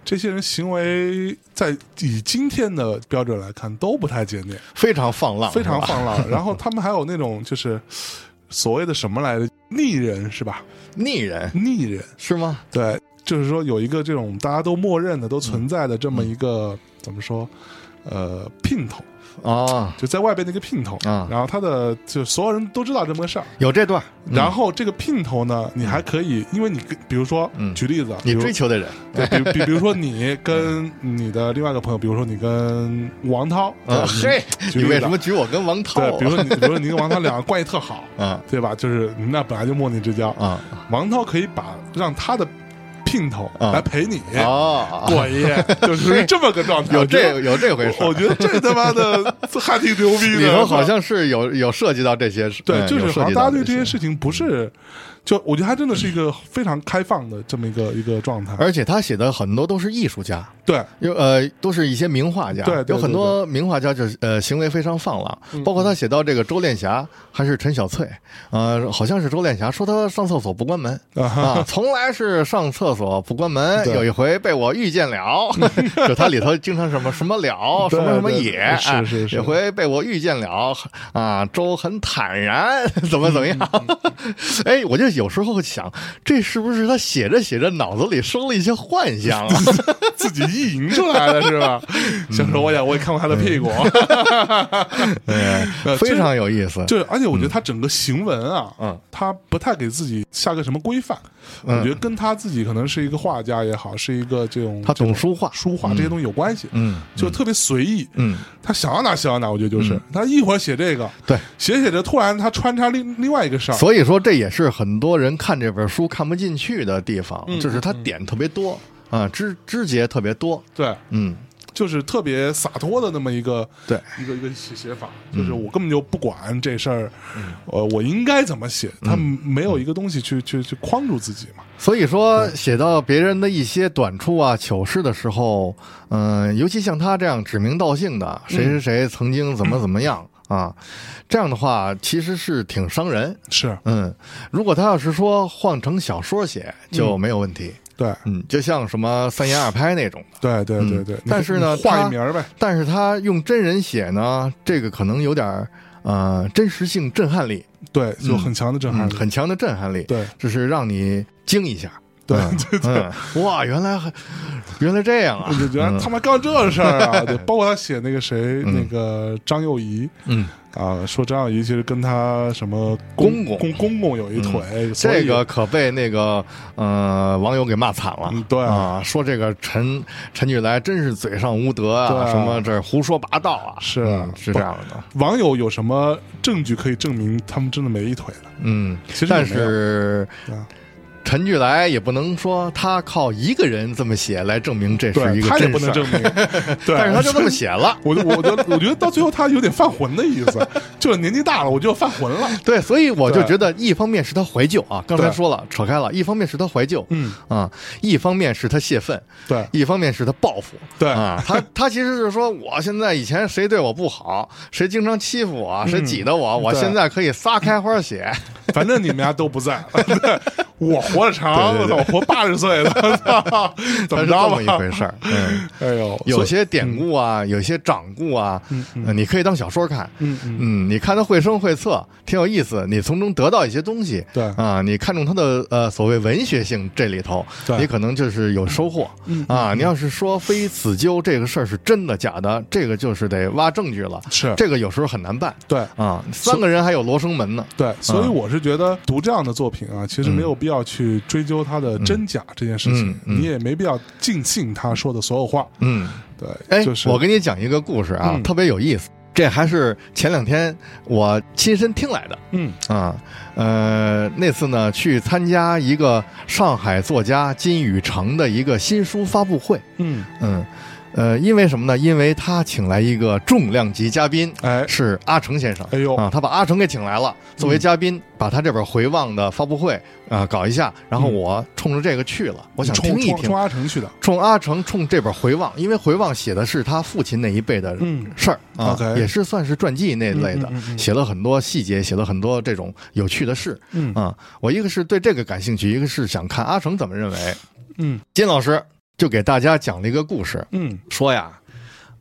Speaker 6: 这些人行为在以今天的标准来看都不太检点，
Speaker 4: 非常放浪，
Speaker 6: 非常
Speaker 4: 是吧
Speaker 6: 放浪。然后他们还有那种就是所谓的什么来着，逆人是吧？
Speaker 4: 逆人
Speaker 6: 逆人，
Speaker 4: 是吗？
Speaker 6: 对，就是说有一个这种大家都默认的、都存在的这么一个、怎么说？呃，姘头
Speaker 4: 啊，
Speaker 6: 就在外边的一个姘头
Speaker 4: 啊
Speaker 6: 然后他的就所有人都知道这么个事儿，
Speaker 4: 有这段，
Speaker 6: 然后这个姘头呢，你还可以，因为你跟比如说，
Speaker 4: 嗯
Speaker 6: 举例子啊，
Speaker 4: 你
Speaker 6: 比如
Speaker 4: 追求的人，
Speaker 6: 对，比如比比如说你跟你的另外一个朋友，比如说你跟王涛，对
Speaker 4: 啊，
Speaker 6: 吧
Speaker 4: 嘿，
Speaker 6: 嗯举
Speaker 4: 你
Speaker 6: 例
Speaker 4: 为
Speaker 6: 子
Speaker 4: 什么举我跟王涛？
Speaker 6: 对，比如说你，比如说你跟王涛两个关系特好，
Speaker 4: 啊
Speaker 6: 对吧？就是你们俩本来就莫逆之交，
Speaker 4: 啊
Speaker 6: 王涛可以把让他的姘头
Speaker 4: 啊
Speaker 6: 来陪你
Speaker 4: 哦，
Speaker 6: 过一 夜，就是这么个状态。
Speaker 4: 有
Speaker 6: 哎我觉
Speaker 4: 这
Speaker 6: 得
Speaker 4: 有这回事
Speaker 6: 我我
Speaker 4: 儿，
Speaker 6: 觉得这他妈的这还挺牛逼的，
Speaker 4: 里头
Speaker 6: 是吧
Speaker 4: 好像是有有涉及到这些事，
Speaker 6: 对，
Speaker 4: 嗯
Speaker 6: 就
Speaker 4: 有
Speaker 6: 是
Speaker 4: 涉
Speaker 6: 好像
Speaker 4: 及
Speaker 6: 大
Speaker 4: 到
Speaker 6: 家对这
Speaker 4: 这
Speaker 6: 些。事情不是，就我觉得他真的是一个非常开放的这么一个一个状态。
Speaker 4: 而且他写的很多都是艺术家，
Speaker 6: 对，
Speaker 4: 有呃，都是一些名画家，
Speaker 6: 对对对嗯
Speaker 4: 有很多名画家就是呃行为非常放浪，包括他写到这个周练霞还是陈小翠，呃，好像是周练霞说他上厕所不关门
Speaker 6: 啊
Speaker 4: 啊，从来是上厕所不关门，
Speaker 6: 对
Speaker 4: 有一回被我遇见 了，就他里头经常什么什么了，什
Speaker 6: 对
Speaker 4: 么什么
Speaker 6: 对
Speaker 4: 也，
Speaker 6: 是
Speaker 4: 哎
Speaker 6: 是是
Speaker 4: 有回被我遇见了啊，周很坦然，怎么怎么样，
Speaker 6: 嗯
Speaker 4: 哎，我就有时候想，这是不是他写着写着脑子里生了一些幻想啊？
Speaker 6: 自己意淫出来的是吧？ 想
Speaker 4: 嗯
Speaker 6: 说我也我也看过他的屁股，
Speaker 4: 对，非常有意思。
Speaker 6: 呃就是而且我觉得他整个行文啊，
Speaker 4: 嗯，
Speaker 6: 他不太给自己下个什么规范，
Speaker 4: 嗯
Speaker 6: 我觉得跟他自己可能是一个画家也好，是一个这种
Speaker 4: 他懂
Speaker 6: 这种
Speaker 4: 书画
Speaker 6: 书画这些东西有关系，
Speaker 4: 嗯
Speaker 6: 就特别随意，
Speaker 4: 嗯，
Speaker 6: 他想要哪想要哪，我觉得就是他一会儿写这个，
Speaker 4: 对，
Speaker 6: 写着写着突然他穿插另另外一个事儿，
Speaker 4: 所以说这也是很多人看这本书看不进
Speaker 6: 嗯
Speaker 4: 去的地方，就是他点特别多啊，枝枝节特别多，
Speaker 6: 对，
Speaker 4: 嗯，
Speaker 6: 就是特别洒脱的那么一个
Speaker 4: 对嗯
Speaker 6: 一个一个写写法，就是我根本就不管这事儿，呃，我应该怎么写，他
Speaker 4: 嗯
Speaker 6: 没有一个东西去去去框住自己嘛。
Speaker 4: 所以说，写到别人的一些短处啊、糗事的时候，嗯、尤其像他这样指名道姓
Speaker 6: 嗯
Speaker 4: 的，谁谁谁曾经怎么怎么样、啊，这样的话其实是挺伤人。
Speaker 6: 是
Speaker 4: 嗯，如果他要是说换成小说写
Speaker 6: 嗯
Speaker 4: 就没有问题。
Speaker 6: 对，
Speaker 4: 嗯，就像什么三言二拍那种的。
Speaker 6: 对对对
Speaker 4: 嗯
Speaker 6: 对。你
Speaker 4: 但是呢
Speaker 6: 你画
Speaker 4: 他
Speaker 6: 一名儿呗，
Speaker 4: 但是他用真人写呢，这个可能有点儿呃真实性震撼力，
Speaker 6: 对，有很强的震撼
Speaker 4: 嗯
Speaker 6: 力。
Speaker 4: 很强的震撼力，
Speaker 6: 对
Speaker 4: 就是让你惊一下。
Speaker 6: 对
Speaker 4: 嗯
Speaker 6: 对对，嗯
Speaker 4: 嗯哇，原来还原来这样啊！
Speaker 6: 我就觉得他妈干这事儿 啊！对，包括他写那个谁，那个张幼仪
Speaker 4: 嗯，
Speaker 6: 啊，说张幼仪其实跟他什么
Speaker 4: 公公嗯
Speaker 6: 公公公有一腿，所以
Speaker 4: 这个可被那个呃网友给骂惨了
Speaker 6: 嗯。对
Speaker 4: 啊，说这个陈陈俊来真是嘴上无德
Speaker 6: 对
Speaker 4: 啊，
Speaker 6: 啊
Speaker 4: 什么这胡说八道啊，
Speaker 6: 是
Speaker 4: 嗯是这样的。
Speaker 6: 网友有什么证据可以证明他们真的没一腿的？
Speaker 4: 嗯，
Speaker 6: 其实也
Speaker 4: 但
Speaker 6: 没有
Speaker 4: 是
Speaker 6: 对啊
Speaker 4: 陈俊来也不能说他靠一个人这么写来证明这是
Speaker 6: 对啊
Speaker 4: 一个
Speaker 6: 他也
Speaker 4: 真
Speaker 6: 不
Speaker 4: 事
Speaker 6: 能
Speaker 4: 儿
Speaker 6: 证 明，对，啊
Speaker 4: 但是他就这么。写了。
Speaker 6: 我就我就我觉得到最后他有点犯浑的意思， 就是年纪大了，我就要犯浑了。
Speaker 4: 对，所以我就
Speaker 6: 对
Speaker 4: 觉得，一方面是他怀旧啊，刚才
Speaker 6: 对
Speaker 4: 说了，扯开了，一方面是他怀旧，
Speaker 6: 嗯，
Speaker 4: 啊，一方面是他泄愤，
Speaker 6: 对
Speaker 4: 一方面是他报复，
Speaker 6: 对
Speaker 4: 啊，他他其实是说，我现在以前谁对我不好，谁经常欺负我，谁挤得我，我
Speaker 6: 对
Speaker 4: 现在可以撒开花写，
Speaker 6: 反正你们家都不在， 对我活得长，
Speaker 4: 对对对
Speaker 6: 我操我活八十岁了， 我操怎
Speaker 4: 他
Speaker 6: 么
Speaker 4: 是这
Speaker 6: 着吧
Speaker 4: 么一？回事儿。嗯，
Speaker 6: 哎呦，
Speaker 4: 有些典故啊，有些掌故啊，呃你可以当小说看，
Speaker 6: 嗯嗯
Speaker 4: 嗯，你看他绘声绘色，挺有意思，你从中得到一些东西。
Speaker 6: 对嗯
Speaker 4: 啊，你看中他的呃所谓文学性这里头
Speaker 6: 对，
Speaker 4: 你可能就是有收获。
Speaker 6: 嗯
Speaker 4: 啊，你要是说非死纠这个事儿是真的假的，这个就是得挖证据了。
Speaker 6: 是
Speaker 4: 这个有时候很难办。
Speaker 6: 对
Speaker 4: 啊，三个人还有罗生门呢。
Speaker 6: 对，所以
Speaker 4: 嗯
Speaker 6: 我是觉得读这样的作品啊，其实没有必要去追究它的真假这件事
Speaker 4: 嗯，
Speaker 6: 情
Speaker 4: 嗯嗯
Speaker 6: 你也没必要尽信他说的所有话。
Speaker 4: 嗯，
Speaker 6: 对，
Speaker 4: 哎，
Speaker 6: 就是
Speaker 4: 我给你讲一个故事啊，
Speaker 6: 嗯
Speaker 4: 特别有意思。这还是前两天我亲身听来的。
Speaker 6: 嗯
Speaker 4: 啊，呃，那次呢去参加一个上海作家金宇澄的一个新书发布会，
Speaker 6: 嗯，
Speaker 4: 嗯，呃，因为什么呢？因为他请来一个重量级嘉宾，
Speaker 6: 哎
Speaker 4: 是阿成先生。
Speaker 6: 哎呦
Speaker 4: 啊，他把阿成给请来了，作为嘉宾，把他这本回望的发布会啊、搞一下，然后我冲着这个去了，我想
Speaker 6: 冲
Speaker 4: 听一
Speaker 6: 嗯冲
Speaker 4: 听
Speaker 6: 冲。阿成去的，
Speaker 4: 冲阿成，冲这本回望，因为回望写的是他父亲那一辈的
Speaker 6: 嗯
Speaker 4: 事儿、啊
Speaker 6: OK
Speaker 4: 也是算是传记那类的，
Speaker 6: 嗯嗯嗯嗯
Speaker 4: 写了很多细节，写了很多这种有趣的事。
Speaker 6: 嗯
Speaker 4: 啊，我一个是对这个感兴趣，一个是想看阿成怎么认为。
Speaker 6: 嗯
Speaker 4: 金老师就给大家讲了一个故事，
Speaker 6: 嗯
Speaker 4: 说呀，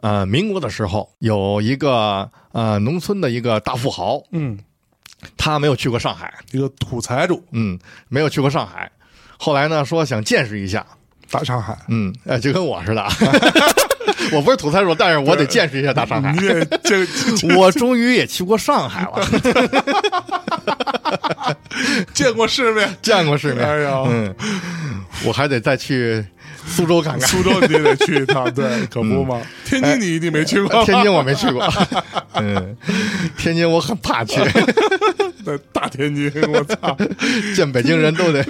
Speaker 4: 呃，民国的时候有一个呃农村的一个大富豪，
Speaker 6: 嗯，
Speaker 4: 他没有去过上海，
Speaker 6: 一个土财主
Speaker 4: 嗯，没有去过上海。后来呢，说想见识一下，
Speaker 6: 大上海，
Speaker 4: 嗯，呃，就跟我似的， 我不是土财主，但是我得见识一下大上海
Speaker 6: 你。也这
Speaker 4: 我终于也去过上海了，
Speaker 6: 见过世 面，
Speaker 4: 见过世面。
Speaker 6: 哎呀
Speaker 4: 嗯，我还得再去苏州看看。
Speaker 6: 苏州你也得去一趟，对，可不嘛。天津你一定没去过，
Speaker 4: 嗯哎天津我没去过， 嗯，天津我很怕 去，
Speaker 6: 对大 天津，我操，
Speaker 4: 见北京人都得，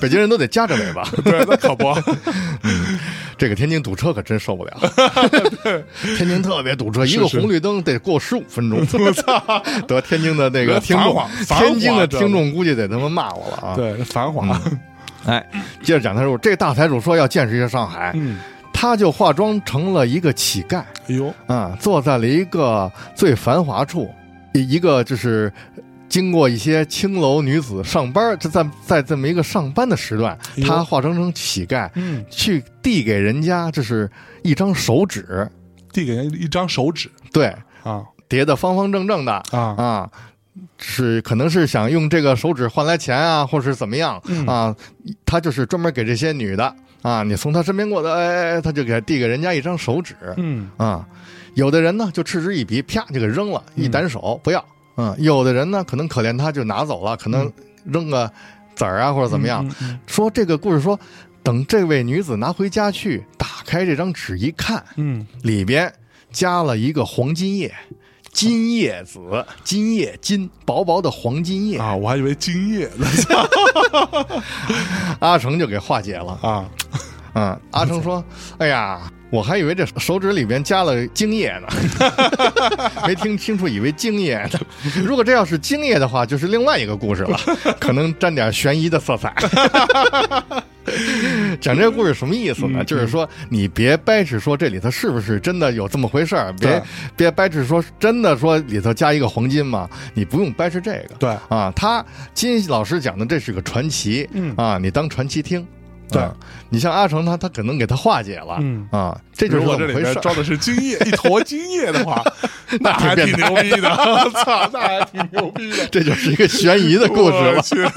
Speaker 4: 北京人都得夹着尾巴。 嗯
Speaker 6: 对，那可不，
Speaker 4: 这个天津堵车可真受不了， 天津特别堵车，一个
Speaker 6: 是
Speaker 4: 红绿灯得过十五分 钟。我操！得天津的那个听
Speaker 6: 繁
Speaker 4: 众
Speaker 6: 华，繁华
Speaker 4: 天津的
Speaker 6: 这
Speaker 4: 听众估计得他妈骂我了啊！
Speaker 6: 对，繁华，
Speaker 4: 哎，接着讲他说，这大财主说要见识一下上海，
Speaker 6: 嗯，
Speaker 4: 他就化妆成了一个乞丐
Speaker 6: 哎呦，
Speaker 4: 啊，坐在了一个最繁华处，一一个就是。经过一些青楼女子上班，就在在这么一个上班的时段，
Speaker 6: 哎呦
Speaker 4: 他化妆成乞丐，
Speaker 6: 嗯，
Speaker 4: 去递给人家就是一张手纸，
Speaker 6: 递给人一张手指
Speaker 4: 对，
Speaker 6: 啊
Speaker 4: 叠的方方正正的
Speaker 6: 啊，
Speaker 4: 啊，是可能是想用这个手指换来钱啊，或是怎么样
Speaker 6: 嗯
Speaker 4: 啊？他就是专门给这些女的啊，你从他身边过的，哎哎哎，他就给递给人家一张手指
Speaker 6: 嗯
Speaker 4: 啊。有的人呢就嗤之以鼻，啪就给扔了，一单手不要。嗯，有的人呢可能可怜他就拿走了，可能扔个子儿啊或者怎么
Speaker 6: 嗯
Speaker 4: 样。说这个故事说，等这位女子拿回家去，打开这张纸一看，
Speaker 6: 嗯，
Speaker 4: 里边加了一个黄金叶，金叶子，金叶金，薄薄的黄金叶，
Speaker 6: 啊，我还以为今夜呢
Speaker 4: 阿成就给化解了。
Speaker 6: 啊，
Speaker 4: 嗯，阿成说：“哎呀，我还以为这手指里面加了精液呢，没听清楚，以为精液呢。如果这要是精液的话，就是另外一个故事了，可能沾点悬疑的色彩。讲这个故事什么意思呢？就是说，你别掰扯说这里头是不是真的有这么回事儿，别
Speaker 6: 对
Speaker 4: 别掰扯说真的说里头加一个黄金嘛，你不用掰扯这个。
Speaker 6: 对
Speaker 4: 啊，他金老师讲的这是个传奇，
Speaker 6: 嗯
Speaker 4: 啊，你当传奇听。
Speaker 6: 对
Speaker 4: 啊你像阿成他，他可能给他化解了，
Speaker 6: 嗯
Speaker 4: 啊，这就是
Speaker 6: 如果
Speaker 4: 怎么
Speaker 6: 这里
Speaker 4: 回
Speaker 6: 面
Speaker 4: 事儿。
Speaker 6: 装的是精液，一坨精液的话，那
Speaker 4: 挺
Speaker 6: 还
Speaker 4: 变
Speaker 6: 挺
Speaker 4: 态。
Speaker 6: 牛逼的。 我操，那还挺牛逼 的
Speaker 4: 这就是一个悬疑的故事了
Speaker 6: 我，去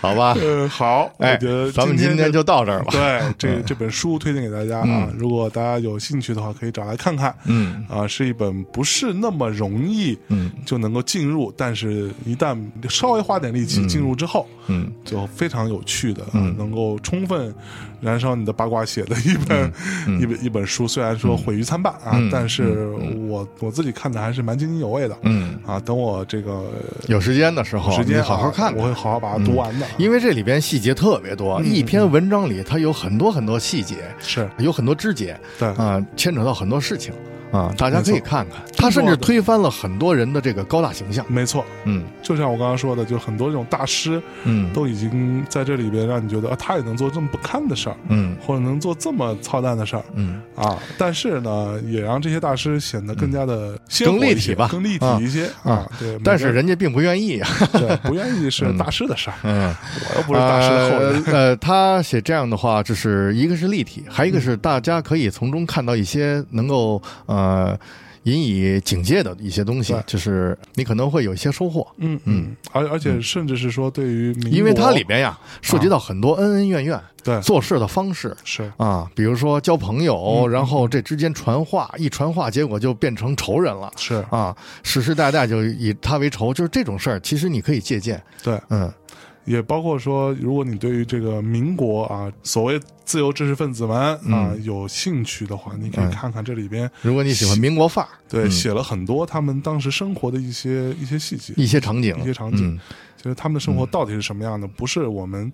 Speaker 4: 好吧？
Speaker 6: 嗯，好，
Speaker 4: 哎
Speaker 6: 我觉得，
Speaker 4: 咱们今天就到这嗯儿吧。
Speaker 6: 对，这这本书推荐给大家啊，如果大家有兴趣的话，可以找来看看。
Speaker 4: 嗯
Speaker 6: 啊，是一本不是那么容易
Speaker 4: 嗯
Speaker 6: 就能够进入，但是一旦稍微花点力气进入之后，
Speaker 4: 嗯，
Speaker 6: 就非常有趣的，
Speaker 4: 嗯
Speaker 6: 能够充分燃烧你的八卦血的一本、一本一本书。虽然说毁誉参半啊，
Speaker 4: 嗯
Speaker 6: 但是我我自己看的还是蛮津津有味的。
Speaker 4: 嗯，
Speaker 6: 啊，等我这个
Speaker 4: 有时间的时候，
Speaker 6: 时间、
Speaker 4: 你
Speaker 6: 啊、
Speaker 4: 好好看看嗯
Speaker 6: 我嗯会好好把它读完的。
Speaker 4: 因为这里边细节特别多，一篇文章里它有很多很多细节，
Speaker 6: 是
Speaker 4: 有很多枝节，
Speaker 6: 对
Speaker 4: 啊、牵扯到很多事情啊、大家可以
Speaker 6: 没错
Speaker 4: 看看。它甚至推翻了很多人的这个高大形象。
Speaker 6: 没错，
Speaker 4: 嗯
Speaker 6: 就像我刚刚说的，就很多这种大师
Speaker 4: 嗯
Speaker 6: 都已经在这里边让你觉得啊，他也能做这么不堪的事儿，
Speaker 4: 嗯
Speaker 6: 或者能做这么操蛋的事儿。
Speaker 4: 嗯，
Speaker 6: 啊，但是呢，也让这些大师显得更加的鲜
Speaker 4: 更
Speaker 6: 活
Speaker 4: 立
Speaker 6: 一
Speaker 4: 体
Speaker 6: 些
Speaker 4: 吧
Speaker 6: 更立体
Speaker 4: 啊
Speaker 6: 一些
Speaker 4: 啊
Speaker 6: 啊。对，
Speaker 4: 但
Speaker 6: 每个
Speaker 4: 是人家并不愿意啊。
Speaker 6: 对不愿意是大师的事儿，
Speaker 4: 嗯，
Speaker 6: 我又不是大师的后人。
Speaker 4: 呃呃，他写这样的话，就是一个是立体，还有一个是大家可以从中看到一些能够呃引以警戒的一些东西
Speaker 6: 对，
Speaker 4: 就是你可能会有一些收获。
Speaker 6: 嗯嗯，而而且甚至是说，对于民
Speaker 4: 因为它
Speaker 6: 国
Speaker 4: 里边呀涉及到很多恩恩怨怨、
Speaker 6: 对
Speaker 4: 做事的方式
Speaker 6: 是
Speaker 4: 啊，比如说交朋友，然后这之间传话，一传话，结果就变成仇人了
Speaker 6: 是，
Speaker 4: 啊，世世代代就以他为仇，就是这种事儿，其实你可以借鉴，
Speaker 6: 对，
Speaker 4: 嗯
Speaker 6: 也包括说，如果你对于这个民国啊，所谓自由知识分子们啊有兴趣的话，你可以看看这里边
Speaker 4: 如果你喜欢民国范儿，
Speaker 6: 对
Speaker 4: 嗯
Speaker 6: 写了很多他们当时生活的一些一些细节，
Speaker 4: 一些场景，嗯
Speaker 6: 一些场景，嗯就是他们的生活到底是什么样的，不是我们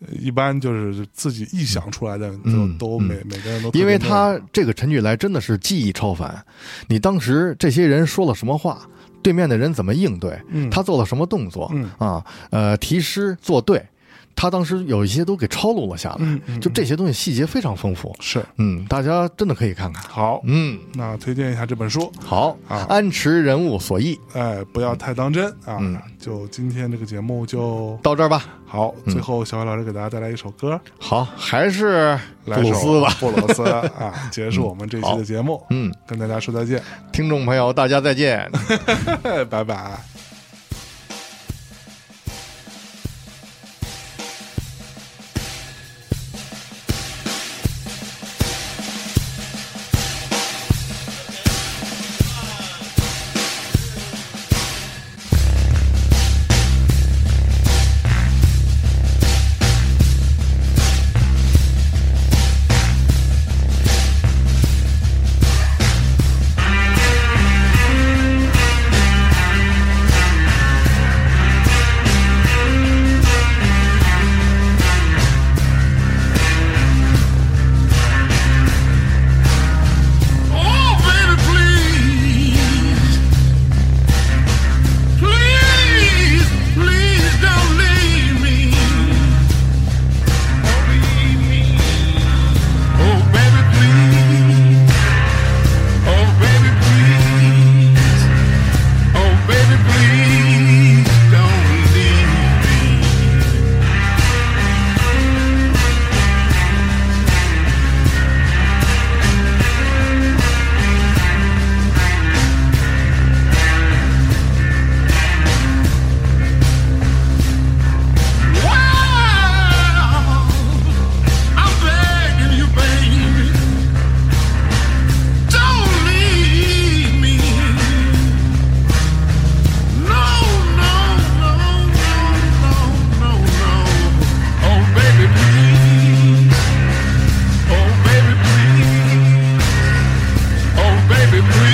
Speaker 6: 呃一般就是自己臆想出来的，
Speaker 4: 嗯
Speaker 6: 就都每每个人都特别
Speaker 4: 因为
Speaker 6: 的
Speaker 4: 他这个陈巨来真的是技艺超凡，你当时这些人说了什么话，对面的人怎么应对，
Speaker 6: 嗯
Speaker 4: 他做了什么动作，
Speaker 6: 嗯
Speaker 4: 啊，呃，题诗作对，他当时有一些都给抄录了下来，
Speaker 6: 嗯嗯
Speaker 4: 啊就这些东西细节非常丰富，
Speaker 6: 是
Speaker 4: 嗯，大家真的可以看看，
Speaker 6: 好。
Speaker 4: 嗯，
Speaker 6: 那推荐一下这本书，
Speaker 4: 好，
Speaker 6: 啊
Speaker 4: 安池人物所忆
Speaker 6: 哎，不要太当真啊！
Speaker 4: 嗯
Speaker 6: 就今天这个节目就
Speaker 4: 到这嗯儿吧，
Speaker 6: 好，最后小伟老师给大家带来一首歌，
Speaker 4: 好，还是布
Speaker 6: 来首
Speaker 4: 鲁斯吧，
Speaker 6: 布鲁斯啊，结束我们这期的节目，
Speaker 4: 嗯，
Speaker 6: 跟大家说再见，哎
Speaker 4: 听众朋友，大家再见。
Speaker 6: 拜拜。
Speaker 9: Oh, baby, please, please, please don't leave me. Don't leave me. Oh, baby, please. Oh, baby, please. Oh, baby, please don't leave me. Well, I'm begging you, baby, don't leave me. No, no, no, no, no, no, no. Oh, baby, please. Oh, baby, please. Oh, baby, please.
Speaker 8: Oh, Oh,